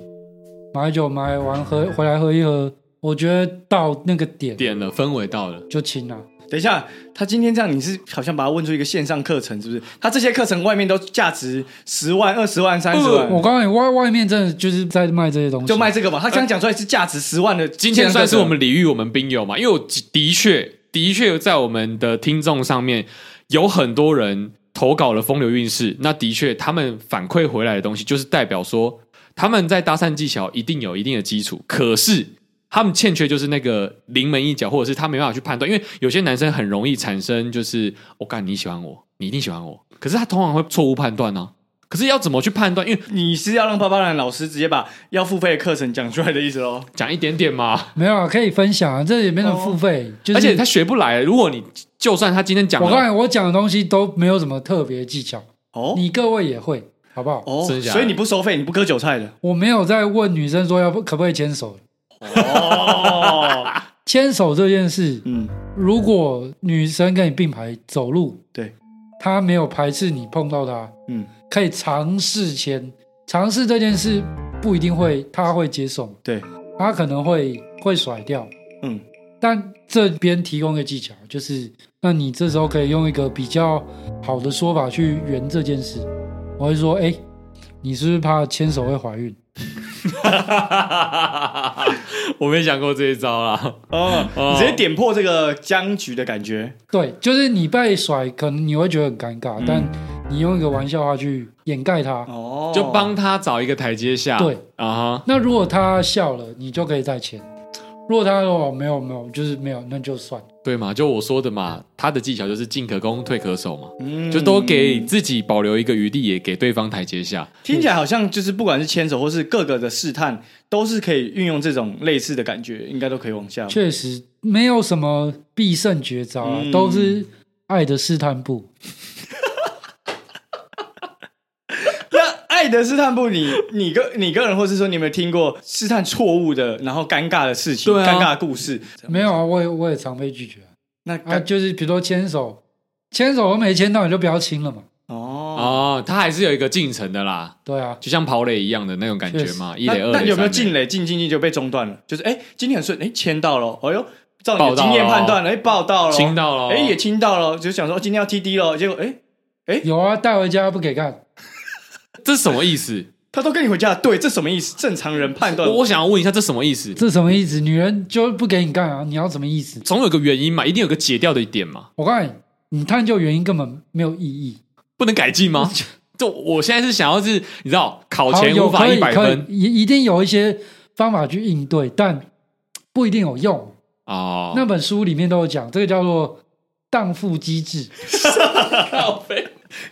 [SPEAKER 7] 买酒买完喝回来喝一喝，我觉得到那个点
[SPEAKER 3] 点了，氛围到了，
[SPEAKER 7] 就亲了、
[SPEAKER 6] 等一下，他今天这样，你是好像把他问出一个线上课程，是不是？他这些课程外面都价值十万、二十万、三十万，
[SPEAKER 7] 我告诉你，外外面真的就是在卖这些东西，
[SPEAKER 6] 嗯就卖这个嘛。他刚刚讲出来是价值十万的，
[SPEAKER 3] 今天算是我们礼遇我们宾友嘛，因为我的确的确在我们的听众上面有很多人投稿了风流韵事，那的确他们反馈回来的东西，就是代表说他们在搭讪技巧一定有一定的基础，可是。他们欠缺就是那个临门一脚，或者是他没办法去判断，因为有些男生很容易产生就是我干、你喜欢我，你一定喜欢我，可是他通常会错误判断呢、啊。可是要怎么去判断？因为
[SPEAKER 6] 你是要让巴巴兰老师直接把要付费的课程讲出来的意思哦喽？
[SPEAKER 3] 讲一点点嘛，
[SPEAKER 7] 没有啊，可以分享啊，这也没什么付费，
[SPEAKER 6] 哦
[SPEAKER 7] 就是
[SPEAKER 3] 而且他学不来。如果你就算他今天讲了，
[SPEAKER 7] 我告诉你，我讲的东西都没有什么特别技巧，
[SPEAKER 6] 哦
[SPEAKER 7] 你各位也会，好不好？
[SPEAKER 6] 哦
[SPEAKER 3] 真，假的
[SPEAKER 6] 所以你不收费，你不割韭菜的
[SPEAKER 7] 我没有在问女生说要不可不可以牵手，
[SPEAKER 6] 哦。
[SPEAKER 7] 牵手这件事，
[SPEAKER 6] 嗯，
[SPEAKER 7] 如果女生跟你并排走路，
[SPEAKER 6] 对，
[SPEAKER 7] 她没有排斥你碰到她，
[SPEAKER 6] 嗯，
[SPEAKER 7] 可以尝试牵，尝试这件事不一定会，她会接受，
[SPEAKER 6] 对，
[SPEAKER 7] 她可能会会甩掉，
[SPEAKER 6] 嗯，
[SPEAKER 7] 但这边提供一个技巧，就是那你这时候可以用一个比较好的说法去圆这件事。我会说，哎、你是不是怕牵手会怀孕？
[SPEAKER 3] 我没想过这一招啦。
[SPEAKER 6] 哦，
[SPEAKER 3] 哦
[SPEAKER 6] 你直接点破这个僵局的感觉。
[SPEAKER 7] 对，就是你被甩，可能你会觉得很尴尬，但你用一个玩笑话去掩盖它。
[SPEAKER 6] 嗯哦，
[SPEAKER 3] 就帮他找一个台阶下。
[SPEAKER 7] 对
[SPEAKER 3] 啊哈，
[SPEAKER 7] 那如果他笑了，你就可以再牵；如果他说哦没有没有，就是没有，那就算。
[SPEAKER 3] 对嘛，就我说的嘛，他的技巧就是进可攻，退可守嘛，
[SPEAKER 6] 嗯
[SPEAKER 3] 就都给自己保留一个余地，也给对方台阶下。
[SPEAKER 6] 听起来好像就是不管是牵手或是各个的试探，都是可以运用这种类似的感觉，应该都可以往下。
[SPEAKER 7] 确实没有什么必胜绝招啊，
[SPEAKER 6] 嗯
[SPEAKER 7] 都是爱的试探步。
[SPEAKER 6] 那爱的试探部，你你个你个人，或是说你有没有听过试探错误的，然后尴尬的事情，
[SPEAKER 3] 对啊
[SPEAKER 6] 尴尬的故事？
[SPEAKER 7] 没有
[SPEAKER 3] 嗯
[SPEAKER 7] 啊，我也我也常被拒绝啊。
[SPEAKER 6] 那
[SPEAKER 7] 啊，
[SPEAKER 6] 尴、
[SPEAKER 7] 就是比如说牵手，牵手我没牵到，你就不要亲了嘛。
[SPEAKER 6] 哦，
[SPEAKER 3] 哦，他还是有一个进程的啦，
[SPEAKER 7] 对啊，
[SPEAKER 3] 就像跑垒一样的那种感觉嘛，一
[SPEAKER 6] 那
[SPEAKER 3] 垒、二垒、
[SPEAKER 6] 那你有没有
[SPEAKER 3] 三垒
[SPEAKER 6] 进？垒进进进就被中断了？就是哎、今天很顺，哎、签到了，哎呦，照你
[SPEAKER 3] 报
[SPEAKER 6] 的
[SPEAKER 3] 到
[SPEAKER 6] 经验
[SPEAKER 3] 咯
[SPEAKER 6] 判断了，哎、报到了，
[SPEAKER 3] 亲到咯
[SPEAKER 6] 哎、也亲到了，就想说、哦今天要 TD 了，结果哎、
[SPEAKER 7] 有啊，带回家不给干，
[SPEAKER 3] 这什么意思？
[SPEAKER 6] 他都跟你回家了，对，这什么意思？正常人判断
[SPEAKER 3] 我我想要问一下，这什么意思？
[SPEAKER 7] 这什么意思？女人就不给你干啊，你要什么意思？
[SPEAKER 3] 总有个原因嘛，一定有个解掉的点嘛，
[SPEAKER 7] 我告诉你，你探究原因根本没有意义。
[SPEAKER 3] 不能改进 吗？就我现在是想要是，你知道，考
[SPEAKER 7] 好，
[SPEAKER 3] 前
[SPEAKER 7] 有
[SPEAKER 3] 无法
[SPEAKER 7] 可以
[SPEAKER 3] 一百
[SPEAKER 7] 可以
[SPEAKER 3] 分，
[SPEAKER 7] 一一定有一些方法去应对，但不一定有用。
[SPEAKER 3] 哦，
[SPEAKER 7] 那本书里面都有讲，这个叫做荡妇机制。
[SPEAKER 3] 靠背。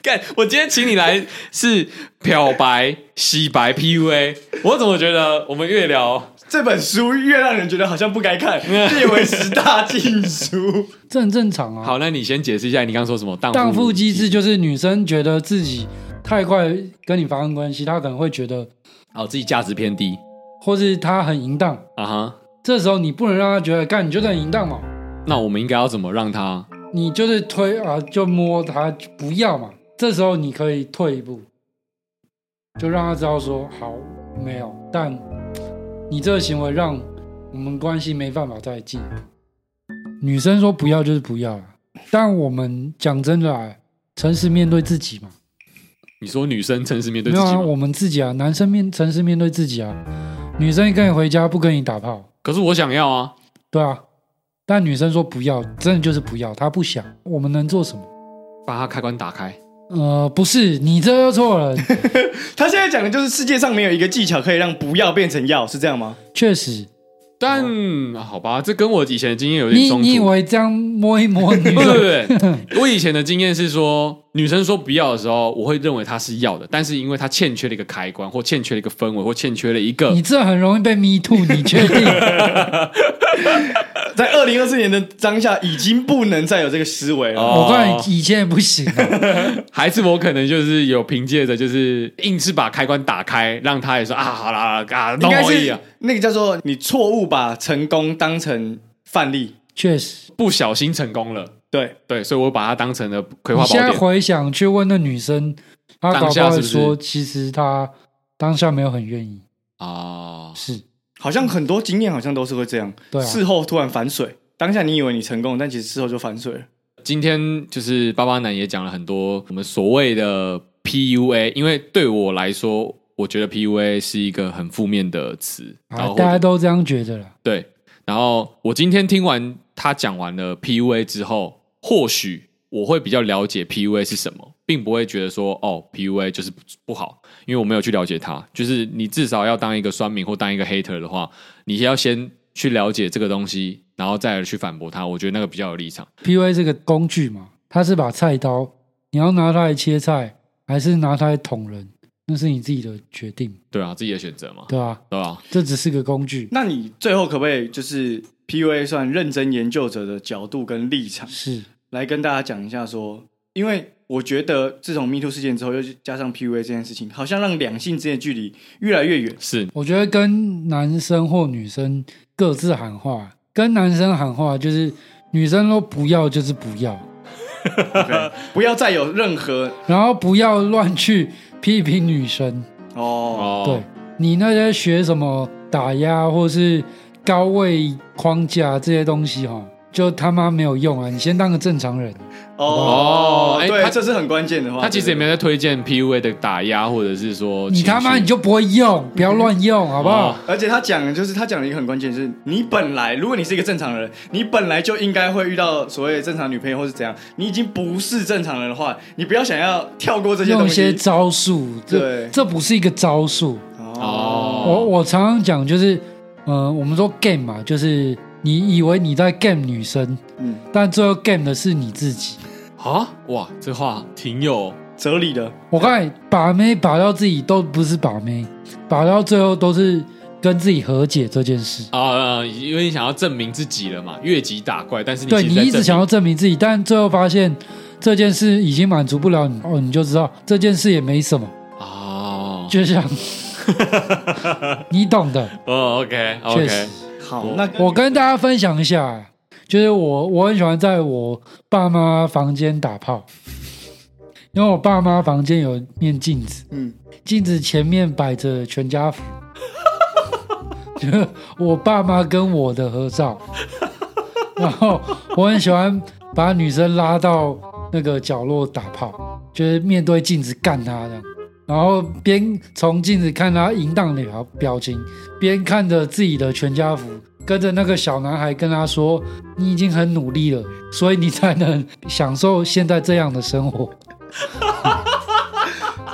[SPEAKER 3] 干！我今天请你来是漂白、洗白、PUA，我怎么觉得我们越聊
[SPEAKER 6] 这本书越让人觉得好像不该看，列为十大禁书。
[SPEAKER 7] 这很正常啊。
[SPEAKER 3] 好？那你先解释一下，你刚刚说什么荡
[SPEAKER 7] 荡妇
[SPEAKER 3] 妇
[SPEAKER 7] 机制就是女生觉得自己太快跟你发生关系，她可能会觉得，
[SPEAKER 3] 哦，自己价值偏低
[SPEAKER 7] 或是她很淫荡。
[SPEAKER 3] 啊哈。
[SPEAKER 7] 这时候你不能让她觉得，干你就是很淫荡嘛，
[SPEAKER 3] 那我们应该要怎么让他？
[SPEAKER 7] 你就是推啊，就摸她，就不要嘛。这时候你可以退一步，就让她知道说，好，没有，但你这个行为让我们关系没办法再进一步。女生说不要就是不要啦，但我们讲真的啊，诚实面对自己嘛。
[SPEAKER 3] 你说女生诚实面对
[SPEAKER 7] 没
[SPEAKER 3] 自
[SPEAKER 7] 有
[SPEAKER 3] 己
[SPEAKER 7] 啊，
[SPEAKER 3] 吗？
[SPEAKER 7] 我们自己啊，男生面诚实面对自己啊，女生跟你回家不跟你打炮，
[SPEAKER 3] 可是我想要啊，
[SPEAKER 7] 对啊，但女生说不要，真的就是不要，她不想，我们能做什么？
[SPEAKER 3] 把他开关打开。
[SPEAKER 7] 呃，不是，你这又错了，
[SPEAKER 6] 他现在讲的就是世界上没有一个技巧可以让不要变成要，是这样吗？
[SPEAKER 7] 确实，
[SPEAKER 3] 但好吧，这跟我以前的经验有点
[SPEAKER 7] 你
[SPEAKER 3] 冲突。
[SPEAKER 7] 你以为这样摸一摸女
[SPEAKER 3] 不
[SPEAKER 7] 生，
[SPEAKER 3] 对不对，我以前的经验是说，女生说不要的时候，我会认为她是要的，但是因为她欠缺了一个开关，或欠缺了一个氛围，或欠缺了一个
[SPEAKER 7] 你这很容易被 me too，你确 定？
[SPEAKER 6] 在二零二四年的当下，已经不能再有这个思维了。
[SPEAKER 7] 我告
[SPEAKER 3] 哦
[SPEAKER 7] 诉你，以前也不行啊、
[SPEAKER 3] 还是我可能就是有凭借着，就是硬是把开关打开，让他也说啊，好啦啊，
[SPEAKER 6] 应
[SPEAKER 3] 弄
[SPEAKER 6] 该
[SPEAKER 3] 我一啊
[SPEAKER 6] 是，那个叫做你错误把成功当成范例。
[SPEAKER 7] 确实。
[SPEAKER 3] 不小心成功了。
[SPEAKER 6] 对，
[SPEAKER 3] 对，所以我把它当成了葵花
[SPEAKER 7] 你
[SPEAKER 3] 宝
[SPEAKER 7] 现在
[SPEAKER 3] 典。
[SPEAKER 7] 回想去问那女生，她搞
[SPEAKER 3] 当
[SPEAKER 7] 不
[SPEAKER 3] 下
[SPEAKER 7] 好
[SPEAKER 3] 是不是
[SPEAKER 7] 说，其实她当下没有很愿意，
[SPEAKER 3] 哦，
[SPEAKER 7] 是
[SPEAKER 6] 好像很多经验好像都是会这样，
[SPEAKER 7] 对啊
[SPEAKER 6] 事后突然反水。当下你以为你成功，但其实事后就反水了。
[SPEAKER 3] 今天就是巴巴男也讲了很多我们所谓的 PUA，因为对我来说，我觉得 PUA 是一个很负面的词，然
[SPEAKER 7] 啊
[SPEAKER 3] 后，
[SPEAKER 7] 大家
[SPEAKER 3] 或者
[SPEAKER 7] 都这样觉得啦。
[SPEAKER 3] 对。然后我今天听完他讲完了 PUA 之后，或许我会比较了解 PUA 是什么，并不会觉得说哦 PUA 就是不不好，因为我没有去了解它。就是你至少要当一个酸民或当一个 hater 的话，你要先去了解这个东西，然后再来去反驳它。我觉得那个比较有立场。
[SPEAKER 7] PUA 这个工具嘛，它是把菜刀，你要拿它来切菜，还是拿它来捅人，那是你自己的决定，
[SPEAKER 3] 对啊，自己的选择嘛，
[SPEAKER 7] 对吧、
[SPEAKER 3] 对吧、
[SPEAKER 7] 这只是个工具，
[SPEAKER 6] 那你最后可不可以就是 PUA 算认真研究者的角度跟立场
[SPEAKER 7] 是
[SPEAKER 6] 来跟大家讲一下说，因为我觉得自从 Me Too 事件之后，又加上 PUA 这件事情，好像让两性之间的距离越来越远。
[SPEAKER 3] 是
[SPEAKER 7] 我觉得跟男生或女生各自喊话，跟男生喊话就是女生都不要就是不要，
[SPEAKER 6] OK，不要再有任何
[SPEAKER 7] 然后不要乱去批评女生。
[SPEAKER 6] 哦，
[SPEAKER 3] 哦，
[SPEAKER 7] 对你那些学什么打压或是高位框架这些东西哈，就他妈没有用啊！你先当个正常人。
[SPEAKER 6] 哦
[SPEAKER 3] 哦，哎
[SPEAKER 6] 对，
[SPEAKER 3] 他
[SPEAKER 6] 这是很关键的话。
[SPEAKER 3] 他其实也没
[SPEAKER 6] 有
[SPEAKER 3] 有在推荐 PUA 的打压，或者是说哦
[SPEAKER 7] 你他妈你就不会用，不要乱用，好
[SPEAKER 3] 好
[SPEAKER 7] 不好？？
[SPEAKER 6] 而且他讲的就是他讲了一个很关键，就是你本来如果你是一个正常人，你本来就应该会遇到所谓的正常女朋友或是怎样，你已经不是正常人的话，你不要想要跳过这些
[SPEAKER 7] 用
[SPEAKER 6] 东
[SPEAKER 7] 一些
[SPEAKER 6] 西。
[SPEAKER 7] 招数，这
[SPEAKER 6] 对
[SPEAKER 7] 这不是一个招数。
[SPEAKER 3] 哦
[SPEAKER 7] 我我常常讲就是，呃，我们说 game 嘛，就是你以为你在 game 女生，
[SPEAKER 6] 嗯
[SPEAKER 7] 但最后 game 的是你自己。
[SPEAKER 3] 啊，哇，这话挺有
[SPEAKER 6] 哲理的，
[SPEAKER 7] 我刚才把妹把到自己都不是把妹，把到最后都是跟自己和解这件事。
[SPEAKER 3] 啊、呃因为你想要证明自己了嘛，越级打怪，哦但是你
[SPEAKER 7] 对
[SPEAKER 3] 其
[SPEAKER 7] 你
[SPEAKER 3] 实在
[SPEAKER 7] 一直
[SPEAKER 3] 证
[SPEAKER 7] 想
[SPEAKER 3] 明
[SPEAKER 7] 要证明自己，但最后发现这件事已经满足不了你，哦，你就知道这件事也没什么，
[SPEAKER 3] 哦，
[SPEAKER 7] 就像 你懂的。
[SPEAKER 3] 哦，OK
[SPEAKER 7] 确
[SPEAKER 3] OK，
[SPEAKER 7] 实
[SPEAKER 6] 好，那
[SPEAKER 7] 我跟大家分享一下，就是我我很喜欢在我爸妈房间打炮，因为我爸妈房间有一面镜子，
[SPEAKER 6] 嗯，
[SPEAKER 7] 镜子前面摆着全家福，就是我爸妈跟我的合照，然后我很喜欢把女生拉到那个角落打炮，就是面对镜子干她这样。然后边从镜子看她淫荡的表表情，边看着自己的全家福，跟着那个小男孩跟他说：“你已经很努力了，所以你才能享受现在这样的 生活。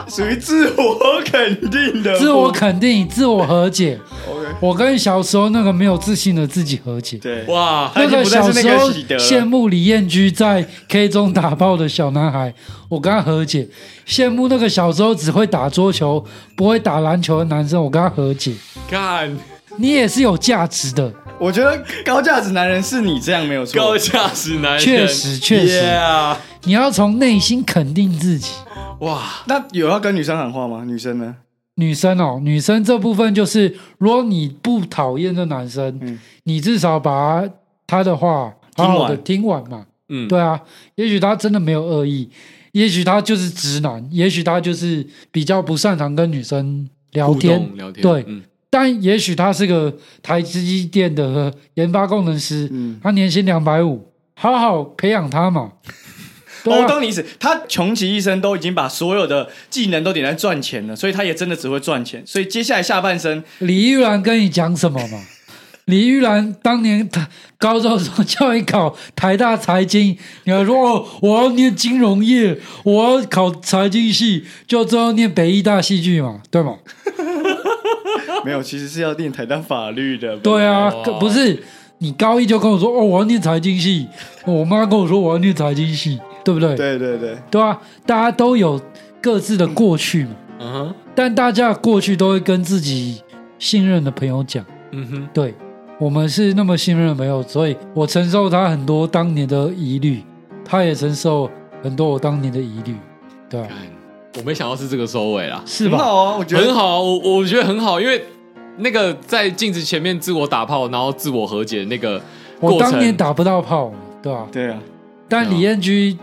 [SPEAKER 6] 属于自我肯定的，
[SPEAKER 7] 自我肯定，自我和解。
[SPEAKER 6] OK，
[SPEAKER 7] 我跟小时候那个没有自信的自己和解。
[SPEAKER 6] 对，
[SPEAKER 3] 哇，
[SPEAKER 6] 他已经
[SPEAKER 7] 个
[SPEAKER 6] 不再
[SPEAKER 7] 小
[SPEAKER 6] 是
[SPEAKER 7] 时
[SPEAKER 6] 那个
[SPEAKER 7] 候
[SPEAKER 6] 喜德了
[SPEAKER 7] 羡慕李彦居在 K 中打炮的小男孩，我跟他和解；羡慕那个小时候只会打桌球、不会打篮球的男生，我跟他和解。
[SPEAKER 3] 干
[SPEAKER 7] 你也是有价值的，
[SPEAKER 6] 我觉得高价值男人是你这样没有错，
[SPEAKER 3] 高价值男人，
[SPEAKER 7] 确实确实
[SPEAKER 3] Yeah
[SPEAKER 7] 你要从内心肯定自己。
[SPEAKER 3] 哇，
[SPEAKER 6] 那有要跟女生喊话吗？女生呢？
[SPEAKER 7] 女生哦，女生这部分就是，如果你不讨厌这男生，
[SPEAKER 6] 嗯
[SPEAKER 7] 你至少把他他的话好好的听完嘛。
[SPEAKER 3] 嗯，
[SPEAKER 7] 对啊，也许他真的没有恶意，也许他就是直男，也许他就是比较不擅长跟女生聊
[SPEAKER 3] 互动
[SPEAKER 7] 天，
[SPEAKER 3] 聊天，
[SPEAKER 7] 对
[SPEAKER 3] 嗯，
[SPEAKER 7] 但也许他是个台积电的研发工程师，
[SPEAKER 6] 嗯
[SPEAKER 7] 他年薪两百五，好好培养他嘛。对
[SPEAKER 6] 哦，
[SPEAKER 7] 啊
[SPEAKER 6] 我懂你意思。他穷其一生都已经把所有的技能都点在赚钱了，所以他也真的只会赚钱。所以接下来下半生，
[SPEAKER 7] 李玉兰跟你讲什么嘛？李玉兰当年她高中的时候叫你考台大财经，你还说哦，我要念金融业，我要考财经系，就最后念北医大戏剧嘛，对吗？
[SPEAKER 6] 没有，其实是要念台大法律的。
[SPEAKER 7] 对啊，不是你高一就跟我说哦，我要念财经系，我妈跟我说我要念财经系，对不对？
[SPEAKER 6] 对对对，
[SPEAKER 7] 对啊，大家都有各自的过去嘛，
[SPEAKER 3] 嗯哼，
[SPEAKER 7] 但大家的过去都会跟自己信任的朋友讲。
[SPEAKER 3] 嗯哼，
[SPEAKER 7] 对我们是那么信任的朋友，所以我承受他很多当年的疑虑，他也承受很多我当年的疑虑，对
[SPEAKER 6] 嗯
[SPEAKER 7] 啊、
[SPEAKER 3] 干我没想到是这个收尾啦，
[SPEAKER 7] 是
[SPEAKER 6] 很
[SPEAKER 7] 吧？
[SPEAKER 6] 好啊，我觉得
[SPEAKER 3] 很好啊，我我觉得很好，因为那个在镜子前面自我打炮，然后自我和解的那个
[SPEAKER 7] 我
[SPEAKER 3] 过程，
[SPEAKER 7] 当年打不到炮，对吧、
[SPEAKER 6] 对啊，
[SPEAKER 7] 但李彦居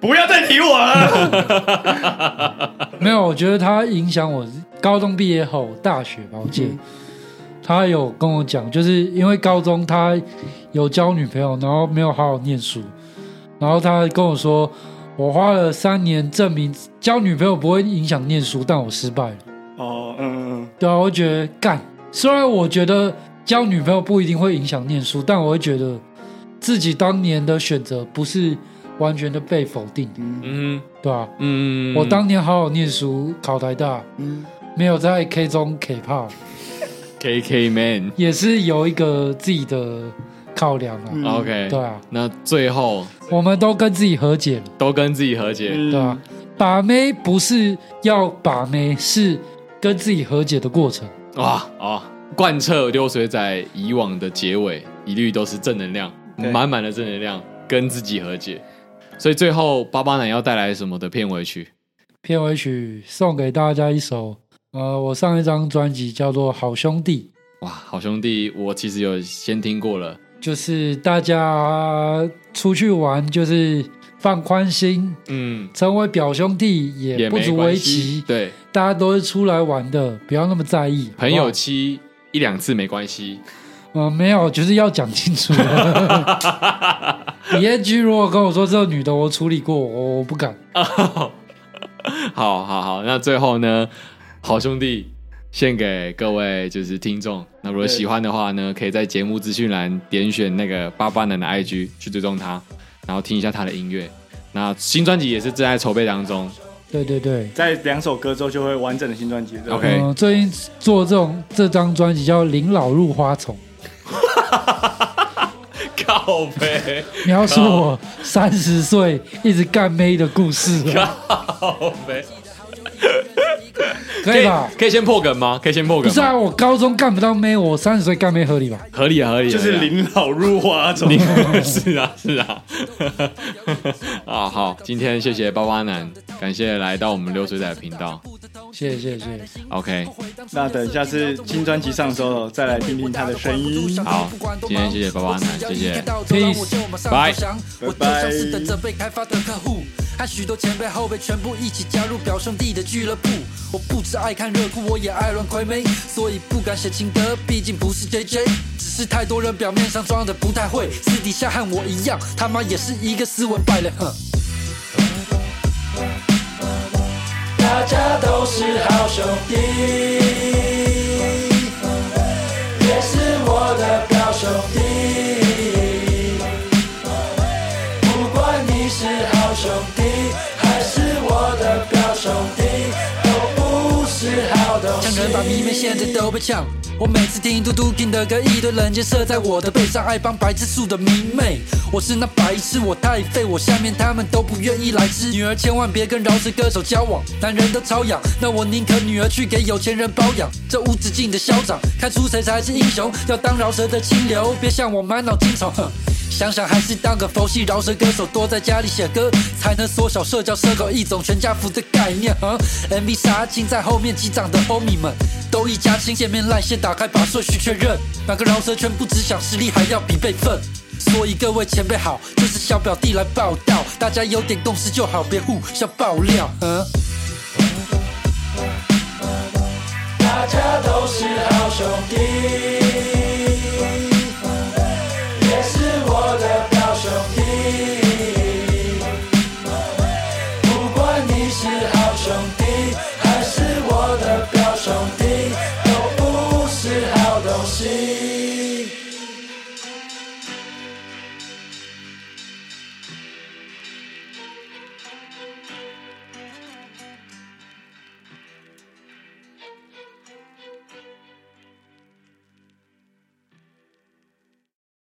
[SPEAKER 6] 不要再提我了。
[SPEAKER 7] 没有，我觉得他影响我高中毕业后，大学吧，我记得、他有跟我讲，就是因为高中他有交女朋友，然后没有好好念书，然后他跟我说，我花了三年证明交女朋友不会影响念书，但我失败了。
[SPEAKER 6] 哦，嗯嗯
[SPEAKER 7] 对啊，我会觉得干。虽然我觉得交女朋友不一定会影响念书，但我会觉得自己当年的选择不是完全的被否定的，
[SPEAKER 3] 嗯
[SPEAKER 7] 对吧、
[SPEAKER 3] 哼嗯，
[SPEAKER 7] 我当年好好念书，考台大，
[SPEAKER 6] 嗯
[SPEAKER 7] 没有在 K 中 K 炮，
[SPEAKER 3] K K man，OK，、
[SPEAKER 7] 也是有一个自己的考量啊。
[SPEAKER 6] 嗯
[SPEAKER 3] OK
[SPEAKER 7] 对啊，
[SPEAKER 3] 那最后
[SPEAKER 7] 我们都跟自己和解了，
[SPEAKER 3] 都跟自己和解，
[SPEAKER 6] 嗯，
[SPEAKER 7] 对吧、把妹不是要把妹，是跟自己和解的过程。
[SPEAKER 3] 哇啊！贯彻流水仔以往的结尾，一律都是正能量，
[SPEAKER 6] 对
[SPEAKER 3] 满满的正能量，跟自己和解。所以最后巴巴男要带来什么的片尾曲？
[SPEAKER 7] 片尾曲送给大家一首，呃，我上一张专辑叫做《好兄弟
[SPEAKER 3] 哇，好兄弟，我其实有先听过了，》，
[SPEAKER 7] 就是大家出去玩就是放宽心，
[SPEAKER 3] 嗯，
[SPEAKER 7] 成为表兄弟也
[SPEAKER 3] 也
[SPEAKER 7] 不
[SPEAKER 3] 没
[SPEAKER 7] 足为
[SPEAKER 3] 关系
[SPEAKER 7] 奇，，
[SPEAKER 3] 对，
[SPEAKER 7] 大家都是出来玩的，不要那么在意。
[SPEAKER 3] 朋
[SPEAKER 7] 好
[SPEAKER 3] 友
[SPEAKER 7] 不
[SPEAKER 3] 妻一两次没关系，
[SPEAKER 7] 好，呃，没有，就是要讲 清楚。李彦居如果跟我说这个女的我处理过，我我不敢。
[SPEAKER 3] 好好好，那最后呢，好兄弟献给各位就是听众。那如果喜欢的话呢，可以在节目资讯栏点选那个八八男的 IG 去追踪他，然后听一下他的音乐。那新专辑也是正在筹备当中。
[SPEAKER 7] 对对对，
[SPEAKER 6] 在两首歌之后就会完整的新专辑。对吧
[SPEAKER 3] OK
[SPEAKER 7] 嗯、最近做这种这张专辑叫《临老入花丛》。
[SPEAKER 3] 靠背，
[SPEAKER 7] 描述
[SPEAKER 3] 哦
[SPEAKER 7] 我三十岁一直干妹的 故事，
[SPEAKER 3] 靠背，
[SPEAKER 7] 可以吧？
[SPEAKER 3] 可以先破梗吗？可以先破
[SPEAKER 7] 不
[SPEAKER 3] 梗
[SPEAKER 7] 是啊，
[SPEAKER 3] 吗？
[SPEAKER 7] 我高中干不到妹，我三十岁干妹合理吧？
[SPEAKER 3] 合理啊，合理啊，
[SPEAKER 6] 就是
[SPEAKER 3] 合理啊
[SPEAKER 6] 临老入花丛。
[SPEAKER 3] 是啊，是啊，啊好，今天谢谢八八男，感谢来到我们流水仔的频道。
[SPEAKER 7] 谢谢谢谢谢谢。
[SPEAKER 3] OK，
[SPEAKER 6] 那等下次新专辑上的时候再来听听他的声音。
[SPEAKER 3] 好，今天谢谢爸爸男，谢谢。
[SPEAKER 8] Peace，
[SPEAKER 3] 拜
[SPEAKER 8] 我就像是等着被开发的客户，和许多前辈后辈全部一起加入表兄弟的俱乐部。我不只爱看热裤，我也爱乱亏妹，所以不敢写情歌，毕竟不是 JJ。只是太多人表面上装的不太会，私底下和我一样，他妈也是一个斯文败类。哼。大家都是好兄弟，也是我的表兄弟。不管你是好兄弟还是我的表兄弟，都不是好东西。抢人把迷妹现在都被抢，我每次听嘟嘟听的歌，一堆人间射在我的背上，爱帮白痴树的迷妹。我是那白痴，我太废，我下面他们都不愿意来吃。女儿千万别跟饶舌歌手交往，男人都超养，那我宁可女儿去给有钱人包养。这无止境的嚣张，看出谁才是英雄，要当饶舌的清流，别像我满脑筋虫。哼想想还是当个佛系饶舌歌手，多在家里写歌，才能缩小社交社狗一种全家福的概念。哼 MV 杀青在后面击掌的 homie 们，都一家亲，见面赖先打开把顺序确认，哪个饶舌圈不只想实力，还要比辈分。所以各位前辈好，这是小表弟来报道，大家有点共识就好，别互相爆料。嗯大家都是好兄弟。